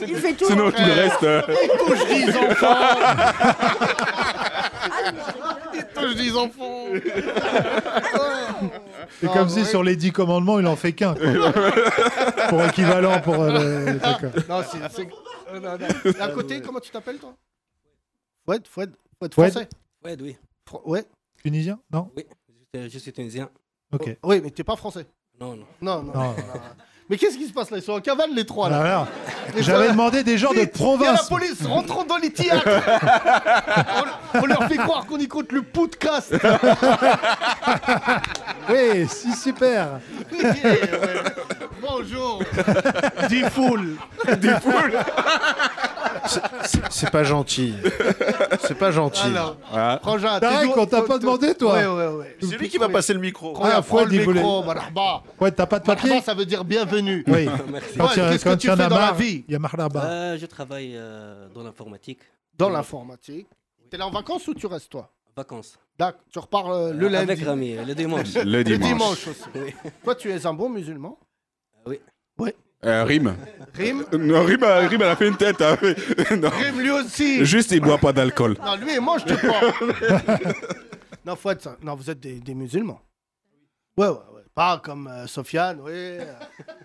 S8: Il fait tout.
S5: Sinon, tout le reste. euh,
S3: Il touche 10 Ah,
S8: enfants.
S3: Il touche 10 enfants. Ah,
S4: C'est comme si sur les 10 commandements, il en fait qu'un. quoi. pour équivalent pour. euh, le- d'accord.
S3: Ah. Non, c'est- c'est. euh, non, non. Et À côté, comment tu t'appelles toi Fouad, Fouad, Fouad
S4: Fouad
S3: français
S13: Fouad, oui.
S3: Fr- ouais.
S4: Tunisien Non
S13: Oui, je je suis tunisien.
S4: Ok.
S3: Oui, mais t'es pas français.
S13: Non, non.
S3: Non, non.
S4: Non. Ah,
S3: non. Mais qu'est-ce qui se passe là Ils sont en cavale les trois là.
S4: Alors,
S3: Les
S4: J'avais
S3: trois,
S4: demandé des gens de
S3: Vite, il y a la
S4: province.
S3: police, rentrons dans les théâtres on, on leur fait croire qu'on écoute le podcast
S4: Oui, si super.
S3: Bonjour
S18: Des foules
S3: Des foules
S18: C'est pas gentil. C'est pas gentil.
S3: Alors, Frangin, tes
S4: Tarek,
S3: doigts-
S4: on t'a
S3: tes-
S4: pas
S3: tes-
S4: demandé, toi.
S3: Ouais, ouais, ouais.
S18: C'est lui qui va passer le micro.
S3: Prends la- prends
S4: Fouad,
S3: le
S4: il voulait-
S3: micro, marhaba.
S4: Ouais, t'as pas de papier
S3: Marhaba, ça veut dire bienvenue.
S4: Oui. Quand
S3: Fouad,
S4: il y a-
S3: Qu'est-ce que
S4: quand
S3: tu
S4: il y en
S3: fais
S4: a
S3: dans la
S4: marre,
S3: vie
S4: Il y a Marlaba.
S13: Euh, je travaille euh, dans l'informatique.
S3: Dans l'informatique. T'es là en vacances ou tu restes toi
S13: Vacances.
S3: D'accord, tu repars euh, le
S13: Euh,
S3: lundi.
S13: Avec Rami, le dimanche.
S5: Le dimanche.
S3: aussi. Toi, tu es un bon musulman.
S13: Oui.
S5: euh, Rime. Euh,
S3: Rime
S5: Non, Rime, a- Rime, elle a fait une tête. hein. Non.
S3: Rime, lui aussi.
S5: Juste, il boit pas d'alcool.
S3: Non, lui, il mange du porc. non, faut être ça. Non, vous êtes des, des musulmans. Ouais, ouais, ouais. Pas comme euh, Sofiane, ouais. euh,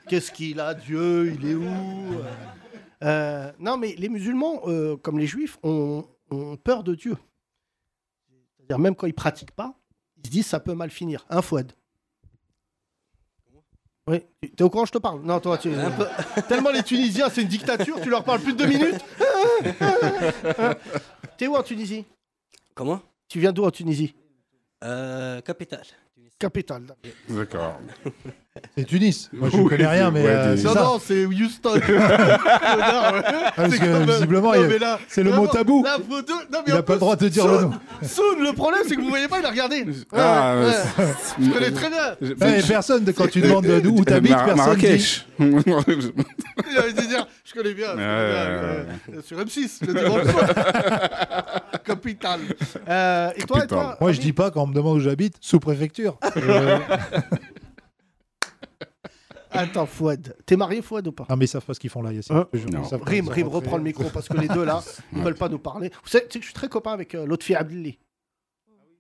S3: Qu'est-ce qu'il a, Dieu Il est où euh. Euh, Non, mais les musulmans, euh, comme les juifs, ont, ont peur de Dieu. C'est-à-dire, même quand ils pratiquent pas, ils se disent ça peut mal finir. Un Fouad. Oui, t'es au courant, je te parle. Non, toi, tu. Tellement les Tunisiens, c'est une dictature, tu leur parles plus de deux minutes. T'es où en Tunisie
S13: Comment
S3: Tu viens d'où en Tunisie
S13: euh, Capitale.
S3: Capitale. d'accord.
S5: D'accord.
S4: C'est Tunis. Moi, je connais rien, mais. euh, c'est
S3: non,
S4: ça.
S3: non, c'est Houston.
S4: Ah, parce que
S3: euh,
S4: visiblement, il y a- c'est le mot tabou. Il a pas le droit de dire le nom.
S3: Soon, le problème, c'est que vous voyez pas, il a regardé. Ouais,
S5: Ah,
S3: ouais.
S5: ouais.
S3: Je connais très bien.
S5: Je-
S4: Ouais, mais Eh, personne, quand tu demandes d'où où t'habites,
S5: Mar-
S4: personne
S5: Marrakech.
S3: Il avait dit dire, je connais bien. je connais bien,
S5: Euh.
S3: euh, Sur M6, le dimanche soir. Capitale. Euh, et toi, et toi
S4: Moi, je dis pas quand on me demande où j'habite, sous-préfecture. Euh,
S3: Attends, Fouad. T'es marié, Fouad, ou pas Hein
S4: Non, Ah, mais ils savent pas ce qu'ils font là, Yassine. Je te jure, ils savent pas. Ils
S3: Rime,
S4: sont
S3: Rime,
S4: rentrés.
S3: reprends le micro parce que les deux là, ils
S4: Ah
S3: veulent pas nous parler. Vous savez, tu sais que je suis très copain avec euh, l'autre fille Abdelli.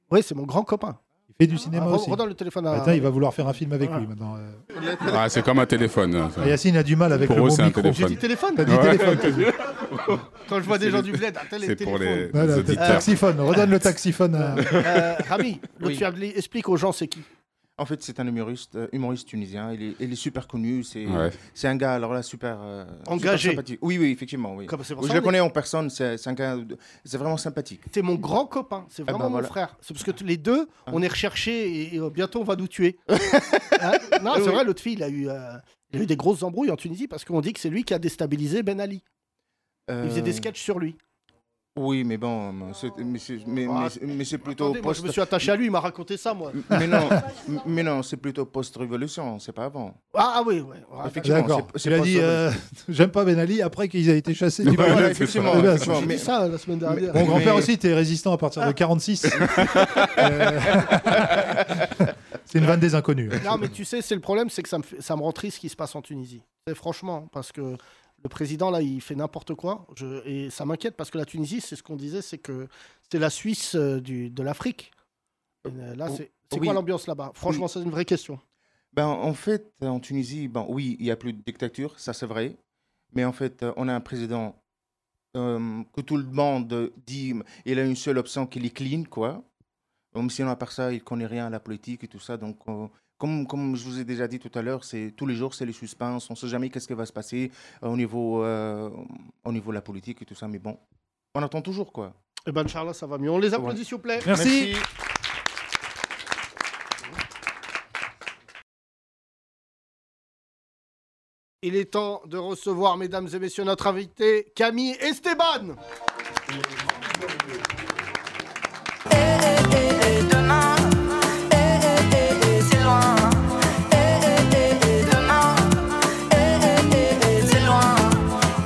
S3: Oui, c'est mon grand copain.
S4: Fais du cinéma
S3: Ah, re-
S4: aussi. Bah,
S3: redonne le téléphone à-
S4: Attends, il va vouloir faire un film avec lui maintenant. euh.
S5: Ah, c'est comme un téléphone. hein, ça.
S4: Ah, Yacine a du mal avec
S5: Pour
S4: le
S5: eux,
S4: mot
S5: c'est un
S4: micro.
S5: téléphone.
S4: J'ai dit téléphone T'as
S5: Ouais.
S4: dit téléphone.
S5: T'as dit-
S21: Quand je vois des
S5: C'est
S21: gens
S5: les-
S21: du bled, attends, les
S5: C'est pour
S21: téléphones.
S5: les,
S4: Voilà,
S5: les
S4: t'as-
S5: auditeurs.
S4: taxiphone, redonne le taxiphone à.
S20: Euh,
S3: Rami, le tu as- explique aux gens c'est qui.
S20: En fait, c'est un humoriste, euh, humoriste tunisien. Il est, il est super connu. C'est
S5: Ouais.
S20: c'est un gars, alors là, super. euh,
S3: Engagé.
S20: super sympathique. oui, oui, effectivement. Oui.
S3: Comme c'est pour ça,
S20: je
S3: on
S20: le
S3: est-
S20: connais en personne. C'est c'est un gars. de- C'est vraiment sympathique.
S3: C'est mon grand copain, c'est
S20: Ah
S3: vraiment
S20: bah
S3: mon
S20: voilà.
S3: frère. C'est parce que t- les deux, on est recherchés et, et, euh, bientôt on va nous tuer. Hein non, c'est
S20: Oui.
S3: vrai, l'autre fille, il a, eu, euh, il a eu des grosses embrouilles en Tunisie parce qu'on dit que c'est lui qui a déstabilisé Ben Ali. Il
S5: Euh,
S3: faisait des sketchs sur lui.
S20: Euh. Oui, mais bon, mais c'est- mais c'est mais-
S3: Ah,
S20: mais c'est- mais c'est plutôt.
S3: Attendez, moi, je
S20: post-
S3: me suis attaché à lui, il m'a raconté ça, moi.
S20: Mais non, mais non, c'est plutôt post-révolution. C'est pas avant.
S3: Ah, ah oui, ouais. Ah,
S20: Effectivement,
S4: D'accord.
S20: c'est- c'est
S4: Il a
S20: pas
S4: dit
S20: ça,
S4: euh, J'aime pas Ben Ali après qu'ils aient été chassés du
S20: Voilà,
S4: palais.
S20: effectivement,
S4: Eh ben,
S20: effectivement,
S4: c'est-
S20: mais-
S3: J'ai dit ça euh, la semaine dernière.
S4: Mon grand-père
S3: Mais- Ah.
S4: aussi était résistant à partir de 46. Euh, c'est une vanne des inconnus.
S3: Non, mais tu sais, c'est le problème, c'est que ça me, fait- ça me rend triste ce qui se passe en Tunisie. Et franchement, parce que le président, là, il fait n'importe quoi. Je- et ça m'inquiète parce que la Tunisie, c'est ce qu'on disait, c'est que c'était la Suisse euh, du, de l'Afrique. Et, euh, Là, c'est c'est
S20: oui.
S3: quoi l'ambiance là-bas Franchement, c'est une vraie question.
S20: Ben, en fait, en Tunisie, ben, oui, il n'y a plus de dictature, ça c'est vrai. Mais en fait, euh, on a un président euh, que tout le monde dit, il a une seule option qui est clean, quoi. Donc, sinon, à part ça, il ne connaît rien à la politique et tout ça. Donc, euh, comme, comme je vous ai déjà dit tout à l'heure, c'est tous les jours, c'est le suspense. On ne sait jamais qu'est-ce qui va se passer euh, au, niveau, euh, au niveau de la politique et tout ça. Mais bon, on attend toujours, quoi.
S3: Eh ben, Inch'Allah, ça va mieux. On les applaudit, s'il vous plaît.
S20: Merci.
S3: Il est temps de recevoir, mesdames et messieurs, notre invité, Camille Esteban.
S22: demain, eh, eh, eh, eh, c'est loin. Eh, eh, eh, eh, demain, eh, eh, eh, eh, c'est loin.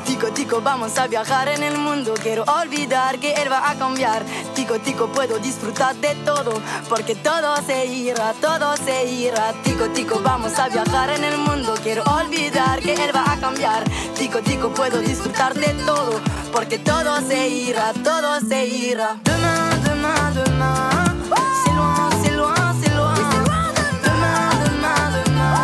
S22: Tico, tico, vamos a viajar en el mundo. Quiero olvidar que él va a cambiar. Tico, tico, puedo disfrutar de todo. Porque todo se irá, todo se irá. Tico, tico, vamos a viajar en el mundo. Quiero olvidar que él va a cambiar. Tico, tico, puedo disfrutar de todo. Porque todo se irá, todo se irá. Demain, demain, demain. C'est loin, c'est loin, c'est loin. Demain, demain, demain.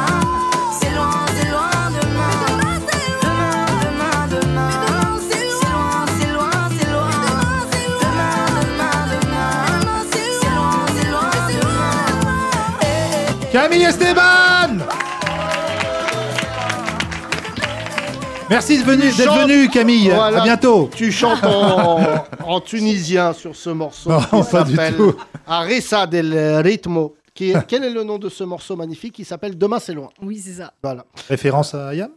S22: C'est loin, c'est loin, demain. Demain, demain, demain. C'est loin, c'est loin, c'est loin. Demain, demain, demain. C'est loin, c'est loin, c'est loin.
S4: Camille Esteban Merci de venu- d'être
S3: chantes-
S4: venu, Camille.
S3: Voilà.
S4: À bientôt.
S3: Tu chantes en, en tunisien sur ce morceau
S4: Non,
S3: qui
S4: pas du
S3: s'appelle
S4: tout.
S3: Arisa del Ritmo. Qui est- quel est le nom de ce morceau magnifique qui s'appelle Demain c'est loin
S16: Oui, c'est ça.
S3: Voilà.
S4: Référence à Ayam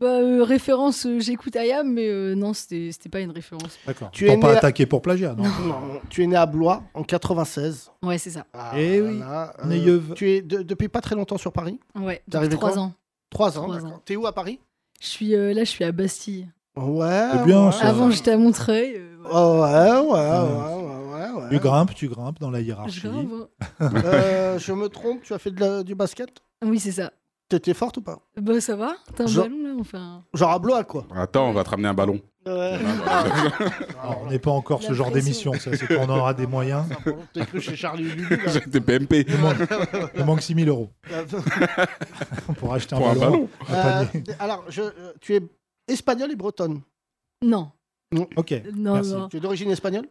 S16: Bah, euh, référence, euh, j'écoute Ayam, mais euh, non, c'était c'était pas une référence.
S4: D'accord.
S3: Tu
S4: Pour
S3: es
S4: pas
S3: né à-
S4: attaquer pour plagiat, non
S3: Non, tu es né à Blois en 96.
S16: Ouais, c'est ça.
S4: Eh oui.
S3: Voilà, Ah euh,
S4: Neuve.
S3: tu es de- depuis pas très longtemps sur Paris
S16: Ouais,
S3: T'es arrivé
S16: depuis trois
S3: quand
S16: ans.
S3: Trois ans,
S16: Trois
S3: d'accord. T'es où à Paris
S16: Je suis euh, là, je suis à Bastille.
S3: Ouais.
S4: C'est bien,
S3: ouais.
S4: ça.
S16: Avant, j'étais à Montreuil. euh,
S3: Oh, ouais, ouais,
S4: Ah.
S3: ouais, ouais, ouais, ouais.
S4: Tu grimpes, tu grimpes dans la hiérarchie.
S16: je grimpe, hein.
S3: Euh, je me trompe, tu as fait de la- du basket
S16: Oui, c'est ça.
S3: T'étais forte ou pas
S16: Bah, ça va T'as un
S3: Genre-
S16: ballon là Enfin.
S3: Genre à Blois, quoi.
S5: Attends, on va te ramener un ballon.
S3: Ah.
S4: Alors, on n'est pas encore ce genre d'émission, ça, c'est qu'on aura des moyens.
S3: T'es cru chez Charlie Lulu. là.
S5: J'étais PMP.
S4: Il manque, il manque 6 000 euros pour acheter un
S5: Pour un
S4: ballon.
S5: ballon.
S4: un
S3: Euh,
S4: panier.
S3: alors, je, euh, tu es espagnole et bretonne
S16: Non.
S3: Euh, Non.
S4: Ok.
S16: Non,
S4: merci.
S16: non.
S3: Tu es d'origine espagnole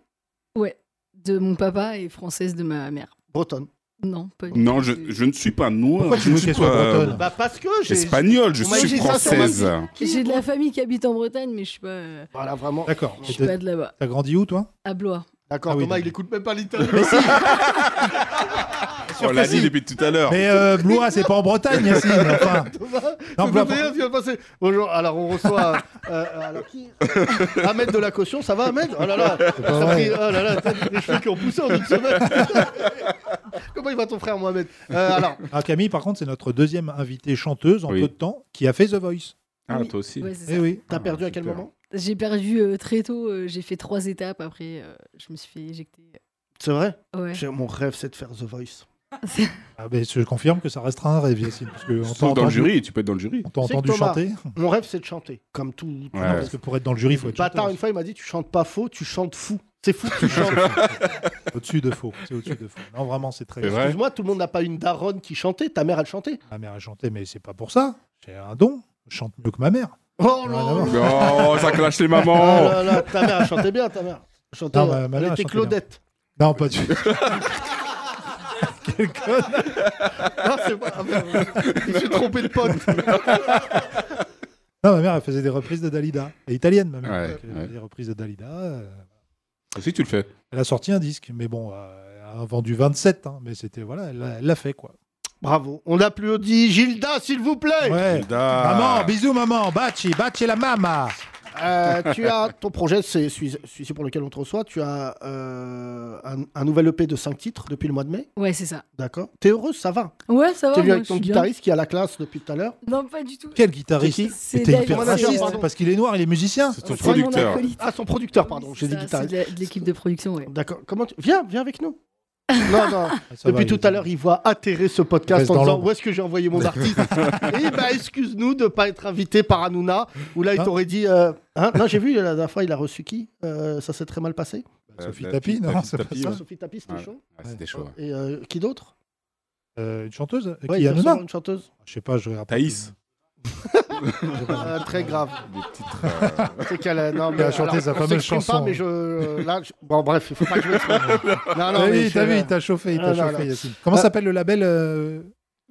S16: Ouais. De mon papa et française de ma mère.
S3: Bretonne.
S16: Non, pas du tout.
S5: Non, je, je ne suis pas noir.
S4: Pourquoi tu
S5: je ne
S4: veux
S5: suis
S4: qu'elle soit
S5: pas-
S4: bretonne
S3: Bah, parce que j'ai.
S5: Espagnol, je
S3: on m'a
S5: suis
S3: dit ça sur
S5: française.
S3: ma vie.
S16: J'ai de la famille qui habite en Bretagne, mais je suis pas. euh,
S3: Voilà, vraiment.
S4: D'accord.
S16: Je suis pas de là-bas.
S4: T'as grandi où, toi
S16: À Blois.
S3: D'accord,
S4: Ah oui,
S3: Thomas,
S4: d'accord.
S3: il écoute même pas l'italien.
S5: On
S4: que
S5: Oh, l'a
S4: si.
S5: dit depuis tout à l'heure.
S4: Mais euh, Blois, c'est pas en Bretagne, Yacine. Enfin, Non,
S3: Non,
S4: Blois-
S3: tu vas passer. Bonjour, alors on reçoit euh, euh, alors qui Ahmed de la caution, ça va Ahmed Oh là là,
S4: C'est pas
S3: ça a
S4: vrai.
S3: pris- oh là là, t'as des cheveux qui ont poussé en une semaine. Comment il va ton frère Mohamed Euh, Alors,
S4: Ah, Camille, par contre, c'est notre deuxième invitée chanteuse en
S5: Oui.
S4: peu de temps qui a fait The Voice.
S5: Ah, toi aussi.
S16: Ouais, c'est
S4: Eh
S16: ça.
S4: oui.
S3: t'as perdu à quel moment
S16: J'ai perdu euh, très tôt. euh, j'ai fait trois étapes. Après, euh, je me suis fait éjecter.
S3: C'est vrai
S16: Ouais.
S3: J'ai- Mon rêve, c'est de faire The Voice.
S4: Ah, ben, je confirme que ça restera un rêve, Yacine. Parce que on
S5: Sauf
S4: t'a
S5: dans le
S4: entendu-
S5: jury, tu peux être dans le jury.
S4: On t'a
S3: Tu sais que
S4: entendu
S3: Thomas,
S4: chanter
S3: Mon rêve, c'est de chanter, comme tout. tout le
S4: Non,
S3: monde.
S4: Parce que pour être dans le jury, il faut être
S3: Bâtard,
S4: chanteuse.
S3: une fois, il m'a dit Tu chantes pas faux, tu chantes fou. C'est fou que tu chantes.
S4: Au-dessus de faux. C'est au-dessus de faux. Non, vraiment, c'est très.
S3: Excuse-moi, tout le monde n'a pas une daronne qui chantait. Ta mère, elle chantait.
S4: Ma mère a chanté, mais c'est pas pour ça. J'ai un don. Je chante mieux que ma mère.
S3: Oh
S4: Rien à voir.
S5: Non, ça clash les mamans.
S3: Ah là là, ta mère, elle chantait bien, ta mère. Elle chantait,
S4: Non, ma- ma
S3: elle
S4: mère, elle
S3: était
S4: chantait
S3: Claudette.
S4: Non, pas du
S3: Quel Non, c'est pas. ah, merde. Je me suis trompé de pote.
S4: Non, ma mère, elle faisait des reprises de Dalida. Elle est italienne, ma mère.
S5: Ouais,
S4: donc elle faisait
S5: ouais.
S4: Des reprises de Dalida. euh,
S5: Si tu le fais.
S4: Elle a sorti un disque, mais bon, euh, elle a vendu 27. hein, mais c'était, voilà, elle l'a- elle l'a fait, quoi.
S3: Bravo. On applaudit Gilda, Ah, s'il vous plaît.
S4: Ouais.
S5: Gilda.
S4: Maman,
S3: Ah,
S4: bisous, maman. Baci, baci la mama.
S3: Euh, tu as ton projet, c'est celui celui pour lequel on te reçoit. Tu as euh, un, un nouvel EP de 5 titres depuis le mois de mai.
S16: Ouais, c'est ça.
S3: D'accord. T'es heureuse, ça va.
S16: Ouais, ça va.
S3: T'es venu
S16: moi,
S3: avec
S16: je
S3: ton
S16: suis bien.
S3: guitariste qui a la classe depuis tout à l'heure.
S16: Non, pas du tout.
S4: Quel guitariste
S16: C'est
S4: T'es
S16: David
S4: hyper
S16: Manager,
S4: raciste,
S16: pardon.
S4: parce qu'il est noir, il est musicien. C'est
S3: Son producteur.
S16: acolyte.
S3: Ah, son producteur, pardon. J'ai dit
S16: ça, c'est
S3: guitariste.
S16: de la- de l'équipe de production, ouais.
S3: D'accord. Comment tu- Viens, viens avec nous. non, non.
S4: Ah, va,
S3: Depuis
S4: il
S3: tout à l'heure, il voit atterrer ce podcast
S4: Reste
S3: en
S4: dans
S3: disant
S4: l'ombre.
S3: Où est-ce que j'ai envoyé mon artiste Eh ben, excuse-nous de ne pas être invité par Hanouna. Où là, il
S4: Hein
S3: t'aurait dit euh, hein Non, j'ai vu la dernière fois, il a reçu qui Euh, Ça s'est très mal passé.
S5: Euh,
S4: Sophie Tapi, non, c'est pas ça.
S3: Sophie Tapi, c'était
S5: Ouais.
S3: chaud.
S5: Ouais, c'était chaud. ouais.
S3: Et euh, qui d'autre
S4: Euh, une chanteuse euh,
S3: Ouais,
S4: Qui
S3: il
S4: Hanouna
S3: ressemble à une chanteuse.
S4: Je sais pas, je regarde.
S5: Thaïs.
S3: Euh, très grave.
S5: Des titres. euh,
S3: C'est qu'elle a- non,
S4: Elle
S3: mais
S4: a chanté
S3: alors,
S4: sa
S3: on
S4: fameuse
S3: s'exprime
S4: chanson.
S3: Pas, mais je, euh, là, je- Bon, bref, il faut pas que je m'exprime. non, non,
S4: T'as
S3: mais
S4: vu,
S3: je-
S4: Eh t'as vu, il t'a chauffé, il
S3: Ah,
S4: t'a
S3: non,
S4: chauffé,
S3: non.
S4: Yacine. Comment
S3: Euh,
S4: s'appelle le label euh,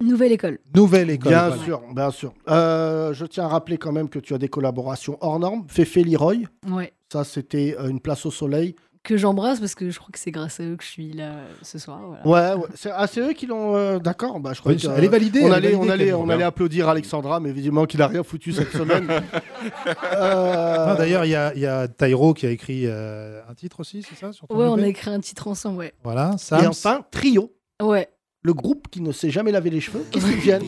S16: Nouvelle école.
S4: Nouvelle École
S3: Bien
S4: voilà.
S3: sûr, bien sûr. Euh, je tiens à rappeler quand même que tu as des collaborations hors normes. Fefe Leroy,
S16: Ouais.
S3: ça c'était euh, une place au soleil.
S16: Que j'embrasse parce que je crois que c'est grâce à eux que je suis là euh, ce soir. Voilà.
S3: Ouais, ouais. C'est, ah, c'est eux qui l'ont. euh, d'accord, bah, je croyais
S4: Oui,
S3: que,
S4: elle est validée,
S3: On
S4: elle est
S3: allait, on
S4: validée,
S3: allait,
S4: Camille.
S3: on allait applaudir Alexandra, mais visiblement qu'il a rien foutu cette semaine.
S4: Ah, D'ailleurs, il y a, il y a Tyro qui a écrit euh, un titre aussi, c'est ça sur ton
S16: Ouais, on
S4: EP?
S16: a écrit un titre ensemble, ouais.
S4: Voilà,
S3: Et
S4: Sam.
S3: enfin, Trio.
S16: Ouais.
S3: Le groupe qui ne s'est jamais lavé les cheveux. Qu'est-ce qu'ils viennent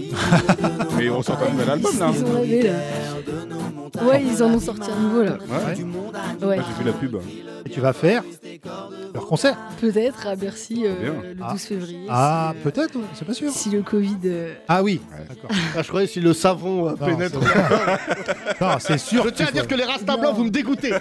S5: Mais on sort quand même un album là.
S16: Ils ont lavé, là. Ouais, ils en ont sorti un nouveau là.
S5: Ouais.
S16: Ouais.
S5: Moi, J'ai vu la pub.
S4: Et tu vas faire leur concert
S16: Peut-être à Bercy euh,
S5: Bien.
S16: le 12
S4: Ah.
S16: février.
S4: Ah,
S16: si, euh,
S4: peut-être, c'est pas sûr.
S16: Si le Covid. euh,
S4: Ah oui, d'accord.
S3: Ah, je croyais si le savon euh,
S4: Non,
S3: pénètre.
S4: c'est- Non, c'est sûr.
S3: Je tiens à
S4: qu'il
S3: dire
S4: faut-
S3: que les Rasta blancs, vous me dégoûtez.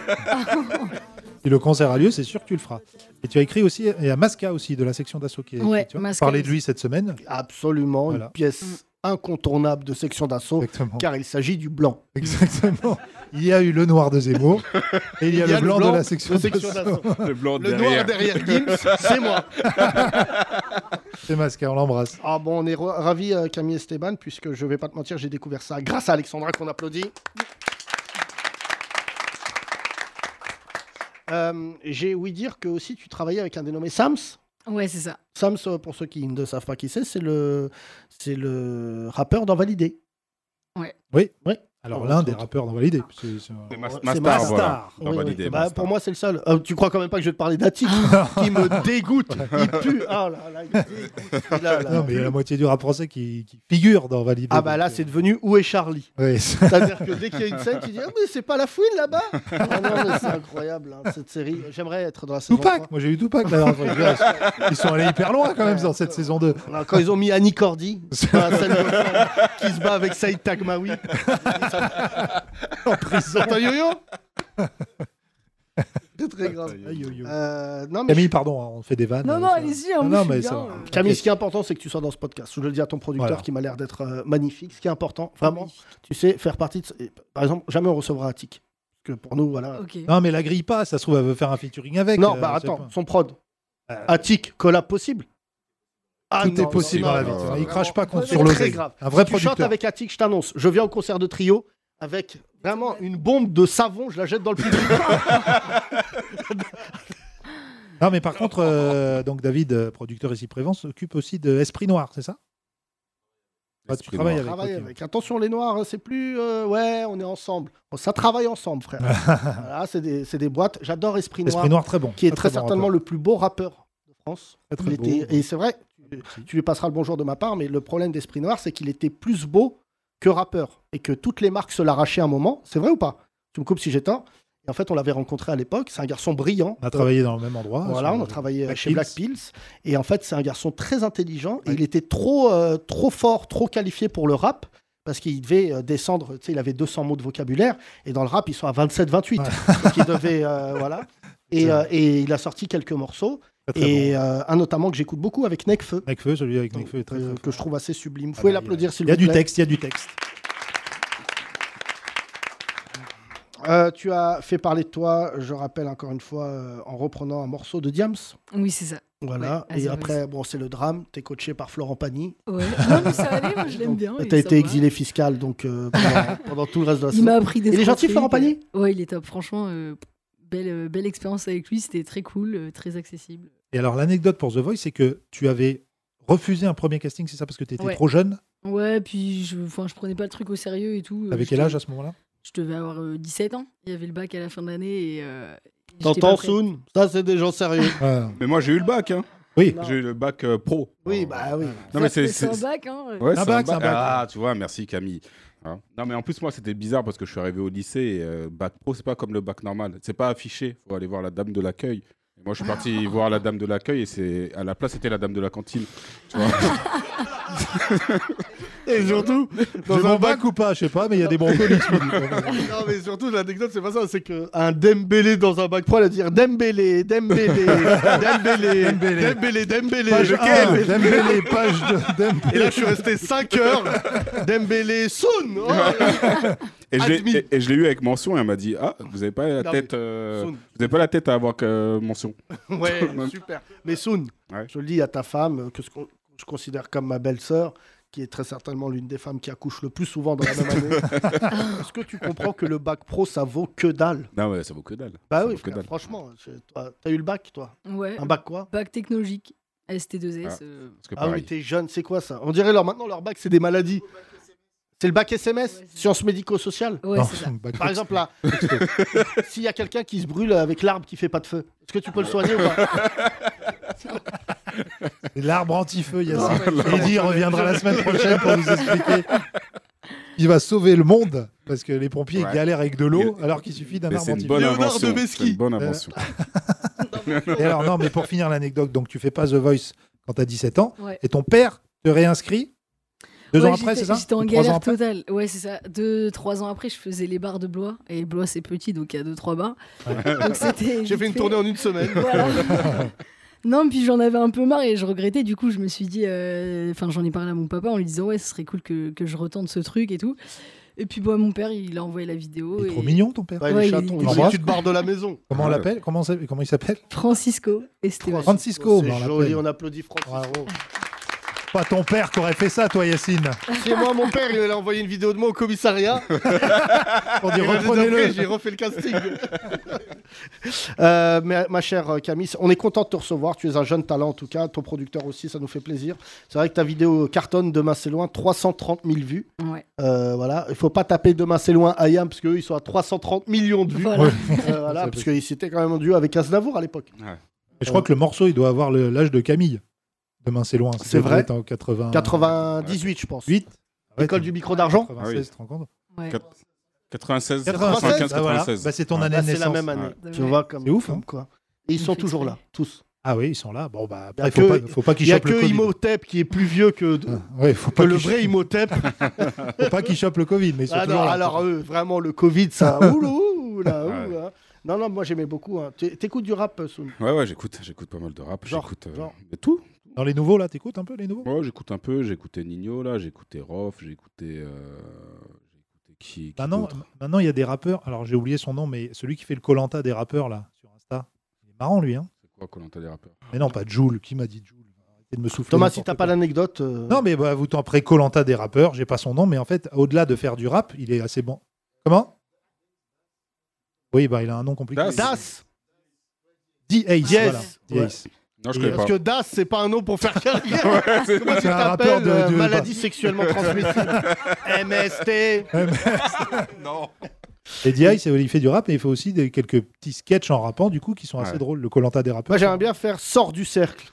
S4: Si le concert a lieu, c'est sûr que tu le feras. Et tu as écrit aussi, et à Masca aussi, de la section d'assaut qui est.
S16: Ouais,
S4: qui, tu vois,
S16: Masca
S4: parlé de
S16: aussi.
S4: lui cette semaine.
S3: Absolument,
S4: Voilà.
S3: une pièce incontournable de section d'assaut, car il s'agit du blanc.
S4: Exactement. Il y a eu le noir de Zemmour et il y a, le, blanc de la section
S3: de section
S4: d'assaut.
S3: d'assaut.
S5: Le blanc
S3: Le
S5: derrière.
S3: noir derrière Gims, c'est moi.
S4: C'est Masca, on l'embrasse.
S3: Ah bon, on est ra- ravis, euh, Camille Esteban, puisque je vais pas te mentir, j'ai découvert ça grâce à Alexandra qu'on applaudit. Euh, j'ai ouï dire que aussi tu travaillais avec un dénommé Sams.
S16: Ouais, c'est ça.
S3: Sams, euh, pour ceux qui ne savent pas qui c'est, c'est le, c'est le rappeur d'Invalidé.
S16: Ouais.
S4: Oui.
S3: Oui.
S4: Alors,
S3: On
S4: l'un des
S3: rencontre.
S4: rappeurs dans Validé. C'est- c'est-
S5: Mas-
S3: C'est
S5: Mastar,
S3: Mastar.
S5: voilà.
S3: Oui,
S5: Dans
S3: oui.
S5: Validé,
S3: Bah,
S5: Mastar.
S3: pour moi, c'est le seul. Euh, tu crois quand même pas que je vais te parler d'Atik qui me dégoûte. Il pue. Ah là là, il pue. Il a la-
S4: Non, mais il y a la moitié du rap français qui, qui figure dans Validé. euh,
S3: Ah bah là, c'est devenu Où est Charlie
S4: Oui.
S3: C'est-à-dire que dès qu'il y a une scène, tu dis Ah, mais c'est pas la fouine là-bas Ah non, mais C'est incroyable hein, cette série. J'aimerais être dans la saison.
S4: Tupac, moi j'ai eu Tupac la dernière fois. Je veux dire, Ils sont allés hyper loin quand même dans cette saison 2.
S3: trois. Non, Quand ils ont mis Annie Cordy dans la scène de femme euh, qui se bat avec Saïd Tagmaoui
S4: en prison.
S3: T'as yo-yo C'est très grave. Bah, Euh, non, mais
S4: Camille, pardon, hein, on fait des vannes.
S16: Non,
S4: euh,
S16: non,
S4: ça-
S16: allez-y, hein,
S4: Non,
S16: moi,
S4: non,
S16: je
S4: mais
S16: suis
S4: ça
S16: bien,
S4: va.
S16: euh.
S3: Camille, ce qui est important, c'est que tu sois dans ce podcast. Je le dis à ton producteur
S4: Voilà.
S3: qui m'a l'air d'être euh, magnifique. Ce qui est important, vraiment, tu sais, faire partie de. ce- et, Par exemple, jamais on recevra Attic. Parce que pour nous, voilà.
S4: Non, mais la grille pas, ça se trouve, elle veut faire un featuring avec.
S3: non,
S4: euh,
S3: bah
S4: je sais
S3: attends,
S4: pas. Euh.
S3: son prod. Attic, collab possible. Ah,
S4: Tout est
S3: non,
S4: possible
S3: non,
S4: dans la
S3: non,
S4: vie.
S3: non,
S4: Il
S3: vraiment.
S4: crache pas contre
S3: C'est
S4: sur
S3: très
S4: l'oseille.
S3: grave.
S4: Un vrai
S3: Si tu chantes
S4: producteur.
S3: avec Attic, je t'annonce. Je viens au concert de trio avec vraiment une bombe de savon, je la jette dans le public.
S4: Non, mais par contre, euh, donc David, euh, producteur ici prévent, s'occupe aussi de Esprit Noir, c'est ça Bah, Tu travailles avec.
S3: Travaille
S4: ok.
S3: avec. Attention, les noirs, c'est plus. euh, ouais, on est ensemble. Bon, ça travaille ensemble, frère. voilà, c'est des, c'est des boîtes. J'adore Esprit Noir.
S4: Esprit Noir, très bon.
S3: Qui est
S4: Très,
S3: très,
S4: très bon
S3: certainement
S4: rappeur.
S3: le plus beau rappeur de France.
S4: Très,
S3: Il
S4: très
S3: était-
S4: beau.
S3: Et c'est vrai, tu, tu lui passeras le bonjour de ma part, mais le problème d'Esprit Noir, c'est qu'il était plus beau que rappeur. Et que toutes les marques se l'arrachaient à un moment. C'est vrai ou pas Tu me coupes si j'ai tort. Et en fait, on l'avait rencontré à l'époque. C'est un garçon brillant.
S4: On a travaillé dans le même endroit.
S3: Voilà,
S4: sur-
S3: on a travaillé euh,
S4: Black
S3: chez
S4: Hills.
S3: Black Pills. Et en fait, c'est un garçon très intelligent. Et il était trop, euh, trop fort, trop qualifié pour le rap. parce qu'il devait euh, descendre, tu sais, il avait 200 mots de vocabulaire, et dans le rap, ils sont à 27-28. Donc il devait, euh, voilà. Et, euh, et il a sorti quelques morceaux,
S4: Très, très
S3: et euh, un notamment que j'écoute beaucoup avec Necfeu.
S4: Necfeu, celui avec Necfeu,
S3: que, euh, que je trouve assez
S5: Ah,
S3: sublime. Vous pouvez
S5: bah,
S3: l'applaudir, s'il
S4: Il y a
S3: vous plaît.
S4: du texte, il y a du texte.
S3: Euh, tu as fait parler de toi, je rappelle encore une fois, euh, en reprenant un morceau de Diams.
S16: Oui, c'est ça.
S3: Voilà.
S16: Ouais, vas-y,
S3: et après, bon, c'est le drame. T'es coaché par Florent Pagny.
S16: Ouais. Non, mais ça allait, moi, je l'aime bien, il
S3: T'as
S16: est
S3: été
S16: sympa.
S3: exilé fiscal, donc euh, pendant, pendant tout le reste de la
S16: Il m'a appris des
S3: Il est
S16: trois
S3: gentil,
S16: trucs. euh,
S3: Florent Pagny
S16: Ouais, il est top. Franchement, euh, belle, euh, belle expérience avec lui. C'était très cool, euh, très accessible.
S4: Et alors, l'anecdote pour The Voice, c'est que tu avais refusé un premier casting, c'est ça, parce que tu étais
S16: Ouais.
S4: trop jeune
S16: Ouais, puis je, enfin, je prenais pas le truc au sérieux et tout. Euh,
S4: T'avais
S16: je
S4: quel
S16: devais-
S4: âge à ce moment-là
S16: Je devais avoir euh, 17 ans. Il y avait le bac à la fin d'année et. euh, j'étais pas
S13: T'entends,
S16: prête.
S13: Soun Ça, c'est des gens sérieux.
S5: Mais moi, j'ai eu le bac. Hein.
S4: Oui.
S5: J'ai eu le bac euh, pro.
S3: Oui, bah oui.
S5: Non, mais c'est c'est-
S16: un bac, hein.
S5: Ouais,
S16: Un
S5: c'est
S16: bac, c'est un bac.
S5: Ah, tu vois, merci Camille. Hein. Non, mais en plus, moi, c'était bizarre parce que je suis arrivé au lycée et euh, bac pro, c'est pas comme le bac normal. C'est pas affiché. Faut aller voir la dame de l'accueil. Et Moi, je suis parti voir la dame de l'accueil et c'est à la place, c'était la dame de la cantine. Tu vois
S13: Et surtout, dans
S4: J'ai
S13: un
S4: mon
S13: bac
S4: bac ou pas, je sais pas, mais il y a des bons colis.
S13: non, mais surtout, l'anecdote, c'est pas ça, c'est qu'un Dembélé dans un bac pro, elle va dire Dembélé, Dembélé, Dembélé, Dembélé, Dembélé, Dembélé,
S4: Page
S13: lequel
S4: un, Dembélé, page deux, Dembélé.
S13: Et là, je suis resté 5 heures, Dembélé, Soun oh,
S5: Et je, l'ai, et- et je l'ai eu avec mention et elle m'a dit Ah, vous n'avez pas la
S13: Non,
S5: tête.
S13: mais-
S5: euh,
S13: Soun.
S5: vous avez pas la tête à avoir que euh, mention.
S3: Ouais,
S13: super.
S3: Mais Soun,
S5: Ouais.
S3: je le dis à ta femme, euh, que ce qu'on- je considère comme ma belle-sœur, qui est très certainement l'une des femmes qui accouche le plus souvent dans la même année. Est-ce que tu comprends que le bac pro, ça vaut que dalle
S5: Non, mais ça vaut que dalle.
S3: Bah
S5: Ça
S3: oui,
S5: vaut que
S3: frère,
S5: dalle.
S3: franchement, c'est- toi, t'as eu le bac, toi
S16: Ouais.
S3: Un bac quoi
S16: Bac technologique. ST2S.
S3: Ah,
S16: euh,
S3: Ah oui, t'es jeune, c'est quoi ça On dirait leur, maintenant leur bac, c'est des maladies. C'est le bac SMS Sciences médico-sociales
S16: Ouais, c'est ça.
S4: Bac
S3: Par exemple, là, s'il y a quelqu'un qui se brûle avec l'arbre qui fait pas de feu, est-ce que tu peux le soigner ou pas
S4: L'arbre anti-feu, Yacine.
S3: Non, mais-
S4: Eddy reviendra la semaine prochaine pour nous expliquer. Il va sauver le monde parce que les pompiers
S5: Ouais.
S4: galèrent avec de l'eau alors qu'il suffit d'un
S5: Mais
S4: arbre Euh,
S5: c'est une
S4: anti-feu.
S5: bonne invention. C'est une bonne invention.
S4: Et alors, non, mais pour finir l'anecdote, donc tu fais pas The Voice quand t'as 17 ans
S16: Ouais.
S4: et ton père te réinscrit deux
S16: Ouais,
S4: ans après,
S16: j'étais-
S4: c'est ça
S16: J'étais en
S4: Ou trois ans
S16: galère
S4: après
S16: totale. Ouais, c'est ça. Deux, trois ans après, je faisais les bars de Blois. Et Blois, c'est petit, donc il y a deux, trois bars. Donc c'était
S13: J'ai
S16: vite
S13: fait une
S16: fait.
S13: tournée en une semaine.
S16: Non, puis j'en avais un peu marre et je regrettais. Du coup, je me suis dit. euh, Enfin, j'en ai parlé à mon papa en lui disant Ouais, ce serait cool que, que je retente ce truc et tout. Et puis, bah, mon père, il a envoyé la vidéo. et-
S4: Trop mignon ton père.
S16: Ouais, il est
S3: chaton. Il
S4: L'embrasse.
S3: tu te barres de la maison.
S4: Comment on l'appelle comment, ça- comment il s'appelle
S16: Francisco. Et c'était
S4: Francisco.
S3: Oh, C'est
S4: bah, on
S3: joli,
S4: l'appelle.
S3: on applaudit Francisco.
S4: Pas ton père qui aurait fait ça, toi, Yacine.
S13: C'est moi, mon père, il a envoyé une vidéo de moi au commissariat.
S4: On dit,
S13: Et deux
S4: reprenez-le.
S13: après, J'ai refait le casting.
S3: Euh, ma, ma chère euh, Camille, on est content de te recevoir. Tu es un jeune talent en tout cas. Ton producteur aussi, ça nous fait plaisir. C'est vrai que ta vidéo cartonne Demain c'est loin, 330 000 vues.
S8: Mm.
S16: Ouais.
S3: Euh, voilà, il faut pas taper Demain c'est loin IAM parce qu'eux ils sont à 330 millions de vues.
S16: Voilà.
S3: Euh, voilà, parce qu'ils s'étaient quand même en duo avec Aznavour à l'époque.
S4: Et je crois que le morceau, il doit avoir le- l'âge de Camille. Demain, c'est loin.
S3: C'est vrai.
S4: En 80...
S3: 98, je pense.
S4: 8
S3: L'école du micro d'argent
S4: 96, Ah tu te rends compte
S16: Ouais.
S5: Quat- 96,
S3: 96,
S5: 95,
S4: ah, voilà.
S5: 96.
S4: Bah, c'est ton
S5: Ouais.
S4: année
S3: Ah,
S4: de
S3: c'est
S4: naissance.
S3: la même année.
S4: Ouais.
S3: Tu vois, comme,
S4: C'est ouf,
S3: comme
S4: hein.
S3: quoi. Et ils sont toujours là, tous.
S4: Ah oui, ils sont là. Bon, bah,
S3: Il y a
S4: après, faut
S3: que-
S4: pas, faut pas qu'ils
S3: il y a
S4: chopent le
S3: que
S4: Covid.
S3: Imhotep qui est plus vieux que,
S4: ouais, faut pas
S3: que le
S4: qu'il-
S3: vrai Imhotep.
S4: faut pas qu'ils chopent le Covid, mais ils sont
S3: Ah non,
S4: toujours là.
S3: alors eux, vraiment, le Covid, ça. Oulou, là, ouh, hein. Non, non, moi j'aimais beaucoup. hein. T'é- T'écoutes du rap, euh, Soun
S5: Ouais, ouais, j'écoute, j'écoute pas mal de rap. J'écoute euh,
S3: genre.
S5: de tout.
S4: Dans les nouveaux, là, t'écoutes un peu les nouveaux
S5: Ouais, j'écoute un peu. J'écoutais Nino, là, j'écoutais Rof, j'écoutais. euh, J'écoutais qui, qui
S4: Maintenant,
S5: d'autre
S4: maintenant, il y a des rappeurs. Alors, j'ai oublié son nom, mais celui qui fait le Colanta des rappeurs, là, sur Insta. Il est marrant, lui. Hein.
S5: Quoi, Koh-Lanta des rappeurs
S4: Mais non, pas Joule. Qui m'a dit Joule Arrêtez de me souffler.
S3: Thomas, si
S4: n'importe
S3: t'as pas l'anecdote. euh,
S4: Non, mais bah, vous t'en pré Colanta des rappeurs, j'ai pas son nom, mais en fait, au-delà de faire du rap, il est assez bon. Comment Oui, bah, il a un nom compliqué.
S3: Das.
S4: D-Ace.
S3: Yes.
S4: Voilà.
S3: Ouais.
S4: D-Ace.
S5: Non,
S4: Et-
S3: Parce que Das, c'est pas un nom pour faire carrière.
S4: Ouais, c'est-
S3: Comment tu
S4: C'est un rappeur
S3: t'appelles
S4: de-
S3: euh,
S4: de-
S3: Maladie sexuellement transmissible. MST.
S5: non.
S4: Et D.I. c'est il fait du rap, mais il fait aussi des, quelques petits sketchs en rappant, du coup, qui sont assez
S5: Ouais.
S4: drôles. Le Colanta des rappeurs.
S3: Moi j'aimerais bien faire Sort du cercle.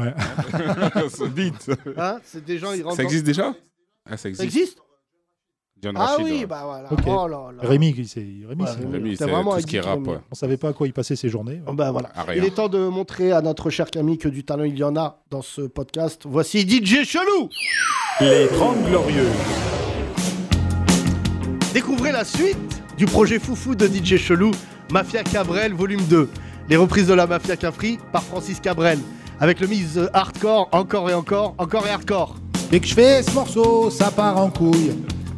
S4: Ouais.
S5: Ce beat.
S3: Hein, c'est des gens, ils rentrent
S5: Ça existe
S3: dans-
S5: déjà Ah, ça existe.
S3: Ça existe
S5: John
S3: Ah
S5: Rachid,
S3: oui,
S5: ouais.
S3: bah voilà.
S4: Ok.
S3: Oh là là.
S4: Rémi, qui- c'est Rémi,
S3: Ouais,
S4: c'est-
S3: Rémi,
S5: Rémi, c'est vraiment tout ce qui est rap, ouais.
S4: On savait pas à quoi il passait ses journées.
S3: Bah voilà.
S5: Ah, rien.
S3: Il est temps de montrer à notre cher Camille que du talent il y en a dans ce podcast. Voici DJ Chelou.
S5: Les 30 Glorieux.
S3: Découvrez la suite du projet Foufou de DJ Chelou, Mafia Cabrel volume 2. Les reprises de la Mafia Cafri par Francis Cabrel. Avec le mix euh, hardcore, encore et encore, encore et hardcore.
S18: Dès que je fais ce morceau, ça part en couille.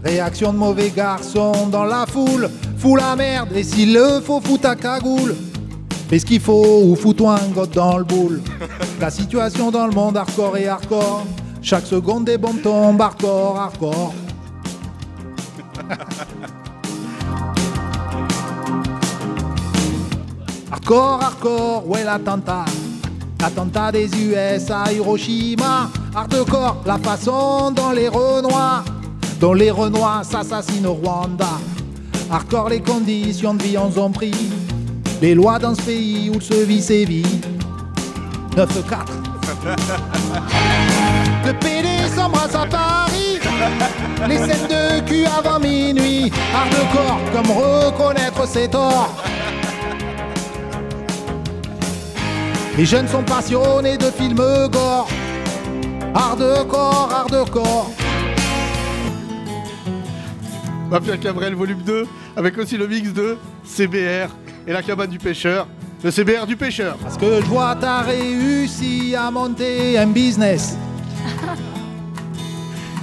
S18: Réaction de mauvais garçon dans la foule. Fous la merde et s'il le faut, fous ta cagoule. Fais ce qu'il faut ou fous-toi un gosse dans le boule. La situation dans le monde hardcore et hardcore. Chaque seconde des bombes tombent hardcore, hardcore. Hardcore, hardcore, ouais l'attentat. L'attentat des US à Hiroshima. Hardcore, la façon dont les Renois, dont les Renois s'assassinent au Rwanda. Hardcore, les conditions de vie en ont pris. Les lois dans ce pays où se vit sévit. 9-4. Le PD s'embrasse à Paris. Les scènes de cul avant minuit. Hardcore, comme reconnaître ses torts. Les jeunes sont passionnés de films gore. Hardcore, hardcore.
S3: Mafia Cabrel volume 2, avec aussi le mix de CBR et la cabane du pêcheur. Le CBR du pêcheur.
S18: Parce que je vois t'as réussi à monter un business.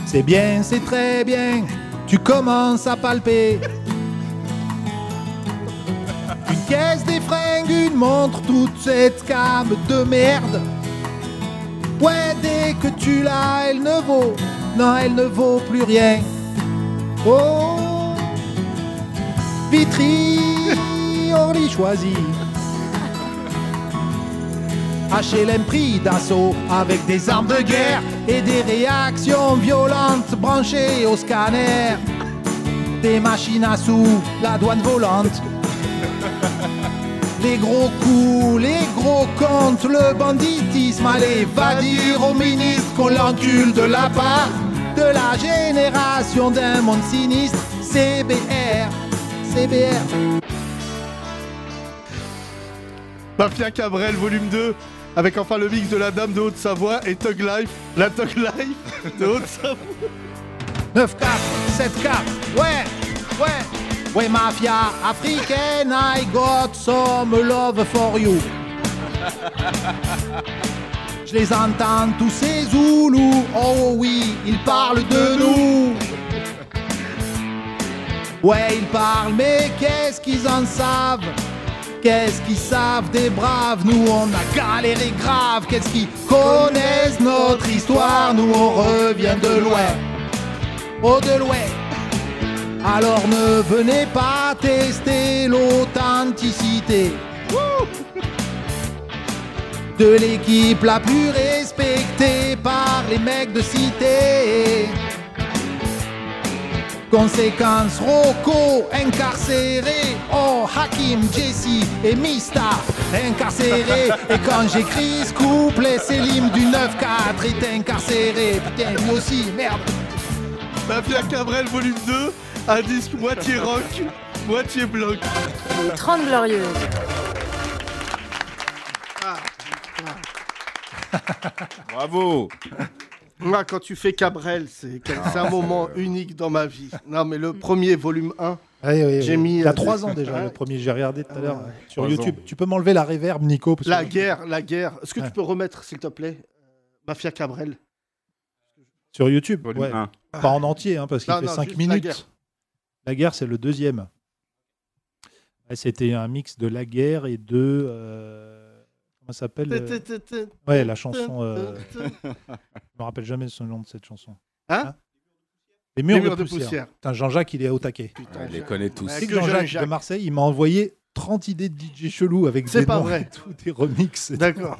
S18: C'est bien, c'est très bien. Tu commences à palper. Une caisse, des fringues, une montre, toute cette cam de merde. Ouais, dès que tu l'as, elle ne vaut. Non, elle ne vaut plus rien. Oh, Vitry, on l'y choisit. HLM pris d'assaut avec des armes de guerre et des réactions violentes branchées au scanner. Des machines à sous, la douane volante. Les gros coups, les gros comptes, le banditisme. Allez, va dire au ministre qu'on l'encule de la part de la génération d'un monde sinistre. CBR, CBR.
S3: Mafia Cabrel volume 2, avec enfin le mix de la dame de Haute-Savoie et Tug Life, la Tug Life de Haute-Savoie.
S18: 9-4, 7-4, ouais, ouais. Ouais, mafia africaine, I got some love for you. Je les entends tous ces zoulous, oh oui, ils parlent de nous. Ouais, ils parlent, mais qu'est-ce qu'ils en savent Qu'est-ce qu'ils savent des braves Nous, on a galéré grave. Qu'est-ce qu'ils connaissent notre histoire Nous, on revient de loin. Oh, de loin. Alors ne venez pas tester l'authenticité de l'équipe la plus respectée par les mecs de cité. Conséquence, Rocco incarcéré, oh Hakim, Jesse et Mista incarcéré. Et quand j'écris ce couple, Selim du 9-4 est incarcéré. Putain, lui aussi, merde.
S3: Mafia Cabrel volume 2, un disque moitié rock, moitié bloc.
S16: Les 30 Glorieuses.
S3: Bravo
S4: Moi, quand tu fais Cabrel, c'est quel-
S3: Ah.
S4: c'est un moment unique dans ma vie. Non, mais le premier volume 1,
S18: Ah Oui, oui, oui.
S4: j'ai mis.
S18: Il y a
S4: euh,
S18: 3 ans déjà,
S4: Ouais.
S18: le premier. J'ai regardé tout à l'heure
S4: Ah ouais.
S18: euh, sur
S4: Trois
S18: YouTube.
S4: ans.
S18: Tu peux m'enlever la réverb, Nico parce que-
S4: La guerre, la guerre. Est-ce que
S18: Ouais.
S4: tu peux remettre, s'il te plaît, euh, Mafia Cabrel
S18: Sur YouTube
S4: Volume
S18: ouais.
S4: un.
S18: Pas en entier, hein, parce qu'il
S4: Non,
S18: fait
S4: non,
S18: 5
S4: juste La
S18: minutes. La guerre,
S4: Guerre.
S18: c'est le deuxième. Ouais, C'était un mix de La guerre et de. euh, comment ça s'appelle euh, Ouais, la chanson. euh, Je me rappelle jamais son nom de cette chanson.
S4: Hein
S18: Les murs, de, poussière. Putain, Jean-Jacques, il est au taquet.
S5: Ouais, Ah, il les connaît tous.
S18: Tu sais que Jean-Jacques de Marseille, il m'a envoyé 30 idées de DJ chelou avec
S4: C'est
S18: des
S4: pas
S18: noms
S4: vrai.
S18: et tout, des remixes. et tout.
S4: D'accord.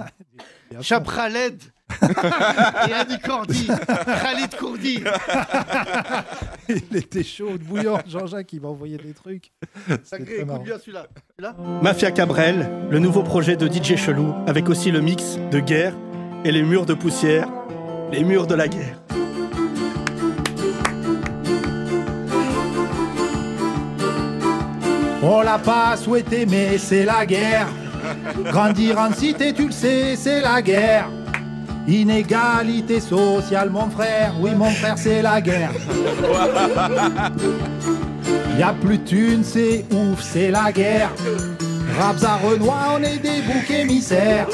S18: Et après,
S4: Chapraled et Andy Cordy, Khalid Courdi.
S18: il était chaud, bouillant. Jean-Jacques, il m'a envoyé des trucs. C'était très
S4: Sacré, écoute
S18: marrant.
S4: bien celui-là. Celui-là
S23: Mafia Cabrel, le nouveau projet de DJ Chelou, avec aussi le mix de guerre et les murs de poussière, les murs de la guerre.
S18: On l'a pas souhaité, mais c'est la guerre. Grandir en cité, tu le sais, c'est la guerre. Inégalité sociale, mon frère. Oui, mon frère, c'est la guerre. Y a plus de thunes, c'est ouf, c'est la guerre. Raps à Renoir, on est des boucs émissaires.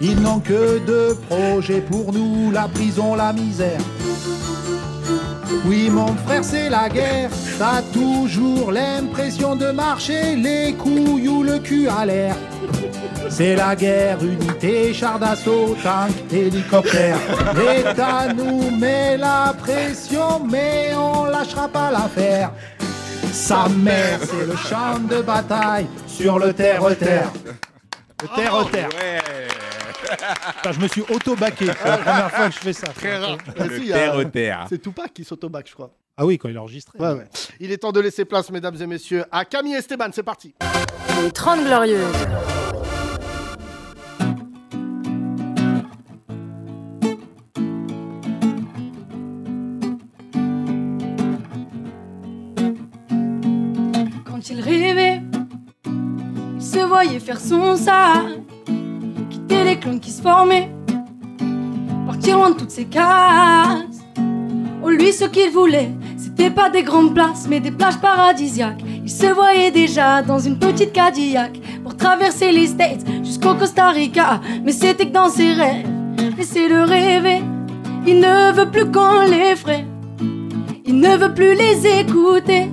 S18: Il n'en que deux projets pour nous, la prison, la misère. Oui, mon frère, c'est la guerre. T'as toujours l'impression de marcher les couilles ou le cul à l'air. C'est la guerre, unité, char d'assaut, tank, hélicoptère. L'État nous met la pression, mais on lâchera pas l'affaire. Sa mère, c'est le champ de bataille sur le terre-terre.
S4: Le terre-terre. Putain, je me suis auto-baqué. C'est la première fois que je fais ça.
S22: Très rare. Le Vas-y, terre euh,
S4: au terre.
S22: C'est Tupac qui s'autobac, je crois.
S4: Ah oui, quand il a enregistré.
S22: Ouais, ouais. Il est temps de laisser place, mesdames et messieurs, à Camille Esteban. C'est parti.
S2: Les 30 Glorieuses.
S8: Quand il rêvait, il se voyait faire son ça, quitter les clones qui se formaient, partir loin de toutes ces cases. Oh, lui, ce qu'il voulait, c'était pas des grandes places, mais des plages paradisiaques. Il se voyait déjà dans une petite Cadillac pour traverser les States jusqu'au Costa Rica. Mais c'était que dans ses rêves, laissez-le rêver. Il ne veut plus qu'on l'effraie, il ne veut plus les écouter.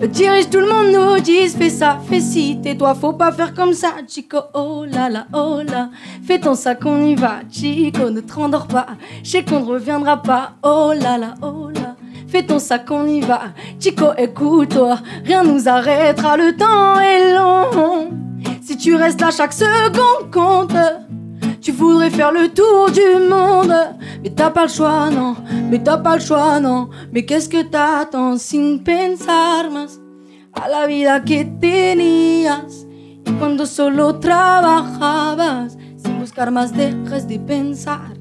S8: Le Euh, dirige tout le monde nous dit fais ça, fais ci, tais-toi, faut pas faire comme ça, Chico, oh là là, oh là, fais ton ça qu'on y va, Chico, ne te rendors pas, je sais qu'on ne reviendra pas, oh là là, oh là, fais ton ça qu'on y va, Chico, écoute-toi, rien nous arrêtera, le temps est long, si tu restes là chaque seconde compte. Tu voudrais faire le tour du monde, mais t'as pas le choix, non. Mais t'as pas le choix, non. Mais qu'est-ce que t'attends sin pensar más a la vida que tenías? Y cuando solo trabajabas, sin buscar más dejas de pensar.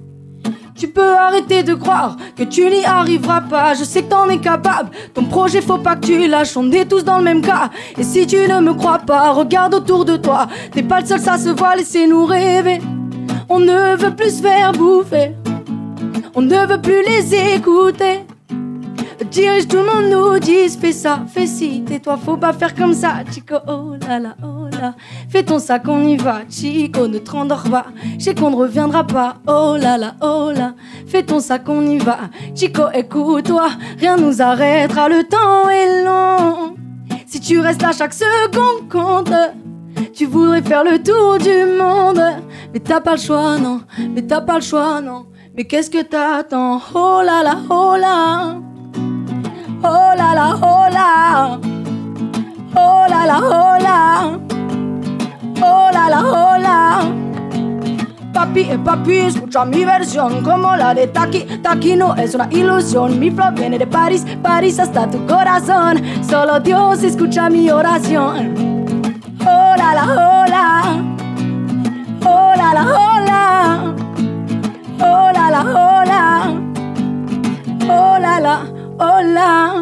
S8: Tu peux arrêter de croire que tu n'y arriveras pas. Je sais que t'en es capable. Ton projet, faut pas que tu lâches. On est tous dans le même cas. Et si tu ne me crois pas, regarde autour de toi. T'es pas le seul, ça se voit. Laissez-nous rêver. On ne veut plus se faire bouffer. On ne veut plus les écouter. Dirige tout le monde nous dit fais ça, fais ci, tais-toi, faut pas faire comme ça, Chico, oh là là, oh là, fais ton sac, on y va, Chico, ne te rendors pas, je sais qu'on ne reviendra pas, oh là là, oh là, fais ton sac, on y va, Chico, écoute-toi, rien nous arrêtera, le temps est long, si tu restes là chaque seconde compte, tu voudrais faire le tour du monde, mais t'as pas le choix, non, mais t'as pas le choix, non, mais qu'est-ce que t'attends, oh là là, oh là. Oh là là, oh là Oh là là, oh là Oh là là, oh là Papi, eh, papi, escucha mi versión como la de Taki. Taki no es una ilusión. Mi flow viene de París, París hasta tu corazón. Solo Dios escucha mi oración. Oh la la, oh la Oh la la, oh la Oh la la, oh la Oh là là, oh là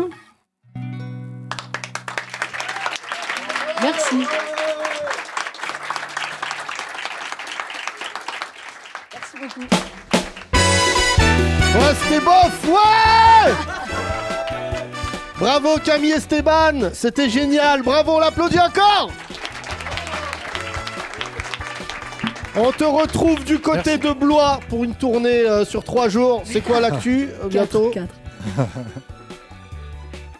S8: Merci.
S24: Merci beaucoup.
S3: Ouais, c'était bof, ouais Bravo Camille Esteban, c'était génial, bravo, on l'applaudit encore On te retrouve du côté de Blois pour une tournée euh, sur trois jours. C'est quoi l'actu euh, bientôt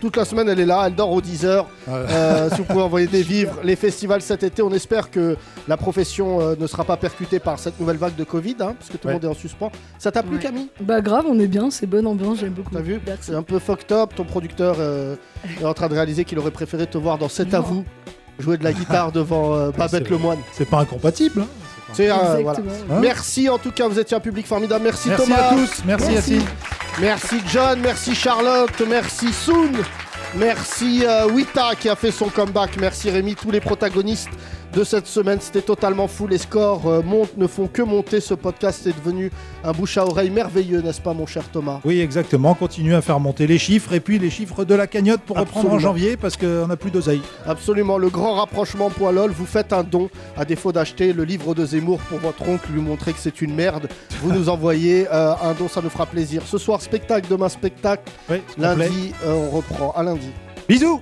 S3: Toute la semaine, elle est là, elle dort aux 10 heures. Euh, si vous pouvez envoyer des vivres, les festivals cet été, on espère que la profession euh, ne sera pas percutée par cette nouvelle vague de Covid, hein, parce que tout le
S16: Ouais.
S3: monde est en suspens. Ça t'a plu,
S16: Ouais.
S3: Camille
S16: Bah grave, on est bien, c'est bonne ambiance, j'aime beaucoup.
S3: T'as vu C'est un peu fucked up. Ton producteur euh, est en train de réaliser qu'il aurait préféré te voir dans cet à vous jouer de la guitare devant euh, Babette
S4: c'est-
S3: Lemoine.
S4: C'est pas incompatible. hein.
S3: C'est, euh,
S4: Exactement,
S3: voilà.
S4: ouais. Hein
S3: Merci en tout cas, vous étiez un public formidable. Merci,
S4: Merci
S3: Thomas.
S4: à tous, merci, Yacine.
S3: Merci John, merci Charlotte, merci Soon, merci euh, Wita qui a fait son comeback, merci Rémi, tous les protagonistes de cette semaine. C'était totalement fou, les scores euh, montent, ne font que monter. Ce podcast est devenu un bouche à oreille merveilleux, n'est-ce pas mon cher Thomas
S4: Oui, exactement. Continuez à faire monter les chiffres et puis les chiffres de la cagnotte pour reprendre en
S3: Absolument.
S4: janvier parce qu'on n'a euh, plus d'oseille.
S3: Absolument, le grand rapprochement Poilol, vous faites un don à défaut d'acheter le livre de Zemmour pour votre oncle, lui montrer que c'est une merde. Vous nous envoyez euh, un don, ça nous fera plaisir. Ce soir, spectacle, demain, spectacle.
S4: Oui,
S3: Lundi, euh, on reprend. À lundi. Bisous